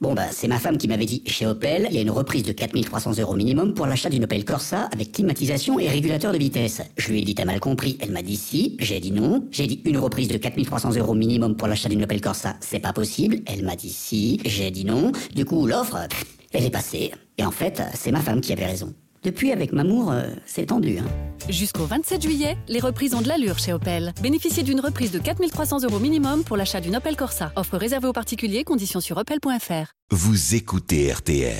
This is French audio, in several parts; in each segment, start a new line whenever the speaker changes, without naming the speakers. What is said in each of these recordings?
Bon bah c'est ma femme qui m'avait dit chez Opel, il y a une reprise de 4300 euros minimum pour l'achat d'une Opel Corsa avec climatisation et régulateur de vitesse. Je lui ai dit t'as mal compris, elle m'a dit si, j'ai dit non, j'ai dit une reprise de 4300 euros minimum pour l'achat d'une Opel Corsa, c'est pas possible, elle m'a dit si, j'ai dit non, du coup l'offre, pff, elle est passée. Et en fait c'est ma femme qui avait raison. Depuis avec Mamour, euh, c'est tendu. Hein.
Jusqu'au 27 juillet, les reprises ont de l'allure chez Opel. Bénéficiez d'une reprise de 4300 euros minimum pour l'achat d'une Opel Corsa. Offre réservée aux particuliers, conditions sur opel.fr.
Vous écoutez RTL.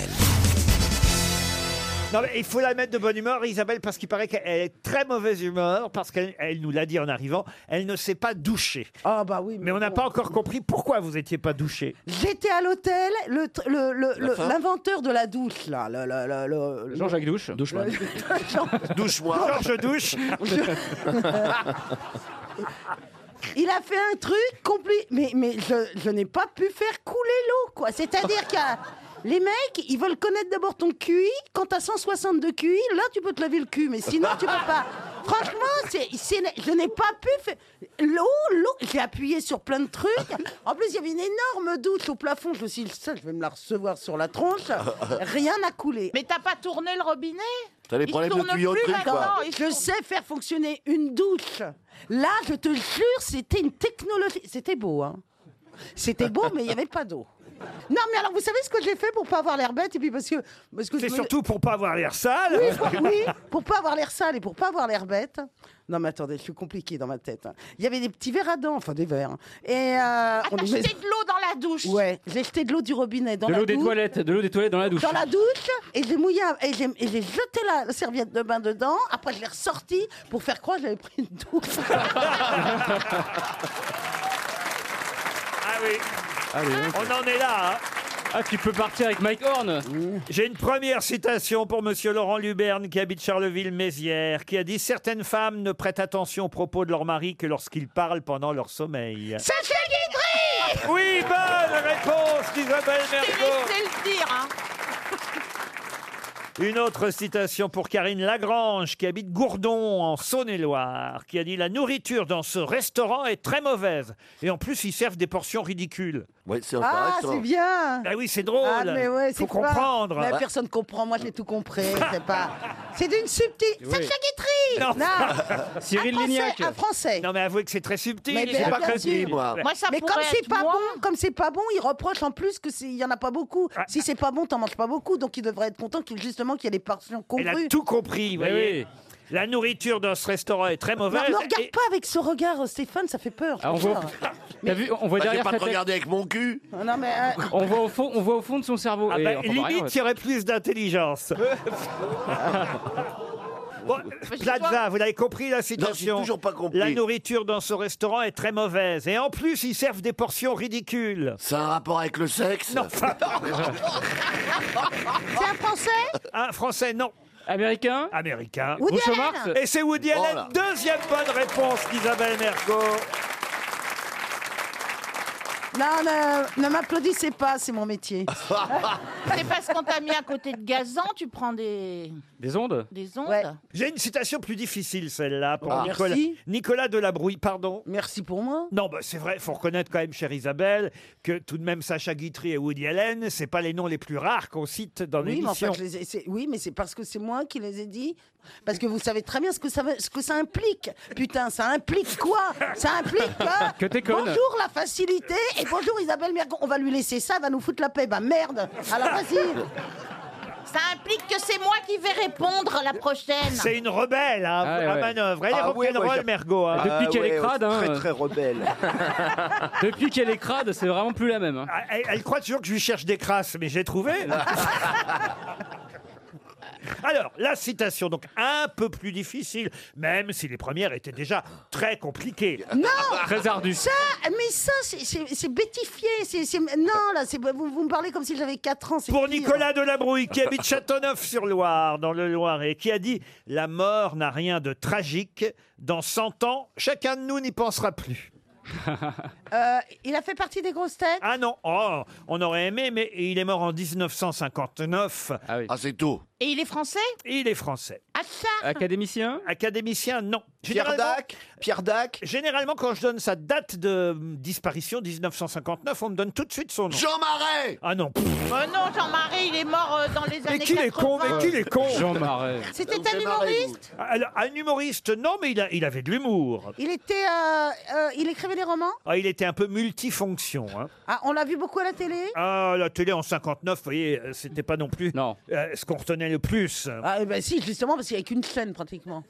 Non, mais il faut la mettre de bonne humeur, Isabelle, parce qu'il paraît qu'elle est très mauvaise humeur, parce qu'elle elle nous l'a dit en arrivant, elle ne s'est pas douchée.
Ah bah oui.
Mais on n'a pas encore compris pourquoi vous n'étiez pas douchée.
J'étais à l'hôtel, le tr- le- le- le-
fin.
l'inventeur de la douche, là. Le, le- le- le- le-
Jean-Jacques Douche. Douche-moi.
Douche-moi. Georges Douche.
Il a fait un truc compliqué. Mais, mais je, je n'ai pas pu faire couler l'eau, quoi. C'est-à-dire que les mecs, ils veulent connaître d'abord ton QI. Quand t'as 160 de QI, là, tu peux te laver le cul. Mais sinon, tu peux pas. Franchement, c'est, c'est- je n'ai pas pu faire. L'eau, l'eau, j'ai appuyé sur plein de trucs. En plus, il y avait une énorme douche au plafond. Je me suis dit, ça, je vais me la recevoir sur la tronche. Rien n'a coulé.
Mais t'as pas tourné le robinet
T'as les
Il
problèmes de
tourne
tuyaux de
plus
truc,
maintenant,
quoi.
il
Je
tourne-
sais faire fonctionner une douche. Là, je te jure, c'était une technologie. C'était beau, hein. C'était beau, mais il n'y avait pas d'eau. Non, mais alors, vous savez ce que j'ai fait pour pas avoir l'air bête et puis parce que, parce que je
C'est
me-
surtout pour pas avoir l'air sale.
oui, pour, oui, pour pas avoir l'air sale et pour pas avoir l'air bête. Non, mais attendez, je suis compliqué dans ma tête. hein. Il y avait des petits verres à dents, enfin des verres. Et euh,
T'as
les
jeté de l'eau dans la douche.
met- Ouais, j'ai jeté de l'eau du robinet dans
De
la
l'eau des
douche
toilettes, de l'eau des toilettes dans la douche.
dans la douche et j'ai mouillé un- et j'ai et j'ai jeté la, la serviette de bain dedans. Après, je l'ai ressortie pour faire croire que j'avais pris une douche.
Ah oui,
Ah, oui, oui.
on en est là. hein.
Ah, tu peux partir avec Mike Horn.
J'ai une première citation pour Monsieur Laurent Luberne, qui habite Charleville-Mézières, qui a dit Certaines femmes ne prêtent attention aux propos de leur mari que lorsqu'ils parlent pendant leur sommeil.
Sacha Guitry
Oui, bonne réponse d'Isabelle Mergo.
C'est le dire, hein.
Une autre citation pour Karine Lagrange, qui habite Gourdon, en Saône-et-Loire, qui a dit La nourriture dans ce restaurant est très mauvaise. Et en plus, ils servent des portions ridicules.
Ouais, c'est
ah,
intéressant.
c'est bien.
Ah oui, c'est drôle.
Ah, mais ouais, c'est
Faut
pas-
comprendre.
Mais personne comprend, moi j'ai tout compris. C'est pas. C'est d'une subtilité.
Oui.
Sacha Guitry
Non.
Cyril
un français,
Lignac.
un français.
Non, mais avouez que c'est très subtil.
Mais
c'est
bien
pas
sûr.
crédible.
Dis-moi.
Moi, ça
mais comme
pourrait
c'est
être
pas
moi.
bon, comme c'est pas bon, il reproche en plus que c'est- il y en a pas beaucoup.
Ah.
Si c'est pas bon, t'en manges pas beaucoup, donc il devrait être content qu'il justement qu'il y ait des portions
Elle a
congrues.
tout compris, vous
Mais
voyez.
oui.
La nourriture dans ce restaurant est très
Non,
mauvaise.
ne regarde
et-
pas avec ce regard, Stéphane, ça fait peur.
Ah, on voit, T'as vu,
Bah,
on voit
je vais
derrière
pas
sa
te
tête.
regarder avec mon cul.
Non mais euh,
On voit, au fond, on voit au fond de son cerveau.
Ah
Et
bah,
on comprend rien,
limite, il y aurait plus d'intelligence. Bon, Plaza, vous l'avez compris la
Non, j'ai
citation.
toujours pas compris.
La nourriture dans ce restaurant est très mauvaise. Et en plus, ils servent des portions ridicules.
C'est un rapport avec le sexe
Non, enfin,
c'est un français
un français, non.
ouais. Américain.
Américain.
Woody
Groucho
Allen.
Marx.
Et c'est Woody Allen.
Oh là.
Deuxième bonne réponse d'Isabelle Mergo.
Non, ne, ne m'applaudissez pas, c'est mon métier.
C'est parce qu'on t'a mis à côté de gazan, tu prends des,
Des ondes.
des ondes.
Ouais.
J'ai une citation plus difficile, celle-là, pour
Ah,
Nicolas.
merci.
Nicolas Delabrouille, pardon.
Merci pour moi.
Non, bah, c'est vrai, faut reconnaître quand même, chère Isabelle, que tout de même Sacha Guitry et Woody Allen, c'est pas les noms les plus rares qu'on cite dans
Oui, mais
l'émission.
enfin, je les ai- c'est- oui, mais c'est parce que c'est moi qui les ai dit. Parce que vous savez très bien ce que ça, veut- ce que ça implique. Putain, ça implique quoi Ça implique que...
Que t'es conne.
Bonjour la facilité et bonjour Isabelle Mergon. On va lui laisser ça, elle va nous foutre la paix. Bah merde Alors vas-y
Euh, Ça implique que c'est moi qui vais répondre la prochaine.
C'est une rebelle hein,
Ah,
à
ouais.
manœuvre. Elle est
Ah, ouais,
rock'n'roll,
moi, j'ai-
Mergo. hein.
Depuis qu'elle est
ouais,
crade, hein.
Très très rebelle.
Depuis qu'elle est crade, c'est vraiment plus la même. hein.
Ah, Elle, elle croit toujours que je lui cherche des crasses, mais j'ai trouvé. Alors, la citation, donc un peu plus difficile, même si les premières étaient déjà très compliquées. Ah
Non
bah,
Très ardu.
Ça, mais ça, c'est- c'est c'est bêtifié. c'est- c'est- Non, là, c'est- vous, vous me parlez comme si j'avais 4 ans. c'est
Pour
pire.
Nicolas Delabrouille, qui habite Châteauneuf-sur-Loire, dans le Loiret, qui a dit « La mort n'a rien de tragique. Dans 100 ans, chacun de nous n'y pensera plus.
Euh, il a fait partie des grosses têtes »
Ah non, oh, on aurait aimé, mais il est mort en 1959.
Ah oui.
Ah, c'est tout.
Et il est français
Il est français.
Ah, Bachar
Académicien
Académicien, non.
Pierre
Généralement-
Dac Pierre Dac
Généralement, quand je donne sa date de hum, disparition, 1959, on me donne tout de suite son nom.
Jean Marais
Ah non.
Oh non, Jean-Marie, il est mort euh, dans les années
Mais qui est con,
80.
mais qui est con
Jean Marais.
C'était
Vous
un
démarrez, vous.
humoriste
Alors, un humoriste, non, mais il, a- il avait de l'humour.
Il était. euh, euh, il écrivait des romans
Ah, il était un peu multifonction. hein.
Ah, on l'a vu beaucoup à la télé
Ah, la télé en 59, vous voyez, euh, c'était pas non plus
Non.
euh, ce qu'on retenait le plus.
Ah, eh ben si, justement, parce qu'il n'y a qu'une scène pratiquement.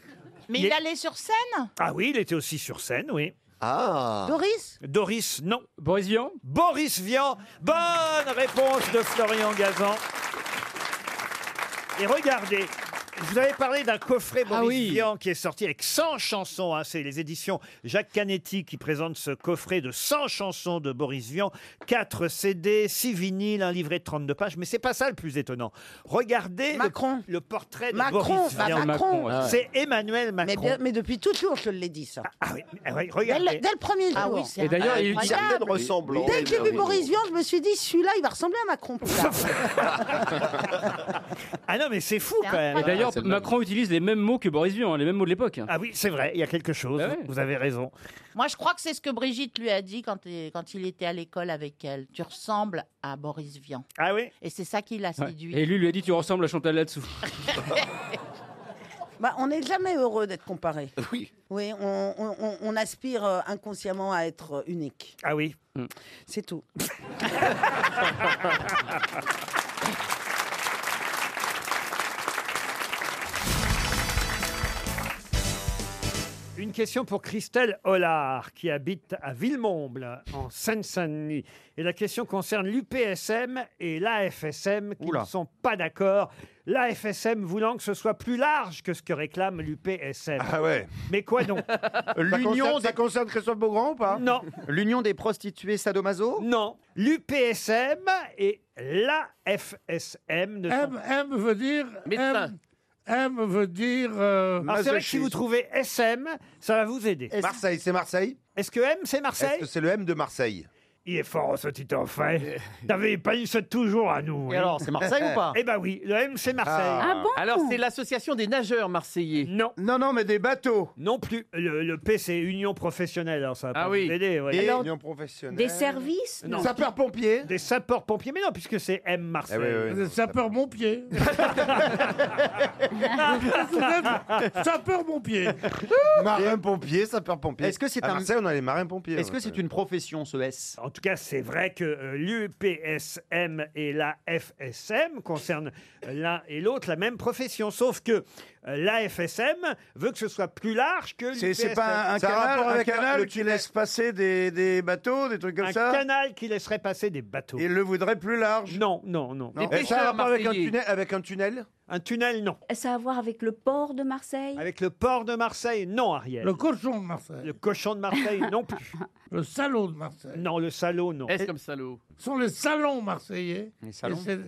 Mais
Il est-
il allait sur scène
Ah oui, il était aussi sur scène, oui.
Ah
Doris
Doris, non.
Boris Vian
Boris Vian, bonne réponse de Florian Gazan. Et regardez, je vous avez parlé d'un coffret Boris
Ah oui.
Vian qui est sorti avec 100 chansons. hein. C'est les éditions Jacques Canetti qui présentent ce coffret de 100 chansons de Boris Vian. 4 CD, 6 vinyles, un livret de 32 pages. Mais c'est pas ça le plus étonnant. Regardez le-
Macron.
Le, portrait de
Macron
Boris
bah,
Vian.
Macron,
Macron, ouais.
C'est Emmanuel
mais,
Macron.
bien- mais depuis toujours, je l'ai dit ça.
Ah oui, ah oui,
Dès
regardez.
le, dès le premier jour.
Ah c'est
Et d'ailleurs, il,
Une certaine ressemblance.
Dès que j'ai vu Boris Vian, je me suis dit, celui-là, il va ressembler à Macron plus tard.
Ah non, mais c'est fou
C'est
quand même.
et d'ailleurs, Macron utilise les mêmes mots que Boris Vian, hein, les mêmes mots de l'époque.
Ah oui, c'est vrai, il y a quelque chose.
Ah ouais.
Vous avez raison.
Moi, je crois que c'est ce que Brigitte lui a dit quand, il- quand il était à l'école avec elle. Tu ressembles à Boris Vian.
Ah oui
Et c'est ça qui l'a
Ouais.
séduit.
Et lui lui a dit tu ressembles à Chantal là-dessous.
Bah, on n'est jamais heureux d'être comparé.
Euh,
Oui.
Oui, on, on- on- on aspire euh, inconsciemment à être euh, unique. Mm.
Ah oui.
C'est tout.
Une question pour Christelle Hollard, qui habite à Villemomble, en Seine-Saint-Denis. Et la question concerne l'UPSM et l'AFSM, qui ne sont pas d'accord. L'AFSM voulant que ce soit plus large que ce que réclame l'UPSM.
Ah ouais.
Mais quoi donc
L'union ça concerne Christophe Beaugrand ou pas
Non,
L'union des prostituées sadomaso
non. L'UPSM et l'AFSM ne sont
M, M veut dire.
Médecin.
M, M veut dire. euh,
Alors c'est vrai que si vous trouvez SM, ça va vous aider.
Marseille, c'est Marseille
Est-ce que M, c'est Marseille
Est-ce que c'est le M de Marseille
Il est fort, ce petit enfant. T'avais pas eu ça toujours à nous.
Et alors, c'est Marseille ou pas
Eh ben oui, le M, c'est Marseille.
Ah.
Alors, c'est l'association des nageurs marseillais.
Non,
Non, non, mais des bateaux.
non plus. Le, le P, c'est Union Professionnelle. Alors ça va
Ah
pas
oui.
vous aider. ouais.
Des unions professionnelles. Des services
Non.
Sapeurs-pompiers Eh
Des sapeurs-pompiers. Mais non, puisque c'est M, Marseille.
Des sapeurs-pompiers. Sapeurs-pompiers. Marins-pompiers, sapeurs-pompiers.
Est-ce que c'est À un- Marseille,
on a les marins-pompiers.
Est-ce que c'est une profession, ce S
En tout cas, c'est vrai que euh, l'UPSM et la FSM concernent euh, l'un et l'autre la même profession, sauf que euh, la FSM veut que ce soit plus large que l'UPSM.
qui laisse passer des, bateaux, des trucs
Un canal qui laisserait passer des bateaux.
le voudrait plus large.
Non, non, non.
Des pêcheurs marseillais.
avec un tunnel
Un tunnel, non.
Ça a à voir avec le port de Marseille
Avec le port de Marseille, non, Ariel. Le,
cochon de Marseille.
cochon de Marseille, non plus.
Le salon de Marseille.
Non, le salaud, non.
S comme salaud.
Ce sont les salons marseillais.
Les salons.
Et, c'est-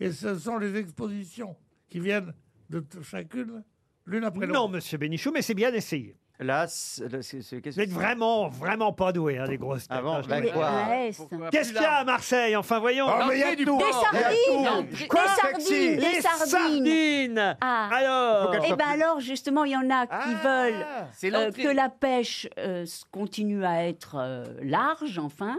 et ce sont les expositions qui viennent de t- chacune, l'une après l'autre.
Non, monsieur Bénichou, mais c'est bien essayé.
Là, c'est le- c'est- c'est- qu'est-ce
Vous
que
êtes
c'est
vraiment, vraiment pas doué, hein, les grosses têtes.
Ah bon,
hein, je
bah,
dois dire.
quoi
Des
Qu'est-ce qu'il y a à Marseille Enfin, voyons.
Oh, mais il y a tout.
sardines Des
Quoi
sardines
les
Des sardines
sardines.
Ah.
Alors,
Eh bien alors, justement, il y en a qui veulent
C'est
euh,
l'entrée.
que la pêche euh, s- continue à être euh, large, enfin.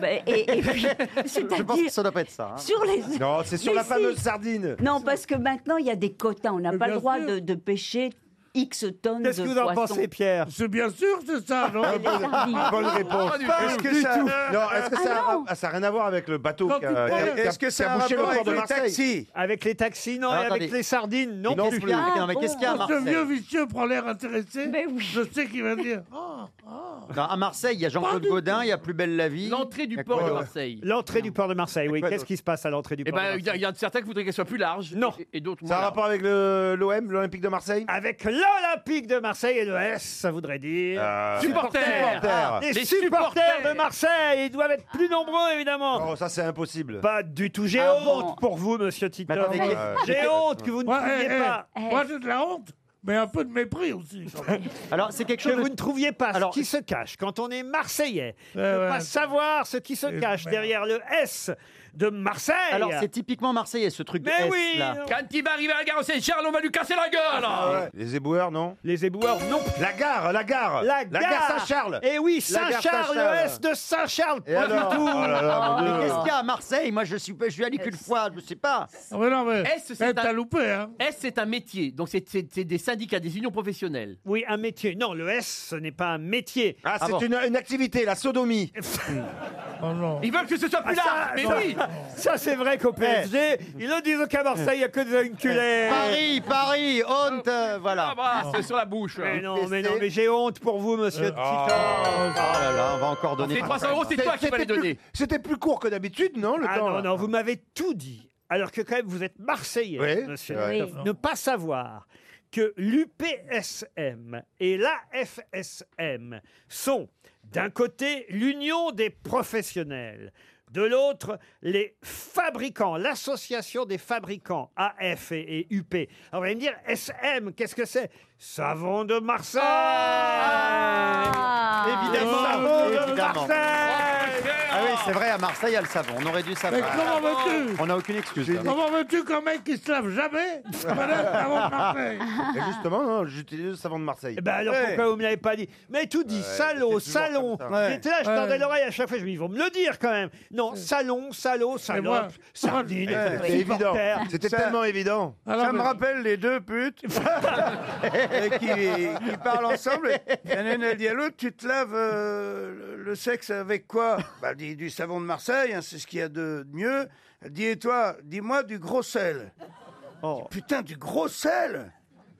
Bah, et, et puis,
Je pense que
c'est-à-dire
ça doit pas être ça. hein.
sur les...
Non, c'est
sur Mais la si. fameuse
sardine.
Non, parce que maintenant, il y a des quotas. On n'a
Mais
pas le
bien
droit
sûr.
de, de pêcher X tonnes de
qu'est-ce que vous en
poissons.
pensez, Pierre
C'est bien sûr, c'est ça, non
Les sardines.
Bonne réponse. Ah, Est-ce que ça, non, est-ce que
Ah
ça, a-
non.
ah, ça a rien à voir avec le bateau qui
euh,
Euh,
a, est-ce que ça a Euh, bouché le port de Marseille
Avec les taxis, non,
Alors,
et avec
attendez.
les sardines, non,
Non
plus.
plus.
Ah,
Non, mais qu'est-ce qu'il y a à
bon.
Marseille
vicieux prend l'air intéressé.
Mais oui.
Je sais qu'il va dire.
Non, À Marseille, il y a Jean-Claude Godin, il y a Plus belle la vie. L'entrée du port de Marseille.
L'entrée du port de Marseille, oui.
quoi
Qu'est-ce
d'autre
qui se passe à l'entrée
Eh
Eh
du port
ben,
ben,
de Marseille
y en a certains qui voudraient qu'elle soit plus large.
Non.
Et d'autres
Ça a un rapport avec le- l'OM, l'Olympique de Marseille
Avec l'Olympique de Marseille et le S, ça voudrait dire.
Euh,
Supporters.
supporters.
les,
les
supporters,
supporters.
de Marseille, ils doivent être plus nombreux, évidemment.
Oh, ça c'est impossible.
Pas du tout. J'ai
Ah
honte
bon
pour vous, monsieur Tito.
Mais attendez,
qu'est-
J'ai honte que vous ne trouviez pas.
moi,
j'ai de la honte, mais un peu de mépris aussi.
Alors, c'est quelque
Que
chose. de-
vous ne trouviez pas
Alors-
ce qui se cache quand on est Marseillais.
Ouais,
ne
ouais.
pas savoir ce qui se
Et
cache
merde.
derrière le S de Marseille.
Alors, c'est typiquement marseillais, ce truc de
Mais
S,
oui,
là.
Quand il va arriver à la gare Saint-Charles, on va lui casser la gueule
Les éboueurs, non
hein. Ah Les éboueurs, non.
La gare, la gare.
La
La gare Saint-Charles.
Eh oui,
La gare
Saint-Charles,
Saint-Charles.
le S de Saint-Charles.
Et
point
alors
du tout.
Oh là là, mon Dieu. Mais qu'est-ce qu'il y a à Marseille Moi, je suis, je suis allé qu'une fois, je sais pas.
Oh,
S, c'est un...
hein.
S, c'est un métier. Donc, c'est- c'est c'est des syndicats, des unions professionnelles.
Oui, un métier. Non, le S, ce n'est pas un métier.
Ah, c'est une, une activité, la sodomie.
Oh
Ils veulent que ce soit plus
Ah, ça,
large, mais
non.
oui
Ça, c'est vrai qu'au PSG, ils le disent qu'à Marseille, il n'y a que des enculés.
Paris, Paris, honte, euh,
Ah
voilà.
bah,
C'est sur la bouche.
hein. Mais Euh, non, mais non, mais j'ai honte pour vous,
Euh,
monsieur de Titan.
Oh là là, on va encore donner.
Les 300 euros, c'est toi qui vas les donner.
C'était plus court que d'habitude, non le
Ah
temps,
non,
là.
non, vous m'avez tout dit. Alors que quand même, vous êtes Marseillais,
Oui,
monsieur.
c'est vrai.
Christophe. Ne pas savoir que l'UPSM et l'AFSM sont, d'un côté, l'union des professionnels, de l'autre, les fabricants, l'association des fabricants AF et, et UP. Alors, vous allez me dire, SM, qu'est-ce que c'est Savon de Marseille Eh
Ah.
Évidemment,
Le savon de
évidemment.
Marseille
Ah oui, c'est vrai, à Marseille, il y a le savon. On aurait dû savoir.
Mais comment
Ah,
veux-tu
On n'a aucune excuse. là.
Comment veux-tu qu'un mec qui se lave jamais connaisse avant de marcher
Et justement, non, j'utilise le savon de Marseille.
Eh ben alors
Ouais.
pourquoi vous me l'avez pas dit Mais tout dit, salaud, salon.
comme ça.
J'étais là, je
Ouais.
tendais l'oreille à chaque fois, je me dis, ils vont me le dire quand même. Non, salon, salaud,
moi-
salope, sardine,
Ouais, c'était évident.
supporter.
C'était tellement évident.
Ça me
rappelle les deux putes
qui, qui parlent ensemble. Et la nana dit à l'autre, tu te laves euh, le sexe avec quoi bah, elle dit, Du savon de Marseille, hein, c'est ce qu'il y a de de mieux. Elle dit, et toi, dis-moi du gros sel.
Oh.
Elle dit, Putain, du gros sel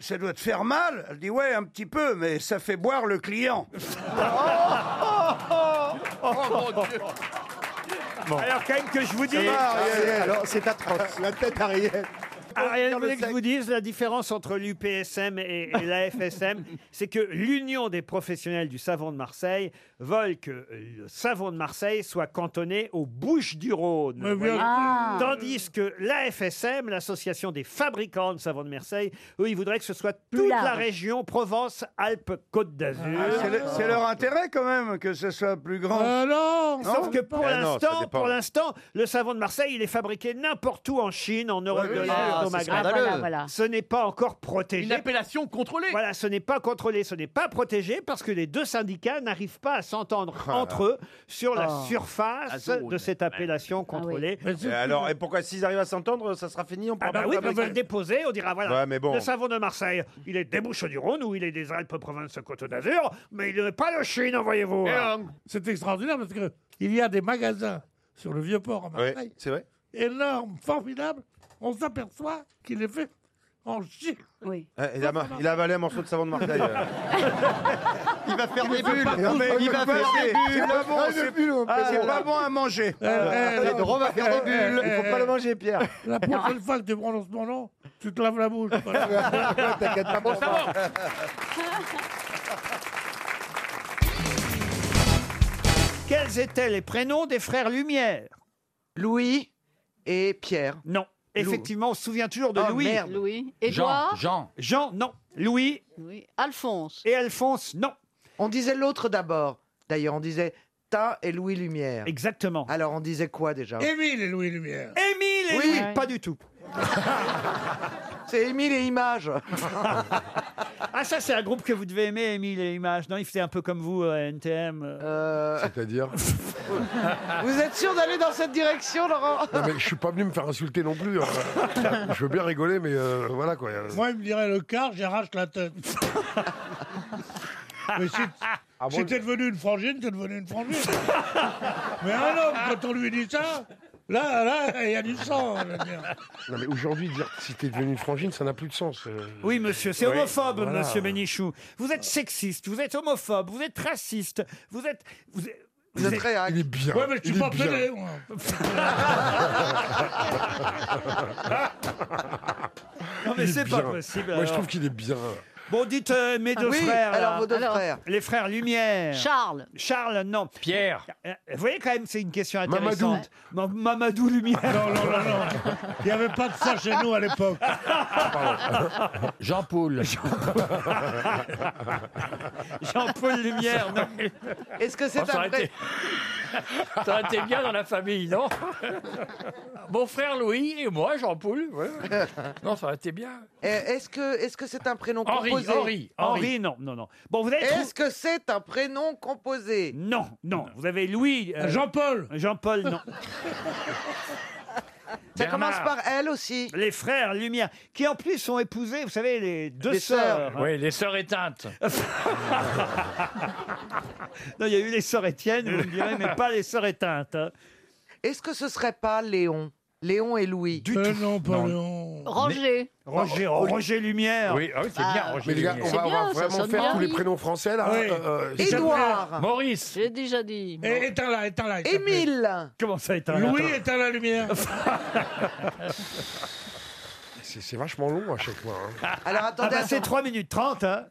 ça doit te faire mal Elle dit, ouais, un petit peu, mais ça fait boire le client.
Oh,
Alors quand même que je vous dis...
Alors, c'est atroce. La tête arrière.
Ariel, Ah, vous voulez que je vous dise la différence entre l'UPSM et, et l'AFSM C'est que l'Union des professionnels du savon de Marseille veulent que le savon de Marseille soit cantonné aux Bouches du Rhône.
Mais bien sûr.
Ah.
Tandis que l'AFSM, l'association des fabricants de savon de Marseille, eux, ils voudraient que ce soit toute la
large.
région Provence-Alpes-Côte d'Azur.
Ah, c'est le- C'est leur intérêt quand même que ce soit plus grand.
Euh, Sauf que pour
Eh
Ah non, ça
l'instant,
dépend.
pour l'instant, le savon de Marseille, il est fabriqué n'importe où en Chine, en Europe
Ouais,
de
oui,
l'Est,
ah,
au
c'est
Maghreb.
scandaleux. Ah, voilà, voilà.
Ce n'est pas encore protégé.
Une appellation contrôlée.
Voilà, ce n'est pas contrôlé, ce n'est pas protégé parce que les deux syndicats n'arrivent pas à s'entendre
là.
entre eux sur la
Oh.
La
surface
zone.
de cette appellation
Ah
contrôlée.
Et alors, et pourquoi s'ils arrivent à s'entendre, ça sera fini On
Ah
pourra
bah
pas
oui,
le
mais on va le
fabriquer
déposer, on dira voilà,
Ouais, mais bon.
le savon de Marseille, il est des Bouches-du-Rhône ou il est des Alpes-Provinces-Côte d'Azur, mais il
Euh,
n'est pas le Chine, voyez-vous.
Eh, hum.
C'est extraordinaire parce que il y a des magasins sur le vieux port à Marseille.
Ouais, c'est vrai.
Énormes, formidables. On s'aperçoit qu'il est fait en Chine.
Oui.
Eh, Il a, ma- il a avalé un morceau de savon de Marseille. euh.
Il va faire des
C'est
bulles.
pas bon,
Il va faire
c'est pas-
des
C'est
bulles.
pas bon, c'est-
Ah,
c'est
voilà.
pas bon à
Euh,
manger.
Ah,
Euh,
Les drôles va faire des bulles.
Il faut pas le
manger, Pierre.
Euh, La prochaine fois que tu prononces mon nom, tu te laves la bouche.
Ah, T'inquiète pas pour moi.
Quels étaient les prénoms des frères Lumière Louis et Pierre. Non. Effectivement, on se souvient toujours de
Oh,
Louis.
merde. Louis. Édouard
Jean. Jean, non. Louis. Alphonse. Et Alphonse, non.
On disait l'autre d'abord. D'ailleurs, on disait Ta et Louis Lumière.
Exactement.
Alors, on disait quoi déjà
Émile et Louis Lumière.
Émile et
Oui.
Louis, pas du tout.
C'est Émile et Images.
Ah, ça, c'est un groupe que vous devez aimer, Émile et Images. Non, il faisait un peu comme vous, euh, NTM.
C'est-à-dire
Euh. Vous êtes sûr d'aller dans cette direction, Laurent
Non, mais je suis pas venu me faire insulter non plus. hein. Je veux bien rigoler, mais euh, voilà quoi.
Moi, il me dirait le quart, j'arrache la tête. Mais si,
Ah,
bon,
si t'es devenu une frangine, t'es devenu une frangine. Mais un homme, quand on lui dit ça, là, là, il y a du sang. je veux dire.
Non, mais aujourd'hui, dire que si t'es devenu une frangine, ça n'a plus de sens. euh.
Oui, monsieur, c'est
Oui,
homophobe,
voilà.
monsieur Bénichou. Vous êtes sexiste, vous êtes homophobe, vous êtes raciste, vous êtes. Vous êtes, vous êtes-
Il est bien.
Ouais, mais je suis
il est
pas
bien.
pelé, moi.
Non, mais
Il est
c'est pas
bien.
possible,
Moi, je
alors.
trouve qu'il est bien.
Bon, dites euh, mes deux
Oui,
frères.
alors
là.
vos deux Alors. frères.
Les frères Lumière.
Charles.
Charles, non. Euh, Pierre. Vous voyez quand même, c'est une question intéressante. Ma- Mamadou. Lumière.
Non, non, non, non. Il n'y avait pas de ça chez nous à l'époque.
Ah,
Jean Poul.
Jean-Paul Lumière, non
Est-ce que c'est
Oh, ça aurait
après
été- Ça aurait été bien dans la famille, non Mon frère Louis et moi, Jean-Paul. ouais. Non, ça aurait été bien.
Eh, Est-ce que est-ce que c'est un prénom
Henri, Oh.
composé
Henri,
Henri, non, non, non. Bon, vous avez
Est-ce que c'est un prénom composé
Non, non. Vous avez Louis.
euh,
Jean-Paul.
Jean-Paul, non.
Ça commence par elle aussi.
Les frères Lumière, qui en plus sont épousés, vous savez, les deux
Les
sœurs.
Oui, les sœurs éteintes.
Non, il y a eu les sœurs Étienne, vous me direz, mais pas les sœurs éteintes. hein.
Est-ce que ce serait pas Léon Léon et Louis Ah,
Du
Euh,
tout.
Non,
pas
Léon.
Roger. Roger, oh, Roger Lumière.
Oui, ah oui, c'est bien, Roger
Mais les gars, on
Lumière.
va, on va
C'est bien, ça
vraiment
sonne
faire
bien.
tous les prénoms français là. Euh,
Oui.
euh, Édouard.
Maurice.
J'ai déjà dit.
Et éteins là, éteins là.
Émile.
Comment ça éteint
Louis éteins la lumière.
C'est c'est vachement long à chaque fois. hein.
Alors
attendez, Ah,
Ah
bah,
bah,
c'est 3 minutes 30. hein.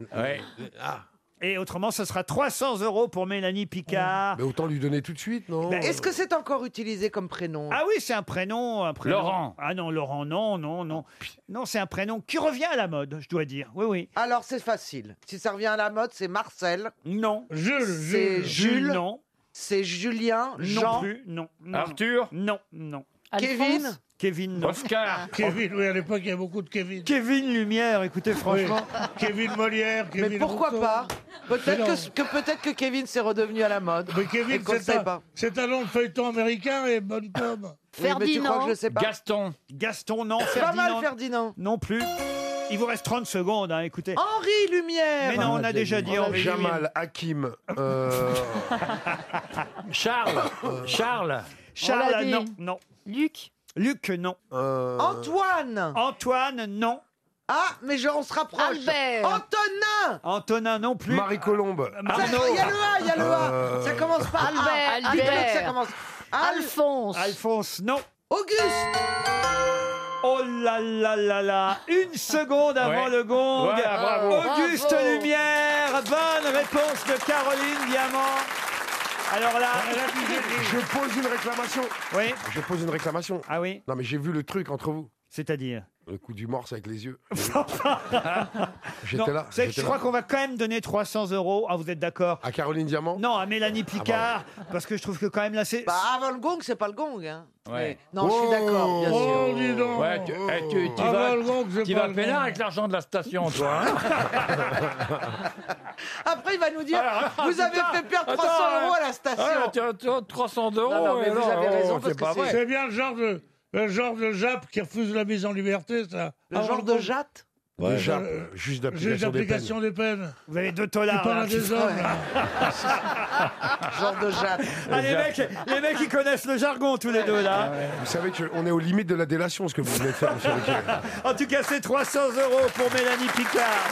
Ah.
Et autrement, ce sera 300 euros pour Mélanie Picard.
Oh.
Mais autant lui donner tout de suite, non
Ben,
Est-ce que c'est encore utilisé comme prénom
Ah oui, c'est un prénom, un prénom.
Laurent.
Ah non, Laurent, non, non, non. Non, c'est un prénom qui revient à la mode, je dois dire. Oui, oui.
Alors c'est facile. Si ça revient à la mode, c'est Marcel.
Non.
Jules.
C'est
Jules.
Jules.
Jules, non.
C'est Julien.
Non
Jean.
plus, non. non,
Arthur
Non, non.
Kevin
Kevin, non.
Ah,
Kevin, oui, à l'époque, il y a beaucoup de Kevin.
Kevin Lumière, écoutez, franchement.
Kevin Molière, Kevin.
Mais pourquoi
Rousseau.
pas
Mais
Peut-être
non.
que, que peut-être que Kevin s'est redevenu à la mode.
Mais Kevin,
et qu'on le
c'est
sait
un,
pas.
c'est un nom de feuilleton américain et bonne pomme.
Oui, mais tu crois que je le sais pas
Gaston.
Gaston, non.
Pas
Ferdinand,
mal Ferdinand. Oh,
non plus. Il vous reste 30 secondes, hein, écoutez.
Henri Lumière.
Mais non, on a déjà dit Henri
Oh, Jamal, Hakim, euh,
Charles. Charles.
Oh
On
Charles,
l'a dit.
non, non.
Luc.
Luc, Euh, non.
Euh.
Antoine.
Antoine, non.
Ah, mais je- on se rapproche.
Albert.
Antonin.
Antonin, non plus. Ah,
Marie Colombe. Ah,
Ça-
Arnaud.
Il y a le A, il y a le A.
Euh.
Ça commence par A.
Albert,
Dis-le que
Ah, Albert.
ça commence. Al-
Alphonse.
Alphonse, non.
Auguste.
Oh là là là là Une seconde avant
Ouais.
le gong
Voilà, bravo.
Auguste
Bravo.
Lumière Bonne réponse de Caroline Diamant Alors là...
Je pose une réclamation.
Oui
Je pose une réclamation.
Ah oui
Non, mais j'ai vu le truc entre vous.
C'est-à-dire
Le coup du morse avec les yeux. J'étais
Non,
là.
vous savez que
j'étais
je crois
là.
qu'on va quand même donner 300 euros. Ah, vous êtes d'accord
À Caroline Diamant Ah, bah
Non, à Mélanie Picard, parce que je trouve que quand même là, c'est...
Bah, avant le gong, c'est pas le gong. Hein.
Ouais.
Non, je suis d'accord, bien sûr.
Oh, dis donc.
Ouais, tu, eh, tu- tu
Ah,
vas,
bah, le gong, c'est
tu
pas
vas
le
peinard
gong.
avec l'argent de la station, toi. hein
Après, il va nous dire Vous avez fait perdre 300
Ah, Attends,
euros à
hein.
la station.
Ah, tu as- tu as 300 euros.
Non, non, mais
euh,
vous avez
oh,
raison,
c'est
parce que
pas
c'est-
vrai.
C'est bien le genre de. Le genre de Jap qui refuse la mise en liberté, ça.
Le
Avant
genre
le
de
gong.
jatte
Le
Ouais,
Jap,
euh,
juge
Juge
d'application des peines.
d'application des peines.
Vous avez deux hein.
Il
dollars.
parle
là,
à
qui-
des hommes. là.
Genre de jatte.
Ah, les mecs, les mecs, ils connaissent le jargon tous les deux
Ah,
là.
Vous savez qu'on est aux limites de la délation, ce que vous venez de faire, monsieur Riquet.
En tout cas, c'est 300 euros pour Mélanie Picard.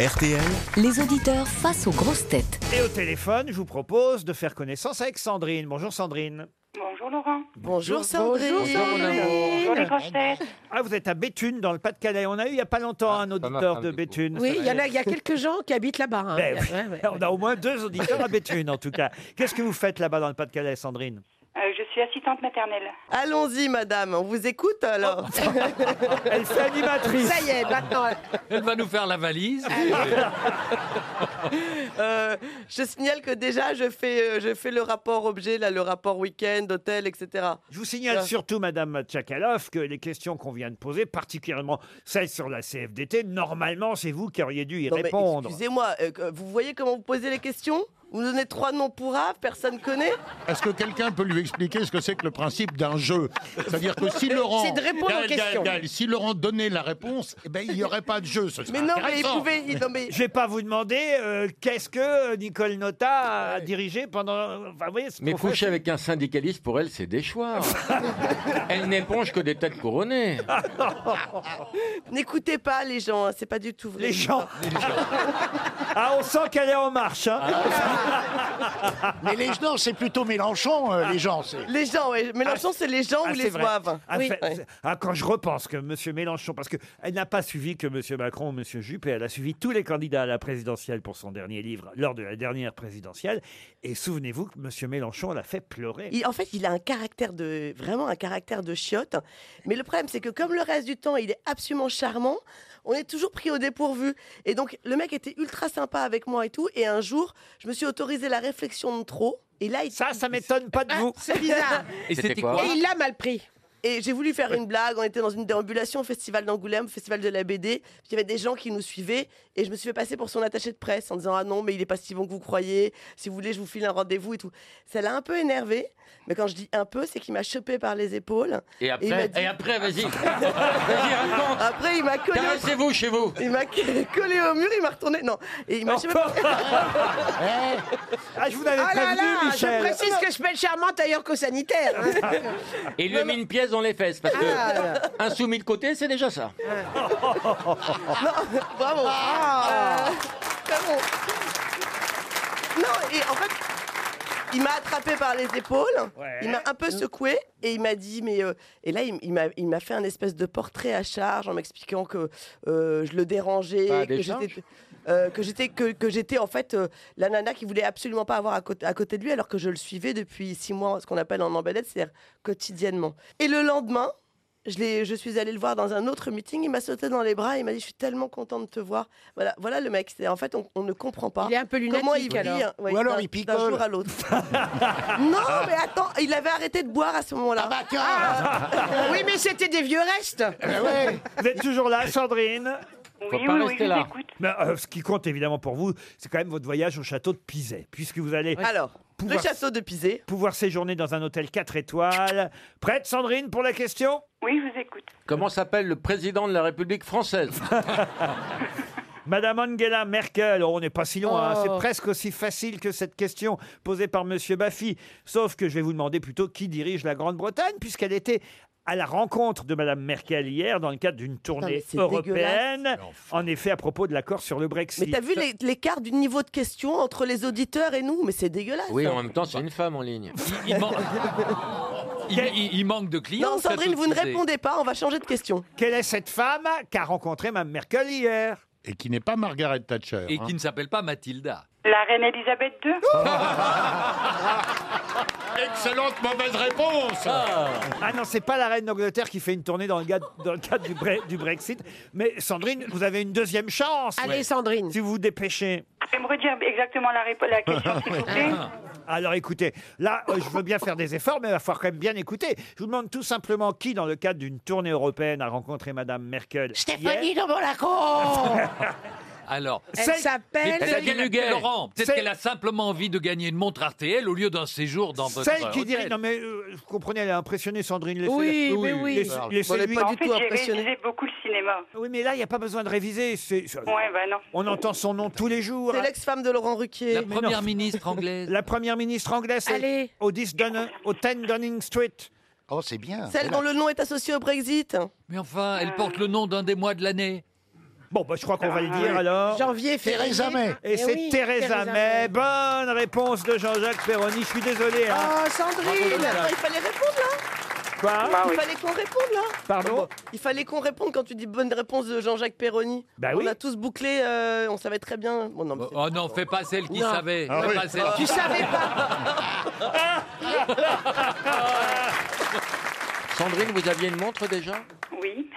RTL,
Les auditeurs face aux grosses têtes.
Et au téléphone, je vous propose de faire connaissance avec Sandrine. Bonjour Sandrine.
Bonjour Laurent.
Bonjour
Sandrine. Bonjour les grosses têtes.
Ah, vous êtes à Béthune, dans le Pas-de-Calais. On a eu il n'y a pas longtemps un auditeur de Béthune.
Oui, il y en a, il y a quelques gens qui habitent là-bas. hein.
Ben,
Ouais, ouais.
On a au moins deux auditeurs à Béthune, en tout cas. Qu'est-ce que vous faites là-bas dans le Pas-de-Calais, Sandrine
Euh, je suis assistante maternelle.
Allons-y, madame, on vous écoute alors.
Oh. Elle fait animatrice.
Ça y est, maintenant.
Elle va nous faire la valise.
Ah, Euh, je signale que déjà, je fais, euh, je fais le rapport objet, là, le rapport week-end, hôtel, etc.
Je vous signale
Alors,
surtout, Madame Tchakaloff, que les questions qu'on vient de poser, particulièrement celles sur la CFDT, normalement, c'est vous qui auriez dû y
non, mais
répondre.
Excusez-moi, euh, que- vous voyez comment vous posez les questions Vous me donnez trois noms pour A, personne connaît
Est-ce que quelqu'un peut lui expliquer ce que c'est que le principe d'un jeu C'est-à-dire que si Laurent.
C'est de répondre aux
Gaël, Gaël,
questions.
Gaël, si Laurent donnait la réponse, eh ben, il n'y aurait pas de jeu. Ce serait
Mais non, mais il
intéressant.
pouvait. il- non, mais-
Je vais pas vous demander euh, qu'est-ce que Nicole Nota a dirigé pendant. Enfin, vous voyez, ce
Mais
qu'on fait,
coucher avec un syndicaliste, pour elle, c'est des choix. elle n'éponge que des têtes couronnées.
N'écoutez pas les gens, hein, c'est pas du tout vrai.
Les gens. Ah, on sent qu'elle est en marche. hein.
Mais les gens, c'est plutôt Mélenchon, euh, les gens. c'est-
Les gens, oui. Mélenchon, c'est les gens
Ah,
ou
c'est
les
vrai.
zouaves.
Ah,
Oui.
fait- c'est- ah, quand je repense que M. Mélenchon, parce qu'elle n'a pas suivi que M. Macron ou M. Juppé, elle a suivi tous les candidats à la présidentielle pour son dernier livre lors de la dernière présidentielle. Et souvenez-vous que M. Mélenchon l'a fait pleurer.
Il- en fait, il a un caractère de vraiment un caractère de chiotte. Mais le problème, c'est que comme le reste du temps, il est absolument charmant. On est toujours pris au dépourvu. Et donc, le mec était ultra sympa avec moi et tout. Et un jour, je me suis autorisé la réflexion de trop. Et là, il... Ah,
ça, ça m'étonne pas de vous.
c'est bizarre.
Et
C'était c'était quoi quoi Et il l'a mal pris.
Et j'ai voulu faire une blague. On était dans une déambulation au Festival d'Angoulême, au Festival de la BD. Il y avait des gens qui nous suivaient. Et je me suis fait passer pour son attaché de presse en disant Ah non, mais il est pas si bon que vous croyez. Si vous voulez, je vous file un rendez-vous et tout. Ça l'a un peu énervé. Mais quand je dis un peu, c'est qu'il m'a chopé par les épaules.
Et
il m'a
après,
dit-
et après vas-y. vas-y, raconte.
Après, il m'a collé.
Caressez-vous chez vous.
Il m'a collé au mur, il m'a retourné. Non, et il m'a chopé par-
Eh.
Ah, je vous avais
Oh là
prévenu,
là,
Michel.
je précise que je pèle charmante ailleurs qu'au sanitaire.
Ah.
hein.
Et il lui a mis une pièce dans les fesses parce que
Ah,
un soumis de côté, c'est déjà ça.
Ah. Bravo. Euh, bravo. Non, et en fait, il m'a attrapé par les épaules,
Ouais.
il m'a un
Mm.
peu secoué et il m'a dit mais euh, et là il, il m'a il m'a fait un espèce de portrait à charge en m'expliquant que euh, je le dérangeais,
Pas à
que
décharge
j'étais euh, que j'étais que, que j'étais en fait euh, la nana qui voulait absolument pas avoir à côté, à côté de lui alors que je le suivais depuis six mois ce qu'on appelle en emballette c'est-à-dire quotidiennement et le lendemain je, l'ai- je suis allée le voir dans un autre meeting, il m'a sauté dans les bras et il m'a dit Je suis tellement content de te voir. Voilà, voilà le mec. C'est- En fait, on, on ne comprend pas.
Il est un peu lunatique,
Comment il vit,
alors.
hein, ouais,
Ou alors
d'un-
il picole.
D'un jour à l'autre. non, mais attends, il avait arrêté de boire à ce moment-là. Ah bah tiens
Ah. oui, mais c'était des vieux restes.
Ah
Vous êtes toujours là, Sandrine
Faut oui, pas oui, rester je là.
Mais, euh, ce qui compte évidemment pour vous, c'est quand même votre voyage au château de Pizet, puisque vous allez.
Alors, le château de Pizet.
Pouvoir séjourner dans un hôtel 4 étoiles. Prête, Sandrine, pour la question
Oui, je vous écoute.
Comment s'appelle le président de la République française
Madame Angela Merkel, oh, on n'est pas si loin, hein.
Oh.
c'est presque aussi facile que cette question posée par Monsieur Baffy, sauf que je vais vous demander plutôt qui dirige la Grande-Bretagne, puisqu'elle était à la rencontre de Madame Merkel hier dans le cadre d'une tournée
mais c'est
européenne,
dégueulasse.
en effet à propos de l'accord sur le Brexit.
Mais t'as vu les- l'écart du niveau de questions entre les auditeurs et nous Mais c'est dégueulasse.
Oui, en même temps, c'est une femme en ligne.
Il, il- il manque de clients.
Non,
ça,
Sandrine,
tout
vous ne
ce qui est-
répondez pas, on va changer de question.
Quelle est cette femme qu'a rencontrée Mme Merkel hier
Et qui n'est pas Margaret Thatcher.
Et
hein.
qui ne s'appelle pas Mathilda.
La reine Elisabeth II
Excellente mauvaise réponse
Ah non, c'est pas la reine d'Angleterre qui fait une tournée dans le cadre, dans le cadre du, Bre- du Brexit. Mais Sandrine, vous avez une deuxième chance.
Allez,
Sandrine. Si vous vous dépêchez. Ah.
Vous pouvez me redire exactement la, répo- la question, s'il vous plaît
Alors écoutez, là, euh, je veux bien faire des efforts, mais il va falloir quand même bien écouter. Je vous demande tout simplement qui, dans le cadre d'une tournée européenne, a rencontré Madame Merkel.
Stéphanie
hier
de Monaco
Alors,
Elle s'appelle-
Peut-être
Xavier
qu'elle-
Luguet.
Laurent, peut-être
C'est-
qu'elle a simplement envie de gagner une montre RTL au lieu d'un séjour dans votre.
Celle qui
hôtel.
dirige. Non, mais euh, vous comprenez, elle a impressionné Sandrine. Laissez-
Oui, mais oui.
laissez-
On
laissez-lui-
n'est pas
En fait, j'ai révisé beaucoup le cinéma.
Oui, mais là, il n'y a pas besoin de réviser. c'est-
Ouais, bah non.
On entend son nom tous les jours.
C'est l'ex-femme de Laurent Ruquier.
Mais non. La première ministre anglaise. c'est Au, 10 Dun- au 10 Downing Street.
Oh, c'est bien.
Celle dont le nom est associé au Brexit. Euh.
Mais enfin, elle porte le nom d'un des mois de l'année.
Bon, bah, je crois qu'on va
Ah.
le dire alors.
Janvier, février.
Theresa May. Et
Eh
c'est Theresa May. Bonne réponse de Jean-Jacques Perroni. Je suis désolé. hein.
Oh, Sandrine Bah,
Il fallait répondre là
Quoi
Bah
Il fallait qu'on réponde là
Pardon
Bon, Il fallait qu'on réponde quand tu dis bonne réponse de Jean-Jacques Perroni.
Bah
on
oui.
a tous bouclé, euh, on savait très bien. Bon, non, mais
Oh non, fais pas celle qui
Non.
savait.
Ah
Fais
oui.
Bah,
pas celle
Tu savais
Sandrine, vous aviez une montre déjà
Oui,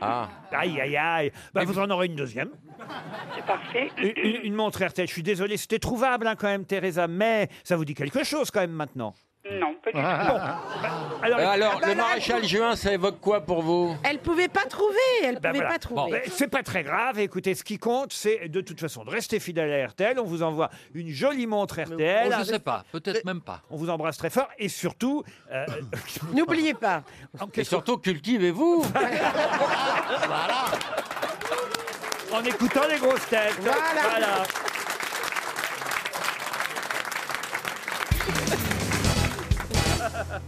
Ah.
Aïe, aïe, aïe. Bah, vous en aurez une deuxième.
c'est parfait.
Une, une- une montre RTL. Je suis désolé, c'était trouvable hein, quand même, Theresa May. Ça vous dit quelque chose quand même maintenant
Non, pas du
Bon.
tout.
Bah, alors,
Euh, Alors,
Ah bah
le
là,
maréchal juin, ça évoque quoi pour vous
Elle pouvait pas trouver, elle
Ben
pouvait
voilà.
pas
Bon,
trouver.
ben, c'est pas très grave. Écoutez, ce qui compte, c'est de toute façon de rester fidèle à RTL. On vous envoie une jolie montre RTL.
Oh, je sais pas, peut-être même pas.
On vous embrasse très fort et surtout. euh,
N'oubliez pas.
Et surtout, cultivez-vous
En écoutant les grosses têtes.
Voilà.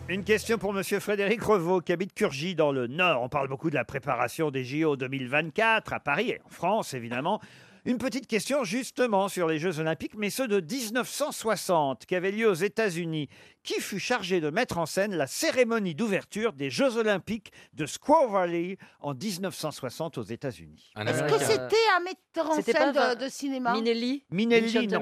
Une question pour Monsieur Frédéric Revaux, qui habite Curgy dans le Nord. On parle beaucoup de la préparation des JO 2024 à Paris et en France, évidemment. Une petite question justement sur les Jeux Olympiques, mais ceux de 1960 qui avaient lieu aux États-Unis. Qui fut chargé de mettre en scène la cérémonie d'ouverture des Jeux Olympiques de Squaw Valley en 1960 aux États-Unis
Est-ce que c'était un metteur en
C'était
scène
pas
de, de cinéma
Minelli Minelli, non.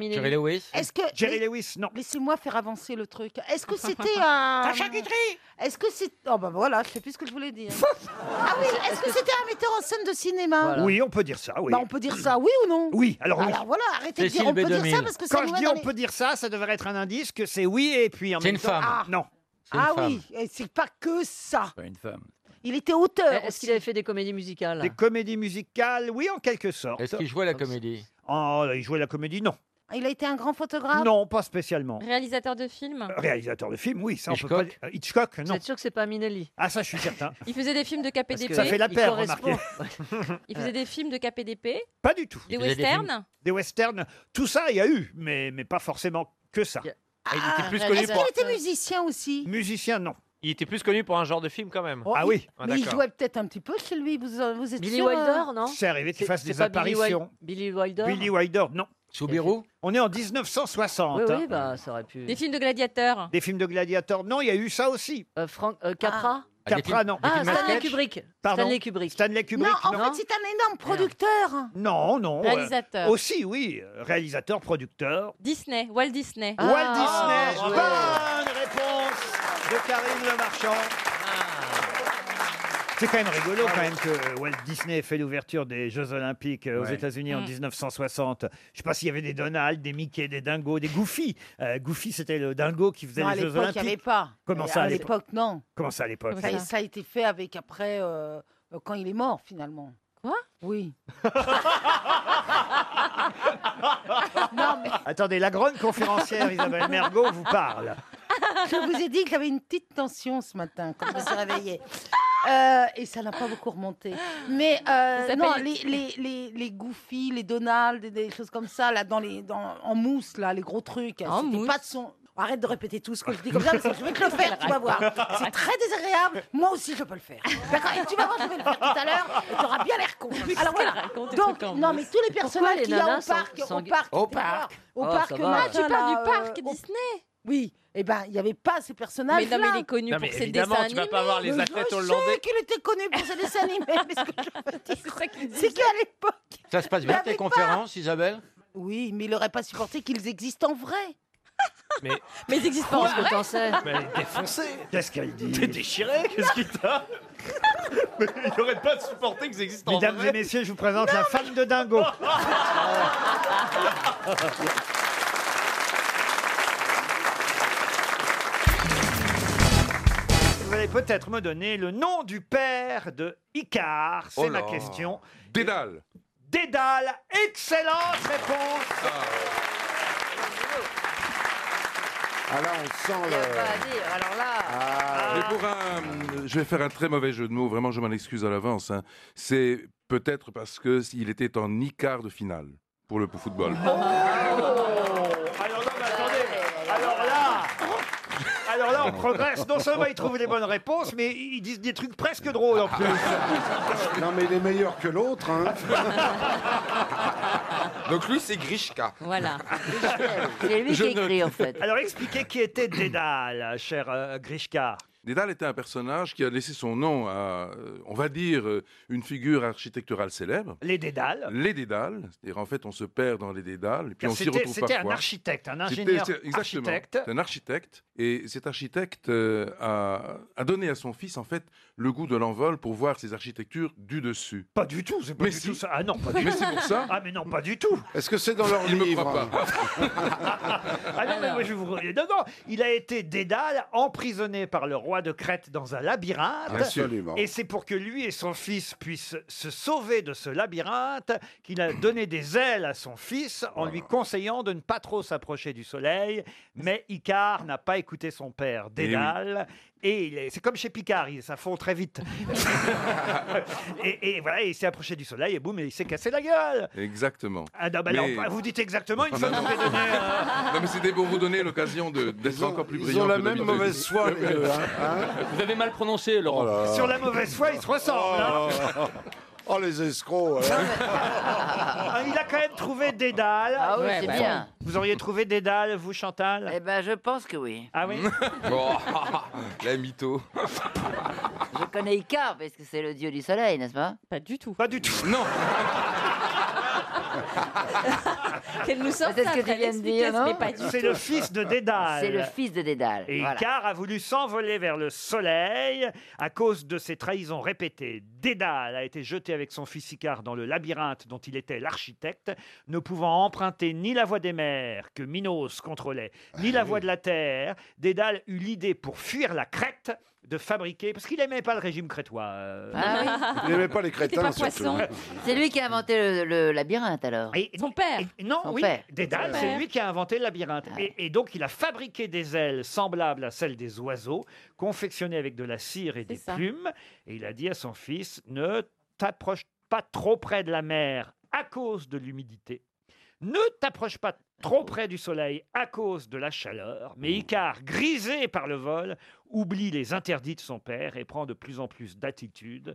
Est-ce que
Jerry
mais-
Lewis, non.
Laissez-moi faire avancer le truc. Est-ce que c'était un
Sacha
Guitry Est-ce que c'est Oh bah voilà, je sais plus ce que je voulais dire. ah oui, est-ce que c'était un metteur en scène de cinéma
Oui, on peut dire ça, oui.
Bah, on peut dire ça, oui ou non
Oui, alors oui.
Alors voilà, arrêtez de dire on peut dire ça parce que ça
Quand
nous
je
met
dis
dans
on
les-
peut dire ça, ça devrait être un indice que c'est oui et puis en
C'est
même
une
temps...
femme. Ah.
Non.
Ah oui, et c'est pas que ça.
une femme.
Il était auteur.
Eh, Est-ce qu'il avait fait des comédies musicales
Des comédies musicales, oui, en quelque sorte.
Est-ce qu'il jouait la comédie
Oh, il jouait la comédie, non.
Il a été un grand photographe.
Non, pas spécialement.
Réalisateur de films
Réalisateur de films, oui, ça on peut
Hitchcock
pas... euh, Hitchcock,
Vous
non.
êtes sûr que c'est pas Minelli
Ah, ça, je suis certain.
Il faisait des films de KPDP.
ça fait la
il
paire,
correspond.
remarquez.
Il faisait des films de KPDP.
Pas du tout.
Des Il faisait des westerns films.
Des westerns. Tout ça, il y a eu, mais, mais pas forcément que ça.
Ah, Est-ce qu'il était musicien aussi
Musicien, non.
Il était plus connu pour un genre de film quand même.
Ah oui.
Mais Oh, il jouait peut-être un petit peu chez lui, vous, vous êtes
Billy
sûr,
Wilder,
euh
non
C'est arrivé qu'il
C'est-
fasse
c'est
des
pas Billy Wi-
apparitions.
Billy Wilder.
Billy Wilder, non.
Soubirou
On est en 1960.
Oui, oui,
hein.
bah, ça aurait pu. Des films de gladiateurs.
Des films de gladiateurs. Non, il y a eu ça aussi.
Frank, euh, Capra
Ah. Capra, non.
Ah, Stanley Kubrick.
Pardon.
Stanley Kubrick.
Stanley Kubrick,
Non, en
non.
fait, c'est un énorme producteur.
Non, non. euh,
Réalisateur.
aussi, oui. euh, Réalisateur, producteur.
Disney, Walt Disney.
Walt Disney.
Ah,
Bonne réponse de Karine Le Marchand. C'est quand même rigolo quand même que euh, Walt Disney ait fait l'ouverture des Jeux Olympiques euh, aux
Ouais.
États-Unis en
Mm.
1960. Je sais pas s'il y avait des Donald, des Mickey, des Dingos, des Goofy. Euh, Goofy c'était le dingo qui faisait
Non, à
les Jeux
l'époque, il
Olympiques.
n'y avait pas.
Comment
Et
ça
À l'époque, non.
Comment ça à l'époque
Ça, ça a été fait avec après, euh, euh, quand il est mort, finalement. Quoi Oui.
Attendez, la grande conférencière Isabelle Mergot vous parle.
Je vous ai dit que j'avais une petite tension ce matin quand je me suis réveillée. Euh, et ça n'a pas beaucoup remonté. Mais euh,
Ça
non,
s'appelle-
les, les, les, les Goofy, les Donald, des- des choses comme ça, là, dans les, dans, en mousse, là, les gros trucs. En Pas de son... Arrête de répéter tout ce que je dis comme ça, parce que je vais te le faire, tu vas voir. C'est très désagréable. Moi aussi, je peux le faire. D'accord Et tu vas voir, je vais le faire tout à l'heure, et tu auras bien l'air con. Alors voilà. Donc, non, mais tous les
Pourquoi
personnages
les
qu'il y a
nanas
au
sont-
parc,
sont-
au parc,
Au
tu vas voir,
parc.
au
Oh,
parc,
ça va.
machin,
Ah, tu parles
là,
du parc
euh, au-
Disney
oui, eh ben, il n'y avait pas ces personnages.
Mais non, mais il est connu
Non, pour mais ses évidemment, dessins tu vas pas animés. hein. voir les
Mais
athlètes
je
hollandais.
sais qu'il était connu pour ses dessins animés, mais ce que je veux dire, c'est qu'à l'époque,
Ça se passe
Mais
bien tes
avec pas-
conférences, Isabelle
oui, mais il n'aurait pas supporté qu'ils existent en vrai.
Mais
Mais ils existent
pas en vrai, t'en sais.
Mais elle est défoncée.
Qu'est-ce qu'elle dit
T'es déchiré Qu'est-ce qui t'a Mais il n'aurait pas supporté qu'ils existent en
Mesdames
vrai.
et messieurs, je vous présente la femme de Dingo.
Ah
Vous allez peut-être me donner le nom du père de Icare. C'est
Oh
ma
là.
question.
Dédale.
Dédale, excellente réponse.
Ah là, on sent
alors là.
Ah.
Mais pour un- Euh, je vais faire un très mauvais jeu de mots, vraiment je m'en excuse à l'avance. hein. C'est peut-être parce qu'il était en quart de finale pour le football.
Alors non, mais attendez. Alors là. Alors là, on progresse. Non seulement ils trouvent les bonnes réponses, mais ils disent des trucs presque drôles en plus.
Non, mais il est meilleur que l'autre. hein.
Donc lui, c'est Grishka.
Voilà.
C'est lui Je qui note. écrit, en fait.
Alors expliquez qui était Dédale, cher euh, Grishka.
Dédale était un personnage qui a laissé son nom à, euh, on va dire, euh, une figure architecturale célèbre.
Les Dédales.
Les Dédales. C'est-à-dire, en fait, on se perd dans les Dédales, et puis
Car
on s'y
c'était-
retrouve
c'était un
parfois.
architecte, un
C'était-
ingénieur
c'est- exactement,
architecte.
c'est un architecte. Et cet architecte euh, a, a donné à son fils, en fait, le goût de l'envol pour voir ces architectures du dessus.
Pas du tout, c'est pas
Mais
du
si.
tout ça. Ah non, pas du
Mais
tout.
c'est pour ça.
Ah mais non, pas du tout.
Est-ce que c'est dans leur livre
Ah non, mais moi, je vous... re- non, non, il a été Dédale emprisonné par le roi de Crète dans un labyrinthe.
Absolument.
Et c'est pour que lui et son fils puissent se sauver de ce labyrinthe qu'il a donné des ailes à son fils en lui conseillant de ne pas trop s'approcher du soleil. Mais Icare n'a pas écouté son père,
Eh oui.
Dédale. Et il est- c'est comme chez Picard, il- ça fond très vite. et, et voilà, il s'est approché du soleil et boum, il s'est cassé la gueule.
Exactement.
Ah non, bah
Mais-
non, vous dites exactement une fois que
Non,
vous
non.
avez donné, euh,
Non, mais c'était pour vous donner l'occasion de- d'être encore plus
ils ont
brillant.
la
que
même
d'habitude.
mauvaise foi, les deux, hein. Oh
Vous avez mal prononcé, Laurent.
Sur la mauvaise foi, ils se ressemblent. hein.
Oh, les escrocs. hein.
Ah, il a quand même trouvé Dédale.
Ah oui, Ouais, c'est bah bien.
Vous auriez trouvé Dédale, vous, Chantal
Eh ben, je pense que oui.
Ah oui
Oh,
Bon.
la mytho.
Je connais Icar parce que c'est le dieu du soleil, n'est-ce pas
Pas du tout.
Pas du tout.
Non.
Qu'elle nous sorte
Ah, C'est
ça,
ce que tu
après
viens de dire,
l'explication,
non
mais pas du
Ah. C'est
tout.
le fils de Dédale.
C'est le fils de Dédale.
Et
voilà.
Icare a voulu s'envoler vers le soleil à cause de ses trahisons répétées. Dédale a été jeté avec son fils Icare dans le labyrinthe dont il était l'architecte, ne pouvant emprunter ni la voie des mers que Minos contrôlait, ni la voie de la terre. Dédale eut l'idée pour fuir la Crète de fabriquer, parce qu'il n'aimait pas le régime crétois. euh.
Ah oui. C'est lui qui a inventé le, le labyrinthe alors.
Son père. non,
Son
oui,
père.
Dédale,
Son
c'est
père.
lui qui a inventé le labyrinthe. Et, et donc, il a fabriqué des ailes semblables à celles des oiseaux, confectionnées avec de la cire et des
ça.
plumes. Et il a dit à son fils Ne t'approche pas trop près de la mer à cause de l'humidité. Ne t'approche pas trop près du soleil à cause de la chaleur. Mais Icare, grisé par le vol, oublie les interdits de son père et prend de plus en plus d'attitude.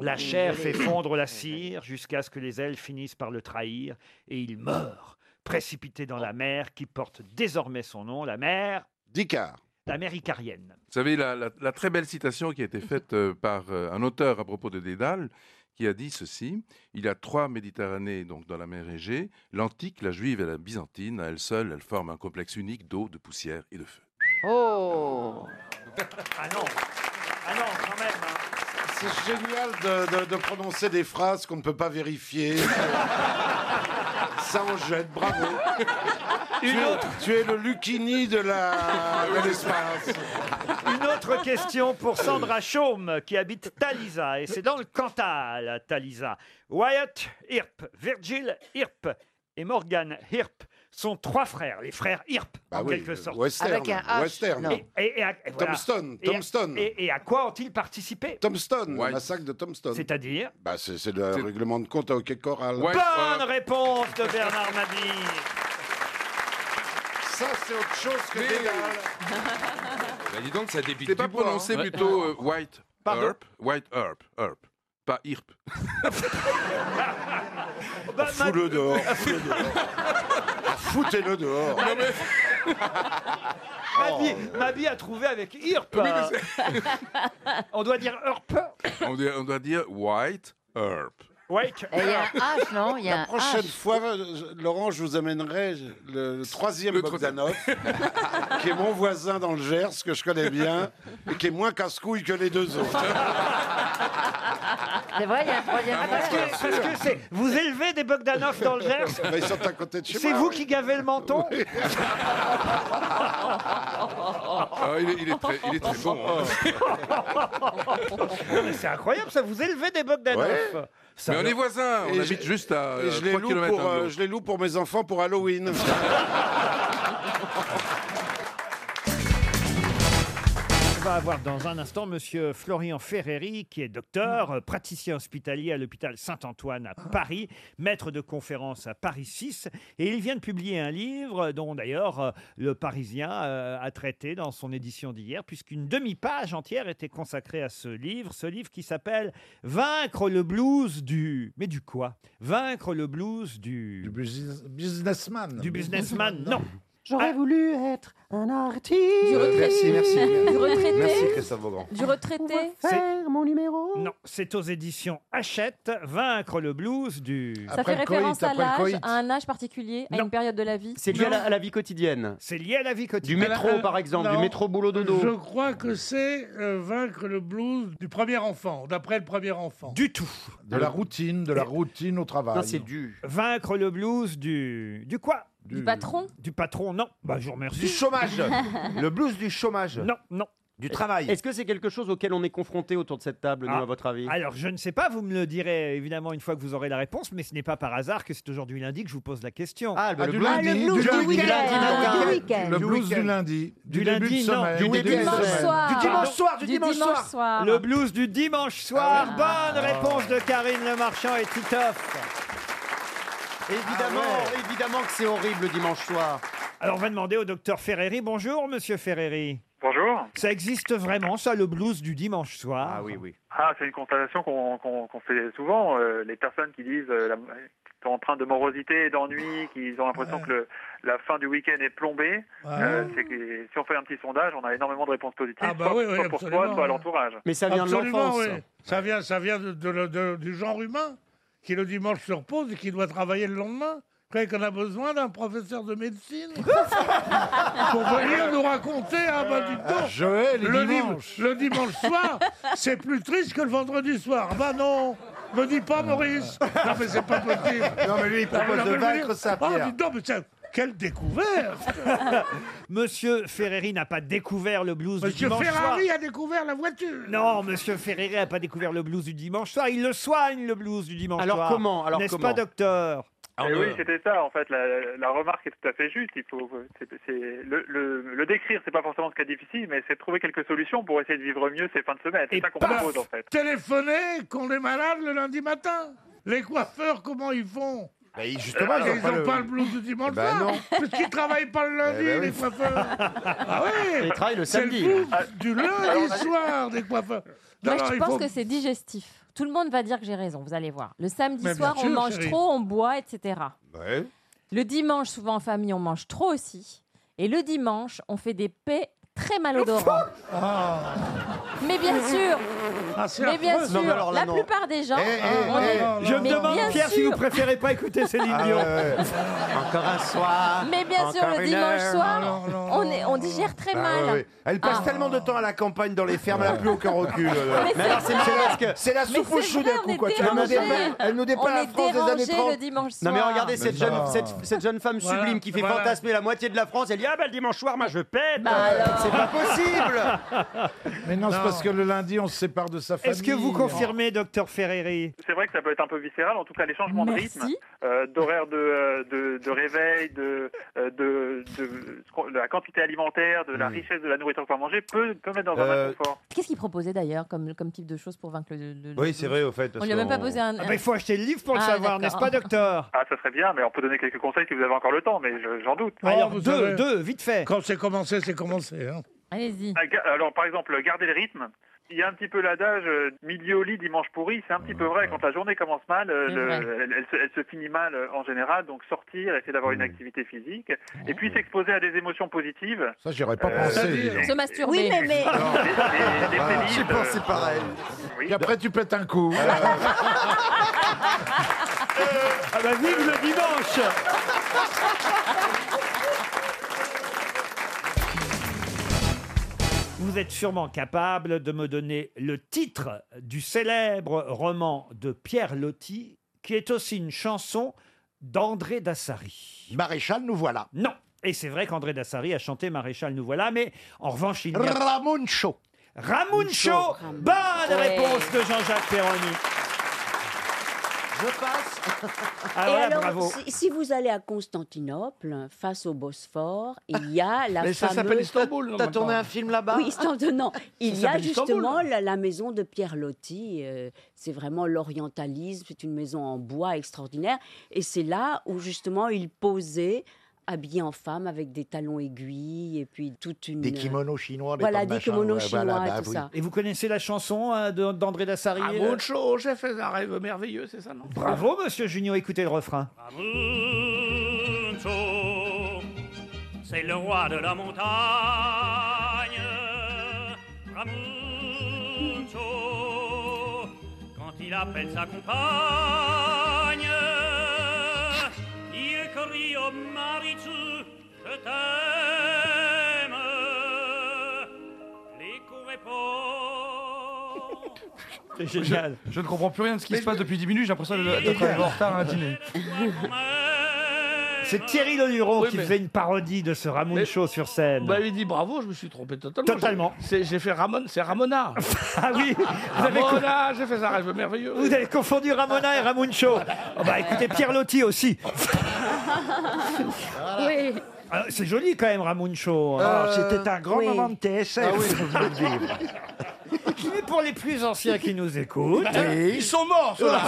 La chair fait fondre la cire jusqu'à ce que les ailes finissent par le trahir et il meurt, précipité dans la mer qui porte désormais son nom, la mer
d'Icare.
La mer Icarienne.
Vous savez, la, la- la très belle citation qui a été faite euh, par euh, un auteur à propos de Dédale, qui a dit ceci Il y a trois Méditerranées donc dans la mer Égée, l'antique, la juive et la byzantine. À elles seules, elles forment un complexe unique d'eau, de poussière et de feu.
Oh
Ah non Ah non, quand même
C'est génial de, de- de prononcer des phrases qu'on ne peut pas vérifier. Ça en jette, bravo. tu, es, tu es le Lucini de la- de l'espace.
Une autre question pour Sandra Chaume, qui habite Talisa, et c'est dans le Cantal, à Talisa. Wyatt Earp, Virgil Earp et Morgan Earp sont trois frères, les frères Earp,
Bah
en
oui,
quelque
euh,
sorte.
western, Avec un H, western. non.
Et, et- et à, et voilà.
Tombstone,
Et à-
Tombstone.
Et, et à quoi ont-ils participé
Tombstone, le massacre de Tombstone.
C'est-à-dire
bah, C'est c'est le règlement de compte à hockey Bah choral.
Bonne réponse de Bernard Mabille.
Ça, c'est autre chose que Dédale.
Bah, dis donc, ça débite
C'est
du
pas
bois,
prononcé
hein.
plutôt euh, White
Pardon
Herp White Herp, Herp, pas Irp.
Bah,
Fous-le dehors, fous-le dehors. Ah, Foutez-le dehors. Oh.
Mabille, Mabille a trouvé avec Earp. On doit dire Earp.
on, doit, on doit dire White Herp.
White
Et il y a un H, non Il y a
La
un
prochaine
H.
fois, euh, je- Laurent, je vous amènerai le, le troisième Bogdanov, qui est mon voisin dans le Gers, que je connais bien, et qui est moins casse-couille que les deux autres.
C'est vrai, il y a un troisième
Ah, Parce que, parce que c'est- vous élevez des Bogdanov dans le Gers
Mais ils sont à côté de chez
C'est
moi,
vous
oui.
qui gavez le menton
Ah, il, est, il est très, il est très bon. hein.
Non, Oh, mais C'est incroyable, ça vous élevez des Bogdanov.
Ouais.
Ça,
Mais on
alors-
est voisins, on
Et
habite
je-
juste à
et
euh,
je les,
3
loue
km
pour, euh, je les loue pour mes enfants pour Halloween.
On va avoir dans un instant Monsieur Florian Ferreri, qui est docteur, euh, praticien hospitalier à l'hôpital Saint-Antoine à Paris, maître de conférences à Paris 6. Et il vient de publier un livre dont d'ailleurs euh, le Parisien euh, a traité dans son édition d'hier, puisqu'une demi-page entière était consacrée à ce livre. Ce livre qui s'appelle Vaincre le blues du. Mais du quoi Vaincre le blues du. Du businessman. Du businessman, non.
J'aurais voulu être un artiste.
merci, merci.
Du retraité.
Merci,
Christophe
Beaugrand.
Du retraité.
C'est-
Faire mon numéro.
Non, c'est aux éditions Hachette, Vaincre le blues du.
Ça fait référence à l'âge, à un âge particulier, à une période de la vie.
C'est lié à la, à la vie quotidienne.
C'est lié à la vie quotidienne.
Du métro,
Euh,
par exemple, du
Non.
métro boulot dodo.
Je crois que c'est euh, vaincre le blues du premier enfant, d'après le premier enfant.
Du tout.
De la routine, de la routine au travail.
du.
Vaincre le blues du. Du quoi
Du Du- patron
Du patron, non. Bah, je vous remercie.
Du chômage. Le
blues du chômage. Non, non.
Est-ce que c'est quelque chose auquel on est confronté autour de cette table, nous,
Ah.
à votre avis
Alors, je ne sais pas, vous me le direz évidemment une fois que vous aurez la réponse, mais ce n'est pas par hasard que c'est aujourd'hui lundi que je vous pose la question.
Ah, bah, Ah, le du blues lundi, du- du lundi, du lundi matin.
Le blues du lundi.
Du,
début
lundi,
de
non.
semaine.
Pardon.
Du dimanche dimanche soir. soir. Ah
Le blues du dimanche soir. Bonne réponse de Karine Le Marchand et Titoff.
Évidemment, évidemment que c'est horrible le dimanche soir.
Alors, on va demander au docteur Ferreri. Bonjour, monsieur Ferreri.
Bonjour.
Ça existe vraiment, ça, le blues du dimanche soir Ah oui, oui.
Ah, c'est une constatation qu'on qu'on- qu'on fait souvent. euh, les personnes qui disent euh, la- qu'ils sont en train de morosité et d'ennui, qu'ils ont l'impression que le- la fin du week-end est plombée.
Ouais.
euh, c'est que si on fait un petit sondage, on a énormément de réponses positives,
Ah bah
soit,
oui, oui,
soit pour soi,
absolument,
soit à
oui.
l'entourage.
Absolument, oui. Ça vient, ça vient de- de- de- du genre humain qui le dimanche se repose et qui doit travailler le lendemain. Vous croyez qu'on a besoin d'un professeur de médecine pour venir nous raconter ah bah dis donc,
Joël,
le,
dimanche.
dim- le dimanche soir, c'est plus triste que le vendredi soir. Ah Bah non, me dis pas Maurice. Non mais c'est pas possible.
Non, mais lui, il propose
Ah,
de
mais je veux
vaincre
dire-
sa
Ah
pierre.
dis donc, mais tiens, quelle découverte
Monsieur Ferreri n'a pas découvert le blues du
Monsieur
dimanche soir.
Ferrari a découvert la voiture.
Non, Monsieur Ferreri n'a pas découvert le blues du dimanche soir. Il le soigne, le blues du dimanche
Alors
soir.
comment Alors
N'est-ce
comment
pas, docteur
Ah,
Eh oui, c'était ça en fait. La, la remarque est tout à fait juste. Il faut, c'est- c'est- le, le- le décrire, c'est pas forcément ce qui est difficile, mais c'est de trouver quelques solutions pour essayer de vivre mieux ces fins de semaine. C'est ça qu'on
paf
propose en fait.
Téléphoner qu'on est malade le lundi matin. Les coiffeurs, comment ils font
justement,
Euh,
Bah,
Ah,
ils ont
ils
pas
n'ont
le-
pas, le blues du dimanche
Bah
soir.
non.
Puisqu'ils travaillent pas le lundi,
Eh ben
les
oui.
coiffeurs. Ah oui
Ils travaillent le
c'est
samedi.
blues
Ah.
du lundi soir des coiffeurs.
Moi,
Non, non,
je
il
pense
faut-
que c'est digestif. Tout le monde va dire que j'ai raison, vous allez voir. Le samedi
Mais bien
soir, on
sûr,
mange
chérie.
trop, on boit, etc. Le dimanche, souvent en famille, on mange trop aussi. Et le dimanche, on fait des paix très malodorants.
Ah.
Mais bien sûr
Ah, c'est
Mais bien
affreux.
sûr,
Non, mais alors là,
la
non.
plupart des gens...
Eh, eh,
on est-
Je me
Mais bien
demande, Pierre, si
sûr.
vous préférez pas écouter Céline
Ah
Dion.
Encore un soir.
Mais bien sûr, le dimanche soir, on, est, on digère très
Bah
mal. Ah.
ouais, ouais. Elle passe tellement de temps à la campagne dans les fermes, elle n'a plus aucun recul. euh.
Mais Mais c'est alors, c'est vrai. marrant parce que-
c'est la
Mais
soupe au
c'est
chou
vrai,
d'un
on
coup.
est
Quoi. Tu vois, elle nous
dérangé.
dépeint- elle nous dépeint
On
la
est
France des années
dérangé
30.
le dimanche
Non mais
soir.
regardez cette
Mais
jeune,
ça.
cette, cette jeune femme
Voilà,
sublime qui fait
voilà.
fantasmer la moitié de la France. Elle dit ah bah le dimanche soir, moi je pète.
Bah alors.
C'est pas possible.
Mais non, c'est
Non.
parce que le lundi, on se sépare de sa famille.
Est-ce que vous confirmez, docteur Ferreri
C'est vrai que ça peut être un peu viscéral, en tout cas les changements
Merci.
de rythme, euh, d'horaire de, euh, de, de réveil, de, euh, de, de- ce qu'on- de la quantité alimentaire, de la richesse de la nourriture qu'on va manger peut, peut mettre dans un
Mm. Euh,
inconfort.
Qu'est-ce qu'il proposait d'ailleurs comme, comme type de choses pour vaincre le... le- le-
Oui, c'est vrai, au fait,
On
parce
lui a même pas
qu'on-
posé un...
Ah bah, Il faut acheter le livre pour le
Ah,
savoir,
d'accord.
n'est-ce pas, docteur
Ah, ça serait bien, mais on peut donner quelques conseils si vous avez encore le temps, mais je- j'en doute.
Alors, deux, deux, vite fait.
Oh, Quand c'est commencé, c'est commencé. hein.
Allez-y.
Ah, Alors, par exemple, garder le rythme. Il y a un petit peu l'adage euh, milieu au lit, dimanche pourri. C'est un petit peu vrai. Quand la journée commence mal, euh,
C'est
le-
vrai.
elle, elle se, elle se finit mal euh, en général. Donc, sortir, essayer d'avoir une activité physique. Et puis, s'exposer à des émotions positives.
Ça, j'y aurais pas
Euh,
pensé.
c'est-à-dire-
dis donc.
Se masturber.
Oui, mais- mais- Non. Des- des- des
Ah,
playlists,
J'y pensais
euh,
pareil.
Et
après, tu pètes un coup.
Euh.
Ah bah vive le dimanche Vous êtes sûrement capable de me donner le titre du célèbre roman de Pierre Loti, qui est aussi une chanson d'André Dassari.
Maréchal, nous voilà.
Non. Et c'est vrai qu'André Dassari a chanté Maréchal, nous voilà, mais en revanche, il n'y a-
Ramoncho.
Ramuncho.
Ramuncho.
Bonne
Ouais.
réponse de Jean-Jacques Perroni.
Je passe.
Ah,
Et
voilà,
alors,
bravo.
si, si vous allez à Constantinople, face au Bosphore, il y a la
Mais ça
fameuse...
s'appelle Istanbul, non,
T'as
maintenant.
tourné un film là-bas Oui, Istanbul, non. Il y a
s'appelle
justement la, la maison de Pierre Loti. euh, c'est vraiment l'orientalisme. C'est une maison en bois extraordinaire. Et c'est là où, justement, il posait habillé en femme avec des talons aiguilles et puis toute une... euh,
Des kimonos chinois. des tas
Voilà,
de
des
machins,
kimonos
ouais,
chinois
voilà,
et
bah
tout
oui.
ça.
Et vous connaissez la chanson hein, de- d'André Dassari
Ah,
euh,
bon, chaud, j'ai fait un rêve merveilleux, c'est ça, non
Bravo, monsieur Junio, écoutez le refrain.
Ah,
Ramuncho, c'est le roi de la montagne. Ramuncho, quand il appelle sa compagne, il crie au maritu, je t'aime. L'écho répond.
C'est génial.
Je, je ne comprends plus rien de ce qui se passe depuis 10 minutes, j'ai l'impression de- d'être
Mais-
en retard à un dîner.
C'est Thierry Leluron
Oui,
qui
mais-
faisait une parodie de ce Ramon Show sur scène.
Bah, il dit bravo, je me suis trompé totalement.
Totalement.
C'est- J'ai fait Ramon, c'est Ramona.
ah oui avez
Ramona, j'ai fait un rêve merveilleux.
Vous avez confondu Ramona et Ramon Show. Oh, bah écoutez, Pierre Lotti aussi.
Oui.
Ah,
Ah,
Euh,
C'est joli quand même, Ramon Show. hein.
Ah
Oh, C'était un grand moment de TSF. je vous le dis.
Mais pour les plus anciens qui nous écoutent.
Oui. Ils sont morts, ceux-là.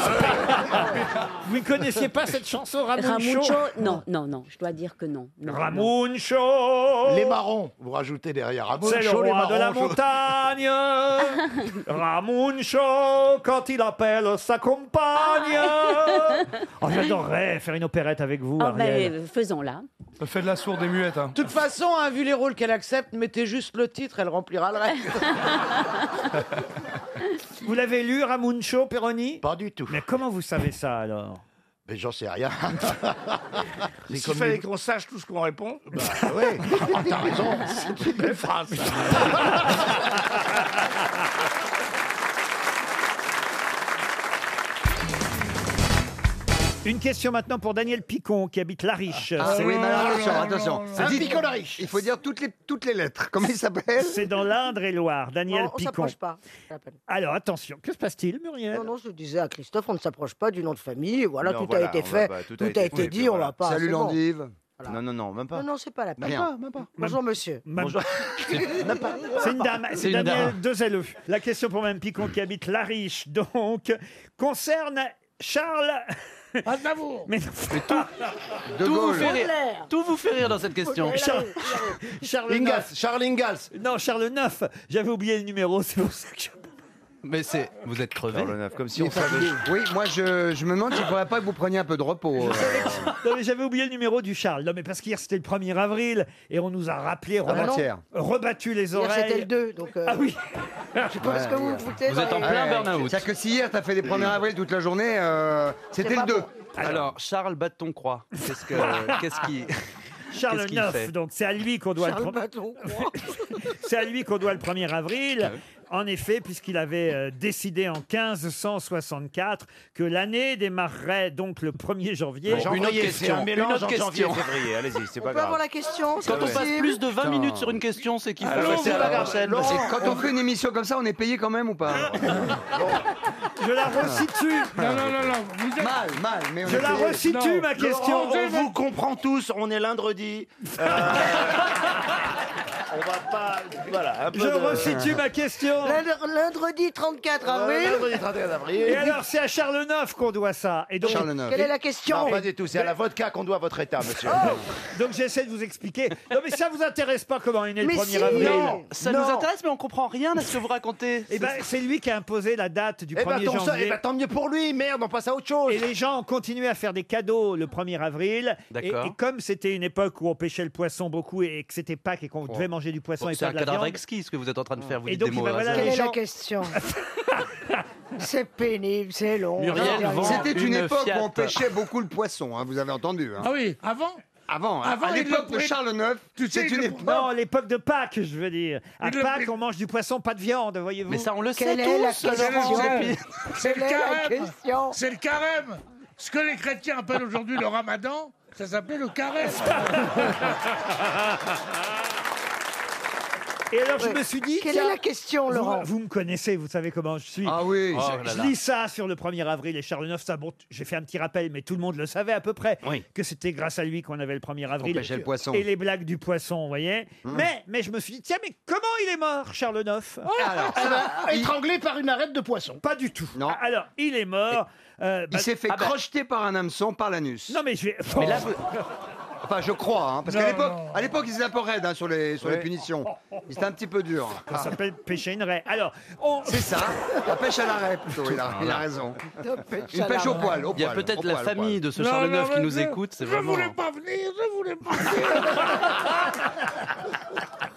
Vous ne connaissiez pas cette chanson, Ramoncho
Ramucho Non, non, non, je dois dire que non. non, non.
Ramoncho
Les marrons, vous rajoutez derrière Ramoncho.
C'est le
les
roi
marrons,
de la
je-
montagne. Ramoncho, quand il appelle sa compagne. Oh, J'adorerais faire une opérette avec vous,
Ah,
Ariel.
ben, faisons-la.
Fais de la sourde et muette. Hein.
De toute façon, hein, vu les rôles qu'elle accepte, mettez juste le titre, elle remplira le reste.
Vous l'avez lu, Ramuncho Peroni Pas du tout. Mais comment vous savez ça alors
Mais j'en sais rien.
S'il
comme
fallait
les-
qu'on sache tout ce qu'on répond. Bah
ouais. Ah, t'as raison.
C'est une belle phrase.
Une question maintenant pour Daniel Picon qui habite La Riche.
C'est- Ah
Ah
oui, mais alors, attention, attention.
Un
Dites-
picon la
Il faut dire toutes les, toutes les lettres. Comment il s'appelle
C'est dans l'Indre et Loire, Daniel
Non, on
Picon.
s'approche
pas.
Alors attention, que se passe-t-il, Muriel
Non, non, je disais à Christophe, on ne s'approche pas du nom de famille. Voilà,
Non,
tout
voilà,
a été
on va
fait,
pas-
tout, a été,
fait, puis
dit, on
voilà.
va pas.
Salut
c'est bon.
l'endive. Non, non, non, même pas.
Non, non, c'est pas la peine.
Rien.
Même pas, même pas. Bonjour, monsieur.
Bonjour. C'est une dame, c'est
C'est une
Daniel
dame.
Dezelleux. La question pour Mme Picon qui habite La Riche, donc, concerne Charles.
Ah, Aznavour
Mais,
tout-
De
Tout vous
Gaulle.
fait rire. Baudelaire.
Tout vous fait rire dans cette
question.
Charles,
Baudelaire, Baudelaire.
Charles
Ingalls,
IX. Non, Charles IX. J'avais oublié le numéro, c'est pour ça que je-
Mais c'est. Vous êtes crevé. comme si
Il
on
est fatigué.
savait. Oui, moi je, je me demande s'il ne faudrait pas que vous preniez un peu de repos. euh.
Non, mais j'avais oublié le numéro du Charles. Non, mais parce qu'hier c'était le 1er avril et on nous a rappelé, rebattu,
Avant-hier.
rebattu les
Hier,
oreilles.
c'était le 2, donc. euh,
Ah oui.
Je sais pas ce que vous vous foutez. dans les-
C'est-à-dire que si hier t'as fait des 1er avril toute la journée, euh, c'était
pas
le 2.
bon.
Alors, Charles Baton Croix, qu'est-ce que, qu'est-ce qui,
Charles
qu'est-ce qu'il
IX,
fait
donc c'est à lui qu'on doit le
Charles
pre-
Baton, quoi.
c'est à lui qu'on doit le 1er avril. En effet, puisqu'il avait euh, décidé en 1564 que l'année démarrerait donc le 1er janvier.
Bon, une autre question. Une autre question. février. Allez-y, c'est pas
On peut avoir la question c'est
Quand on passe
possible
plus de 20
Putain.
minutes sur une question, c'est qu'il faut
Alors,
passer
c'est
à
pas
la
grave.
prochaine.
Laurent, Et quand on fait une émission comme ça, on est payé quand même ou pas
Je la resitue.
Non, non, non, non. Mal, mal. Mais on est payé. Non.
ma
question.
Laurent, on vous comprend tous. On est lundi. Euh, on va pas. Voilà. un peu
Je
de-
resitue ma question.
Lundi lundi 34 avril.
Lundi 31 avril.
Et alors, c'est à Charles IX qu'on doit ça. Et donc,
Quelle est la question
Non, pas du tout. C'est à la vodka qu'on doit votre état, monsieur.
Donc, j'essaie de vous expliquer. Oh Non, mais ça vous intéresse pas comment est né le 1er avril
Non, ça nous intéresse, mais on comprend rien à ce que vous racontez.
Eh ben, c'est lui qui a imposé la date du
Eh
1er
ben, tant ça-
janvier.
eh ben, tant mieux pour lui, merde, on passe à autre chose.
Et les gens ont continué à faire des cadeaux le 1er avril. Et,
D'accord.
et comme c'était une époque où on pêchait le poisson beaucoup et que c'était Pâques et qu'on devait manger du poisson et
c'est
pas
un
de la viande.
cadavre exquis ce que vous êtes en train de faire. Vous
Et
dites
donc,
des mots.
il va- Bah
au
voilà,
hasard.
Quelle
les
est la
gens-
question C'est pénible, c'est long.
Muriel
Non,
vend
c'était-
C'était une,
une
époque
Fiat.
où on pêchait beaucoup le poisson, hein, vous avez entendu. hein.
Ah oui, avant
Avant, hein.
Avant,
à
il le
l'époque de
prit-
Charles IX,
sais,
c'est
il
une
le
époque.
Non, l'époque de Pâques, je veux dire. À
Il le-
Pâques, on mange du poisson, pas de viande, voyez-vous.
Mais ça, on le sait
Quelle est la
tous.
question
Laurent.
C'est le
Quelle est la
carême.
question
C'est le carême. Ce que les chrétiens appellent aujourd'hui le ramadan, ça s'appelle le carême.
Et alors, je
Ouais.
me suis dit.
Quelle
tiens,
est la question,
vous-
Laurent
vous, me connaissez, vous savez comment je suis.
Ah oui.
Je,
Oh là
je
là.
lis ça sur le 1er avril et Charles IX, ça, bon, t- j'ai fait un petit rappel, mais tout le monde le savait à peu près que c'était grâce à lui qu'on avait le 1er avril.
pêchait Oh, bah, le poisson. Mmh.
Et les blagues du poisson, vous voyez. Mais, mais je me suis dit, tiens, mais comment il est mort, Charles Eh ben, IX
Oh. Ah, Alors, ça, il,
Étranglé par une arête de poisson.
Pas du tout.
Non.
Ah, Alors, il est mort. euh,
il
bah-
s'est fait
Ah bah-
crocheter par un hameçon par l'anus.
Non, mais je vais.
Mais là,
Oh.
vous- Enfin, je crois, hein, parce
Non,
qu'à l'époque, à l'époque, ils étaient un peu raides hein, sur les sur
Ouais.
les punitions. C'était un petit peu dur.
Ça s'appelle pêcher une raie. Alors, on...
C'est ça. Ah. La pêche à l'arrêt, plutôt. Il a, il a raison. Une pêche au poil. au
Il y a
poil, au
peut-être
poil,
la
au poil.
famille de ce
Non,
Charles
non,
IX qui
mais
nous
je-
écoute. C'est
je
vraiment.
voulais
pas venir, je voulais pas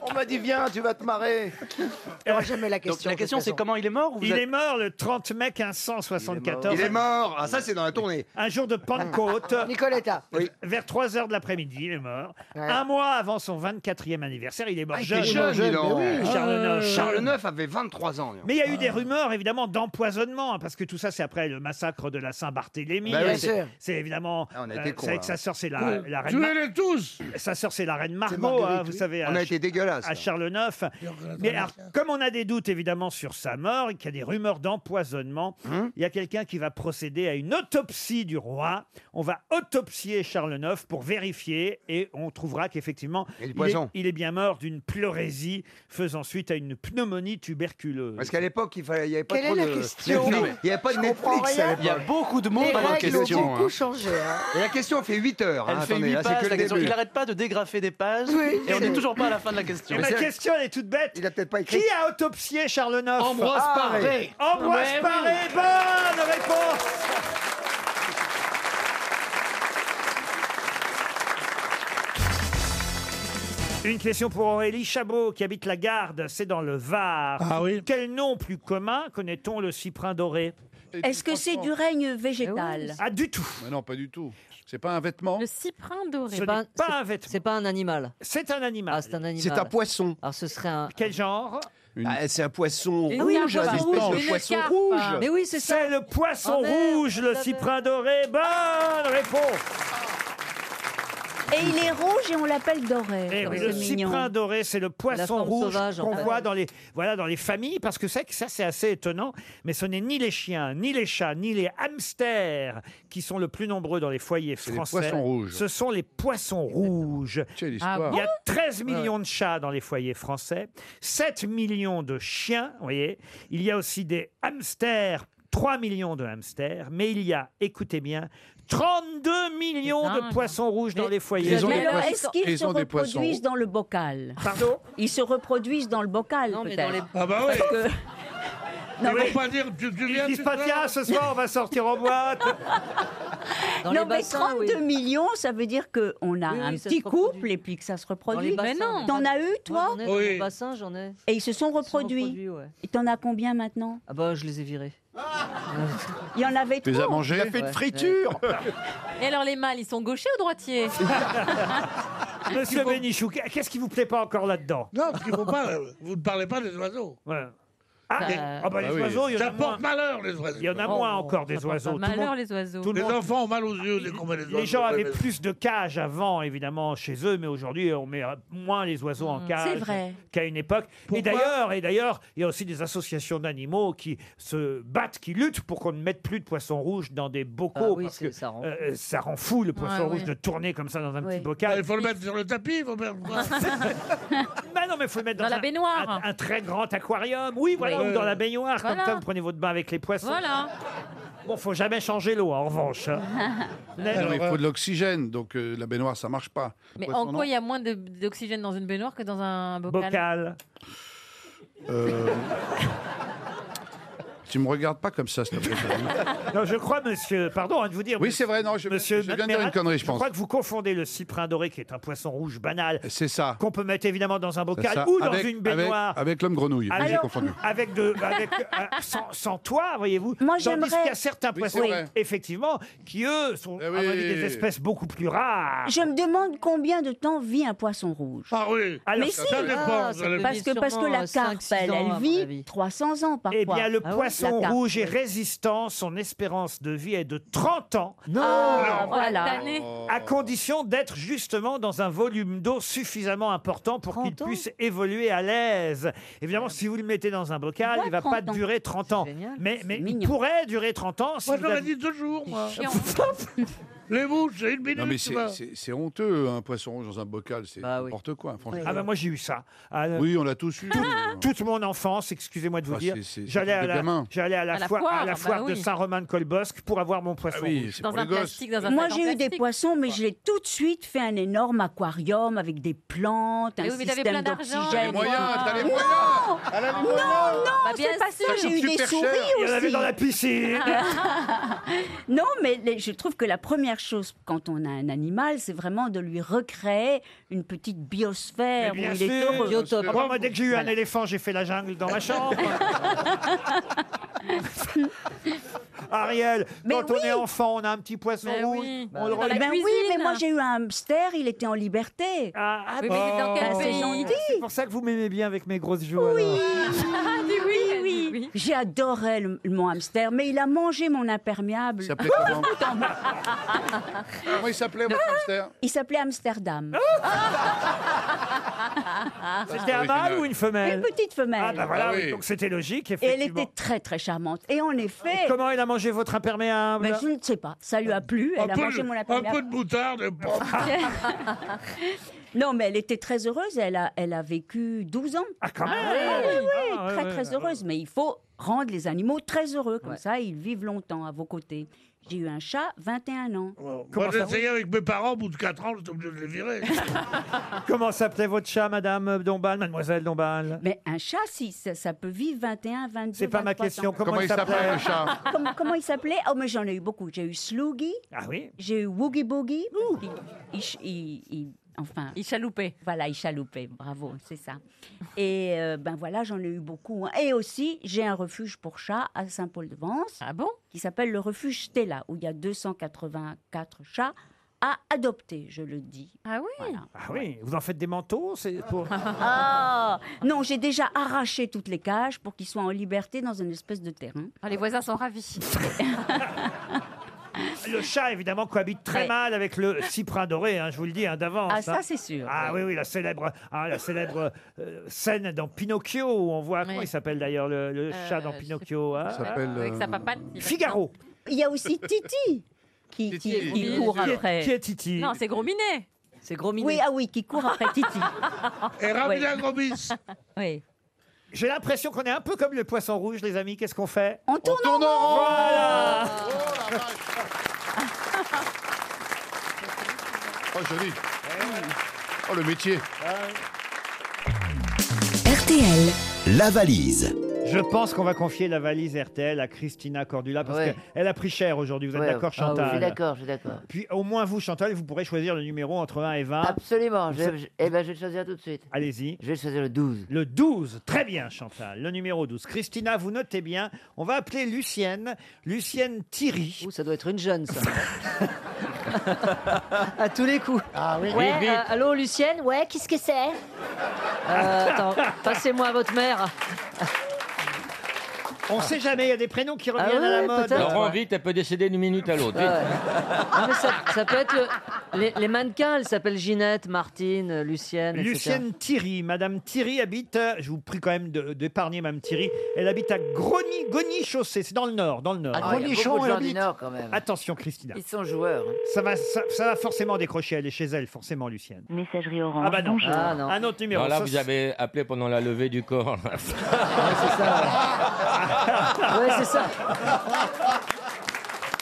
On m'a dit, viens, tu vas te marrer.
Il n'y aura jamais la
Donc
question.
la question, c'est comment il est mort ou vous
Il
êtes-
est mort le 30 mai 1574.
Il est mort. Ah, ça, c'est dans la tournée.
Un jour de Pentecôte,
Ah,
Nicoletta.
vers 3 heures de l'après-midi, il est mort. Un mois avant son 24e anniversaire, il est mort
Ah, il
jeune.
était jeune, dis donc. Ah.
oui, Ah, Charles IX.
Charles IX avait 23 ans. dis donc.
Mais il y a eu des rumeurs, évidemment, d'empoisonnement, hein, parce que tout ça, c'est après le massacre de la Saint-Barthélemy.
Bah oui,
hein, c'est-
sûr.
c'est évidemment. euh,
Ah, on a été
c'est
cons,
vrai
là.
que sa sœur, c'est la, la reine. Mar-
Tuez-les tous
Sa sœur, c'est la reine Margot,
Marguerite,
hein, vous
oui.
savez.
On
à
a
Ch-
été dégueulasse.
à Charles IX. Mais alors, comme on a des doutes évidemment sur sa mort, et qu'il y a des rumeurs d'empoisonnement,
Hmm
il y a quelqu'un qui va procéder à une autopsie du roi. On va autopsier Charles IX pour vérifier et on trouvera qu'effectivement,
Il y a du
est,
poison.
il est bien mort d'une pleurésie faisant suite à une pneumonie tuberculeuse.
Parce qu'à l'époque, il n'y avait
pas Quelle trop est la de- question
Il n'y avait pas de
Je comprends
Netflix
rien.
à
Il y a
l'époque.
beaucoup de monde
Les
dans la
règles ont question, beaucoup hein. changé, hein. Et la question fait 8 heures.
Elle
hein,
fait
attendez,
8
là, c'est
pages,
que
la
le
question.
début.
Il n'arrête pas de dégrafer des pages.
Oui.
et on n'est toujours pas à la fin de la question.
Et ma Eh ben, question, elle est toute bête.
Il a peut-être pas
écrit. Qui a autopsié Charles IX
Ambroise Ah, Paré. oui.
Ambroise
Ouais, oui.
Paré, bonne réponse Une question pour Aurélie Chabot qui habite la Garde, c'est dans le Var.
Ah
Quel nom plus commun connaît-on le cyprin doré
Est-ce que c'est du règne
Eh
végétal
Ah, du tout.
non, pas du tout. C'est pas un vêtement.
Le cyprin doré.
Ce
Ben,
n'est pas un vêtement.
C'est pas un animal. Ah,
C'est un animal.
c'est un animal.
C'est un poisson.
Alors ce serait un.
Quel genre
Ah, c'est un poisson
Une-
rouge,
oui, un poisson
espèce
rouge,
de
une
poisson
carpe.
rouge.
Mais oui, c'est ça.
C'est le poisson
Oh, merde,
rouge, le
j'avais-
cyprin doré. Bonne réponse
Et il est rouge et on l'appelle doré.
Eh
Comme
oui,
c'est
le
mignon.
cyprin doré, c'est le poisson
forme
rouge
sauvage, en
qu'on
fait.
voit dans les, voilà, dans les familles, parce que c'est que ça, c'est assez étonnant, mais ce n'est ni les chiens, ni les chats, ni les hamsters qui sont le plus nombreux dans les foyers
les
français.
poissons rouges.
Ce sont les poissons
Ah
rouges.
l'histoire. Ah
Il y a
bon
13 millions de chats dans les foyers français, 7 millions de chiens, vous voyez. Il y a aussi des hamsters, 3 millions de hamsters, mais il y a, écoutez bien, 32 millions
C'est
de
dingue. hein.
poissons rouges dans les foyers.
Mais alors, est-ce qu'ils se reproduisent dans le bocal
Pardon
Ils se reproduisent dans le bocal, peut-être.
Ah bah oui.
Parce que-
Ils
Non,
vont
mais-
pas dire, tu, tu viens,
Ils
tu
disent pas,
te
tiens,
lèves.
ce soir, on va sortir en boîte.
non, mais 32 millions, ça veut dire qu'on a
Oui, oui,
un
ça
petit
se reproduit.
couple et puis que ça se
Dans les
reproduit.
bassins.
T'en as eu, toi
Moi, j'en ai dans les bassins, j'en ai.
Et ils se sont
Ils sont
reproduits.
reproduits, ouais.
Et t'en as combien maintenant
Ah bah, je les ai virés.
Ah.
Il y en avait
Tu les
trop.
as mangés Il a fait une Ouais, friture.
Et alors les mâles, ils sont gauchers ou droitiers
Monsieur Bénichou, qu'est-ce qui vous plaît pas encore là-dedans
Non, parce qu'il faut pas. euh, Vous ne parlez pas des oiseaux.
Ouais. Ah,
Et-
ah bah, les oiseaux, il y en a
Ça
moins.
porte malheur, les oiseaux.
Il y en a
Oh,
moins encore des oiseaux. Tout le
Malheur
monde-
les oiseaux.
tout le
les
monde-
enfants ont mal aux yeux dès qu'on met les oiseaux.
Les gens
dans
avaient
maisons.
plus de cages avant, évidemment, chez eux, mais aujourd'hui, on met euh, moins les oiseaux en cage
vrai.
qu'à une époque. et d'ailleurs, et d'ailleurs, il y a aussi des associations d'animaux qui se battent, qui luttent pour qu'on ne mette plus de poissons rouges dans des bocaux, parce que ça rend... ça rend fou le poisson
Ouais,
rouge
ouais.
de tourner comme ça dans un
Ouais.
petit bocal.
Ah, Il faut le mettre sur le tapis, il faut mettre.
Bah non, mais faut le mettre dans, la baignoire. Un, un très grand aquarium. Oui, voilà,
Oui.
ou dans la baignoire.
Voilà.
Comme ça, vous prenez votre bain avec les poissons.
Voilà.
Bon, faut jamais changer l'eau, hein, en revanche.
Ah non, mais il faut de l'oxygène, donc euh, la baignoire, ça marche pas.
Mais
Poisson,
en
non.
quoi il y a moins de- d'oxygène dans une baignoire que dans un bocal
Bocal.
Euh, Tu me regardes pas comme ça, s'il te plaît.
Non, je crois, monsieur. Pardon hein, de vous dire.
Oui, c'est vrai, non, je-
monsieur
je viens de dire
Madmerat,
une connerie, je pense.
crois que vous confondez le cyprin doré, qui est un poisson rouge banal,
C'est ça.
qu'on peut mettre évidemment dans un
C'est
bocal
ça.
ou dans
Avec-
une baignoire.
Avec, avec l'homme grenouille, oui, j'ai
Alors,
confondu.
avec de, avec, euh, sans, sans toit, voyez-vous.
Moi,
Tandis
j'aimerais-
qu'il y a certains
Oui,
poissons,
c'est vrai.
effectivement, qui eux sont
Eh
à mon avis, des espèces beaucoup plus rares.
Je me demande combien de temps vit un poisson rouge.
Ah oui.
Mais
ça
si,
dépend,
Ah, ça peut
parce,
vivre
que, parce que
sûrement,
la
euh, cinq,
carpe,
six
elle,
ans, à
elle
mon
vit 300 ans parfois.
Eh bien, le
Ah ouais,
poisson
la carpe.
rouge est résistant. Son espérance de vie est de 30 ans. Oh.
Non Ah, voilà.
À condition d'être justement dans un volume d'eau suffisamment important pour qu'il puisse évoluer à l'aise. Évidemment, si vous le mettez dans un bocal, il ne va pas durer 30 ans. Mais, mais il pourrait durer 30 ans. Si
Moi,
vous
j'aurais
avez-
dit deux jours, moi. Les mouches, c'est une minute.
Non, mais
tu
c'est-
vois.
c'est c'est honteux, hein, un poisson rouge dans un bocal, c'est n'importe quoi, franchement.
Ah bah moi j'ai eu ça. Ah, le-
Oui, on l'a tous eu. euh,
Toute mon enfance, excusez-moi de vous
Ah,
dire,
c'est- c'est-
j'allais
c'est
à
des
la,
gamins.
j'allais à la,
À la
foire, à
foire,
la
bah
foire de
oui.
Saint-Romain-de-Colbosque pour avoir mon poisson
Ah oui,
rouge.
c'est Dans pour un les gosses. plastique, dans un
Moi, j'ai eu des poissons, mais je l'ai tout de suite fait un énorme aquarium avec des plantes, un
Mais oui, mais t'avais
système
plein d'argent.
d'oxygène.
T'as les moyens, t'as les
non
moyens.
Elle a
non,
les moyens.
non,
Bah, bien
c'est pas ça.
sûr.
J'ai eu des
Super
souris
cher.
aussi.
Il y en avait dans la piscine.
non, mais les- je trouve que la première chose quand on a un animal, c'est vraiment de lui recréer une petite biosphère où
Mais bien
Eh, il est
sûr.
heureux.
Ah bah, moi, dès que j'ai eu un éléphant, j'ai fait la jungle dans ma chambre. Ariel, quand on est enfant, on a un petit poisson
Mais
rouge.
oui.
On le
Ben
relève.
oui, mais moi j'ai eu un hamster, il était en liberté.
Ah,
oui,
mais il est dans quel pays
C'est gentil.
C'est pour ça que vous m'aimez bien avec mes grosses joues. alors.
Ah, oui, oui, oui. J'ai adoré le- mon hamster, mais il a mangé mon imperméable.
s'appelait comment Comment il s'appelait, votre hamster
Il s'appelait Amsterdam.
C'était un mâle ou une
Une
femelle
petite femelle.
Ah bah voilà, oui, donc c'était logique,
Et elle
effectivement.
était très très charmante. Et en effet.
Comment il a mangé votre imperméable
Ben, je ne sais pas, ça lui a plu,
Un
elle a
peu
mangé
de-
mon
Un peu de
imperméable.
moutarde. et pop.
Non, mais elle était très heureuse. Elle a, elle a vécu 12 ans. Ah,
quand même.
oui, oui, oui,
Ah, ouais,
très,
ouais,
très
ouais.
heureuse. Mais il faut rendre les animaux très heureux. Comme ça, ils vivent longtemps à vos côtés. J'ai eu un chat, 21 ans.
Moi, j'essayais avec mes parents, au bout de 4 ans, j'étais obligé de les virer.
Comment s'appelait votre chat, Madame Dombal, Mademoiselle Dombal
Mais un chat, si, ça, ça peut vivre 21, 22,
C'est pas ma
23
question.
ans.
Comment Comment il il s'appelait, s'appelait, le chat
Comme- Comment il s'appelait Oh, mais j'en ai eu beaucoup. J'ai eu Sloogie.
Ah oui
J'ai eu Woogie Boogie. Il, il ch- il- il- enfin, il chaloupait. Voilà, il chaloupait. Bravo, c'est ça. Et euh, ben voilà, j'en ai eu beaucoup. hein. Et aussi, j'ai un refuge pour chats à Saint-Paul-de-Vence. Ah bon Qui s'appelle le refuge Stella, où il y a 284 chats à adopter, je le dis. Ah oui
Ah oui, vous en faites des manteaux c'est pour...
ah Non, j'ai déjà arraché toutes les cages pour qu'ils soient en liberté dans une espèce de terrain. Ah, les voisins sont ravis.
Le chat, évidemment, cohabite très
Ouais.
mal avec le cyprin doré, hein, je vous le dis, hein, d'avance.
Ah, ça,
hein.
c'est sûr,
Ah
ouais.
oui, oui, la célèbre, ah, la célèbre euh, scène dans Pinocchio, où on voit, comment
Ouais.
il s'appelle d'ailleurs le, le
Euh,
chat dans Pinocchio hein
Ah,
Il s'appelle, Avec sa euh, papate, il va-
Figaro
Il y a aussi Titi qui, qui- qui
Titi.
court
Qui est-
après.
qui est Titi Non, c'est
Gros Minet. C'est Gros Oui, ah oui, qui court après Titi.
Et Ramila
Ouais.
Grobis.
Oui.
J'ai l'impression qu'on est un peu comme le poisson rouge, les amis. Qu'est-ce qu'on fait
On tourne,
en rond Voilà
Oh, joli. Oh, le métier.
Euh, RTL.
La valise.
Je pense qu'on va confier la valise RTL à Christina Cordula parce
Ouais.
qu'elle a pris cher aujourd'hui. Vous êtes
Ouais.
d'accord,
Ah oui,
Chantal
je suis d'accord,
je suis d'accord.
Puis au moins vous, Chantal, vous pourrez choisir le numéro entre 1 et 20.
Absolument, je-
Vous-
je-
Eh ben, je vais le choisir tout de suite.
Allez-y.
Je vais choisir le 12.
Le 12, très bien Chantal, le numéro 12. Christina, vous notez bien, on va appeler Lucienne, Lucienne Thierry. ça doit être une jeune ça.
À tous les coups. Ah oui.
Ouais, Vite, euh, vite.
allô, Lucienne. Ouais, qu'est-ce que c'est Euh, Attends, passez-moi votre mère.
On sait jamais, il y a des prénoms qui reviennent
Ah ouais,
à la mode.
Laurent, vite, elle peut décéder d'une minute à l'autre. vite.
Ah, mais ça, ça peut être le- les, les mannequins. Elles s'appellent Ginette, Martine, Lucienne. etc.
Lucienne Thierry, Madame Thierry habite, euh, je vous prie quand même de- d'épargner Madame Thierry, elle habite à Grony, Grony Chaussée, c'est dans le nord, dans le nord.
Ah, Ah, il y a Grognichon, beaucoup de elle gens du habite. Nord, quand même.
Attention Christina.
Ils sont joueurs.
Ça va, ça, ça va forcément décrocher, elle est chez elle, forcément Lucienne.
Messagerie
Ah bah non, un autre numéro.
Non, là,
ça,
vous avez appelé pendant la levée du corps.
Ouais, c'est ça.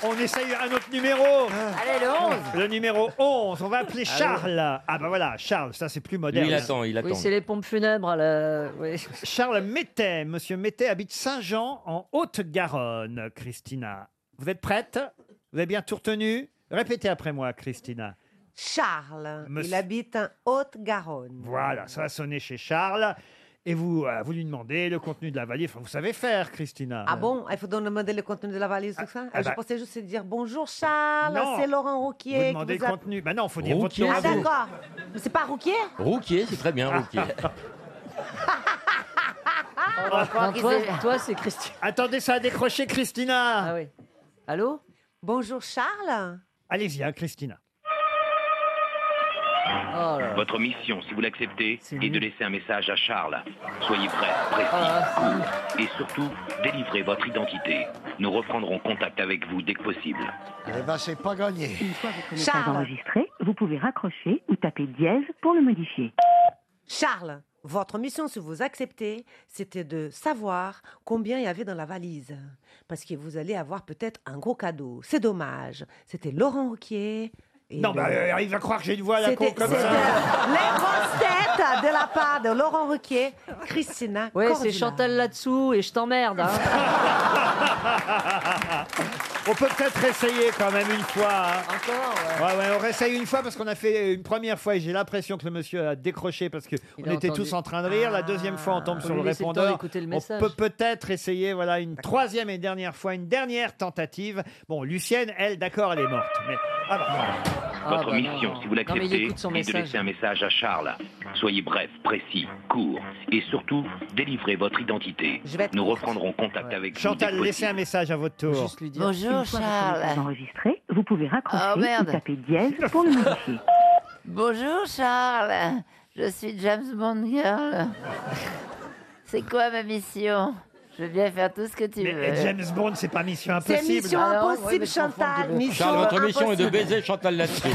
On essaye un autre numéro. Allez, le 11. Le numéro 11. On va appeler
Allez.
Charles. Ah, bah voilà, Charles, ça c'est plus moderne.
Lui, il attend, il
Oui, c'est les pompes funèbres. là, oui.
Charles Mettet. Monsieur Mettet habite Saint-Jean en Haute-Garonne, Christina. Vous êtes prête Vous avez bien tout retenu Répétez après moi, Christina.
Charles, il
Monsieur-
habite en Haute-Garonne.
Voilà, ça va sonner chez Charles. Et vous, euh, vous lui demandez le contenu de la valise. Enfin, vous savez faire, Christina.
Ah bon Il faut donc demander le contenu de la valise, tout ça
ah
Je
bah-
pensais juste dire bonjour Charles,
Non.
c'est Laurent Rouquier.
Vous
qui
demandez
a-
le contenu. Bah non, faut dire votre
Rouquier.
nom.
Ah
à vous.
d'accord. Mais c'est pas Rouquier
Rouquier, c'est très bien, Rouquier.
croire qu'il
Ah, toi,
s'est-
toi, c'est Christina. Attendez, ça a décroché, Christina. Ah oui. Allô
Bonjour Charles.
Allez-y, hein, Christina.
Votre mission, si vous l'acceptez, est de laisser un message à Charles. Soyez prêts,
Ah.
précis. Et surtout, délivrez votre identité. Nous reprendrons contact avec vous dès que possible.
Eh ben, c'est pas gagné.
enregistré, vous pouvez raccrocher ou taper dièse pour le modifier. Charles, votre mission, si vous acceptez, c'était de savoir combien il y avait dans la valise. Parce que vous allez avoir peut-être un gros cadeau. C'est dommage. C'était Laurent Roquier. et
Non,
le-
bah, euh, il va croire que j'ai une voix à la con
C'était-
comme
c'était
ça.
Les grosses têtes de la part de Laurent Roquier, Christina
Ouais, c'est
Cordula.
Chantal là-dessous et je t'emmerde. hein.
Ah, On peut peut-être essayer quand même une fois. Encore, ouais. ouais, on réessaye une fois parce qu'on a fait une première fois et j'ai l'impression que le monsieur a décroché parce que on
a
était
entendu.
tous en train de rire. La deuxième fois, on tombe
Faut
sur
lui
le
laisser le temps
répondeur.
d'écouter le
on
message.
peut peut-être essayer, voilà, une troisième et dernière fois, une dernière tentative. Bon, Lucienne, elle, d'accord, elle est morte. Mais ah bah, voilà.
Votre mission, si
Non, mais il
vous l'acceptez,
écoute son
est de
message.
laisser un message à Charles. Soyez bref, précis, court. Et surtout, délivrez votre identité. Nous reprendrons contact avec
Chantal,
vous dès que
laissez un message à votre tour.
dire- Bonjour, Une fois votre Charles. message
Enregistré, vous pouvez raccrocher
Oh, merde. ou taper
dièse pour le modifier.
Bonjour Charles, je suis James Bond Girl. C'est quoi ma mission Je viens faire tout ce que tu veux.
Et James Bond, c'est pas Mission
C'est
Impossible.
Mission Ah non, ouais, Impossible, mais je m'en fous, Chantal, tu veux. Mission
Charles, votre mission est de
impossible.
baiser Chantal là-dessous.